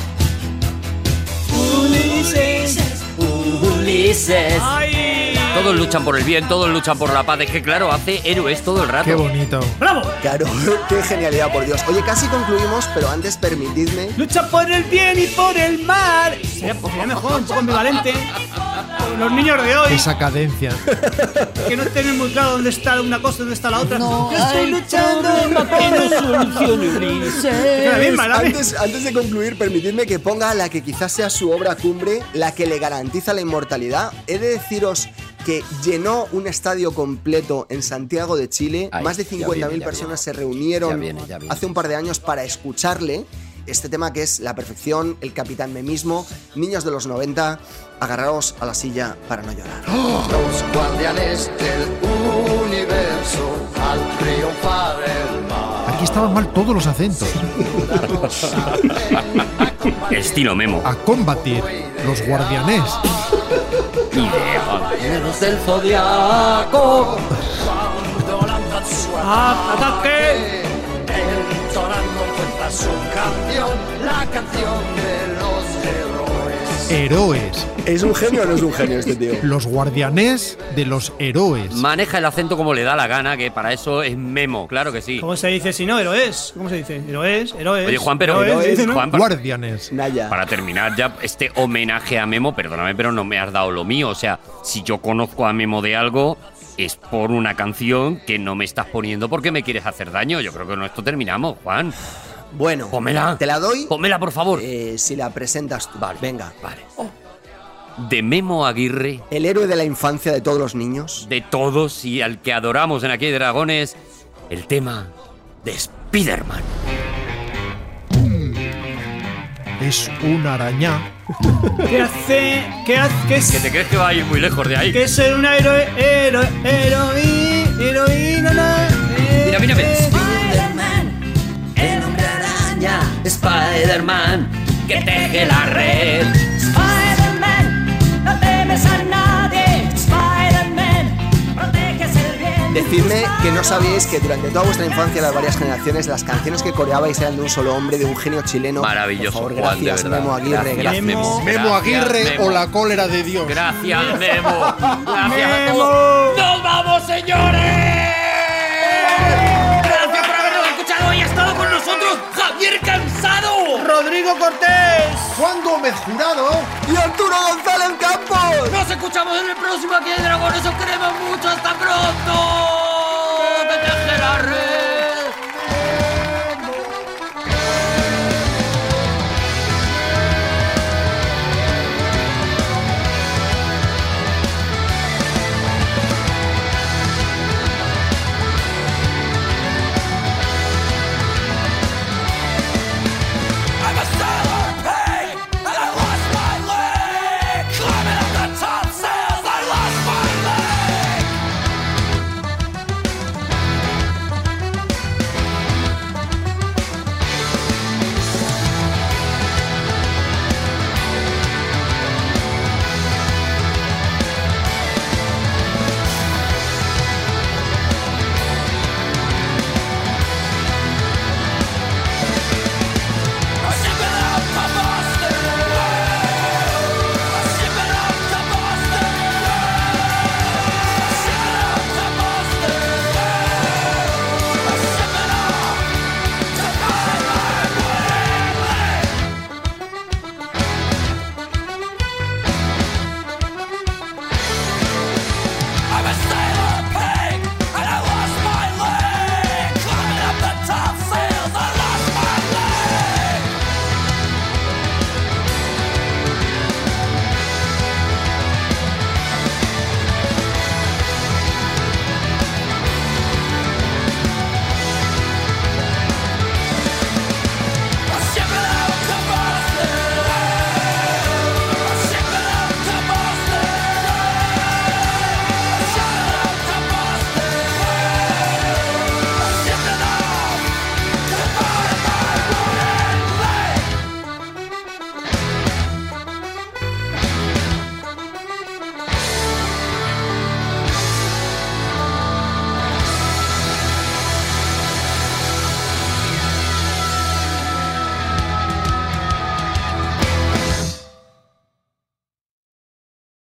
[SPEAKER 5] Ulises.
[SPEAKER 4] ¡Ay!
[SPEAKER 5] Todos luchan por el bien, todos luchan por la paz. Es que, claro, hace héroes todo el
[SPEAKER 6] Qué
[SPEAKER 5] rato.
[SPEAKER 6] bonito.
[SPEAKER 4] ¡Bravo!
[SPEAKER 3] Claro, qué genialidad, por Dios. Oye, casi concluimos, pero antes permitidme
[SPEAKER 4] Lucha por el bien y por el mal. Sería, pues, sería mejor, un poco ambivalente. Los niños de hoy
[SPEAKER 6] Esa cadencia.
[SPEAKER 4] que no tienen muy claro dónde está una cosa y dónde está la otra. Yo
[SPEAKER 2] hay
[SPEAKER 4] estoy luchando
[SPEAKER 2] que no solucione, Ulises.
[SPEAKER 4] Es la misma, la misma.
[SPEAKER 3] Antes, antes de concluir, permitidme que ponga la que quizás sea su obra cumbre, la que le garantiza la inmortalidad. He de deciros que llenó un estadio completo en Santiago de Chile.
[SPEAKER 5] Ay,
[SPEAKER 3] Más de
[SPEAKER 5] ya viene,
[SPEAKER 3] 50.000
[SPEAKER 5] ya
[SPEAKER 3] personas se
[SPEAKER 5] viene.
[SPEAKER 3] reunieron
[SPEAKER 5] Ya viene, ya viene.
[SPEAKER 3] hace un par de años para escucharle. Este tema que es La Perfección, El Capitán Me Mismo, Niños de los 90, agarraros a la silla para no llorar.
[SPEAKER 7] Los guardianes del universo al triunfar el mar.
[SPEAKER 6] Aquí estaban mal todos los acentos.
[SPEAKER 5] Estilo memo.
[SPEAKER 6] A combatir los guardianes.
[SPEAKER 5] del zodiaco.
[SPEAKER 4] ¡Ah, ataque!
[SPEAKER 7] Entonando cuenta su canción, la canción de los héroes.
[SPEAKER 6] Héroes.
[SPEAKER 3] ¿Es un genio o no es un genio este tío?
[SPEAKER 6] Los guardianes de los héroes.
[SPEAKER 5] Maneja el acento como le da la gana, que para eso es memo, claro que sí.
[SPEAKER 4] ¿Cómo se dice si no? Héroes. ¿Cómo se dice? Héroes, héroes.
[SPEAKER 5] Oye, Juan, pero.
[SPEAKER 4] héroes, dice, ¿no?
[SPEAKER 5] Juan, para-
[SPEAKER 6] Guardianes.
[SPEAKER 3] Naya.
[SPEAKER 5] Para terminar ya este homenaje a Memo, perdóname, pero no me has dado lo mío. O sea, si yo conozco a Memo de algo, es por una canción que no me estás poniendo porque me quieres hacer daño. Yo creo que con esto terminamos, Juan.
[SPEAKER 3] Bueno,
[SPEAKER 5] Pómela.
[SPEAKER 3] te la doy
[SPEAKER 5] Pómela, por favor.
[SPEAKER 3] eh, si la presentas tú.
[SPEAKER 5] Vale.
[SPEAKER 3] Venga.
[SPEAKER 5] Vale. De Memo Aguirre,
[SPEAKER 3] El héroe de la infancia de todos los niños.
[SPEAKER 5] de todos y al que adoramos en Aquí hay Dragones, el tema de Spider-Man.
[SPEAKER 6] Es una araña.
[SPEAKER 4] ¿Qué hace? ¿Qué hace? ¿Qué
[SPEAKER 5] Que te
[SPEAKER 4] es?
[SPEAKER 5] crees que va a ir muy lejos de ahí.
[SPEAKER 4] ¿Qué es ser una héroe? Héroe, heroí- heroína? na- eh,
[SPEAKER 5] Mira, mira, mira.
[SPEAKER 4] eh,
[SPEAKER 5] El hombre araña, Spider-Man, que teje la red.
[SPEAKER 2] Spider-Man, no temes a nadie. Spider-Man, proteges el bien.
[SPEAKER 3] Decidme que no sabíais que durante toda vuestra infancia, las varias generaciones, las canciones que coreabais eran de un solo hombre, de un genio chileno.
[SPEAKER 5] Maravilloso,
[SPEAKER 3] Por favor,
[SPEAKER 5] Juan, de
[SPEAKER 3] gracias,
[SPEAKER 5] verdad.
[SPEAKER 3] Memo Aguirre.
[SPEAKER 5] Gracias,
[SPEAKER 3] Gracias.
[SPEAKER 4] Memo.
[SPEAKER 6] Memo
[SPEAKER 5] Gracias,
[SPEAKER 6] Aguirre
[SPEAKER 5] Memo.
[SPEAKER 6] o la cólera de Dios.
[SPEAKER 5] Gracias, Memo. Gracias a
[SPEAKER 4] Memo.
[SPEAKER 5] todos. ¡Nos vamos, señores! Gracias por habernos escuchado. Y ha estado con nosotros Javier Cansado.
[SPEAKER 4] Rodrigo Cortés.
[SPEAKER 6] Juan Gómez Jurado.
[SPEAKER 3] ¡Y Arturo González Campos!
[SPEAKER 5] Nos escuchamos en el próximo Aquí de Dragones. Os queremos mucho. ¡Hasta pronto! ¡Que teje la red!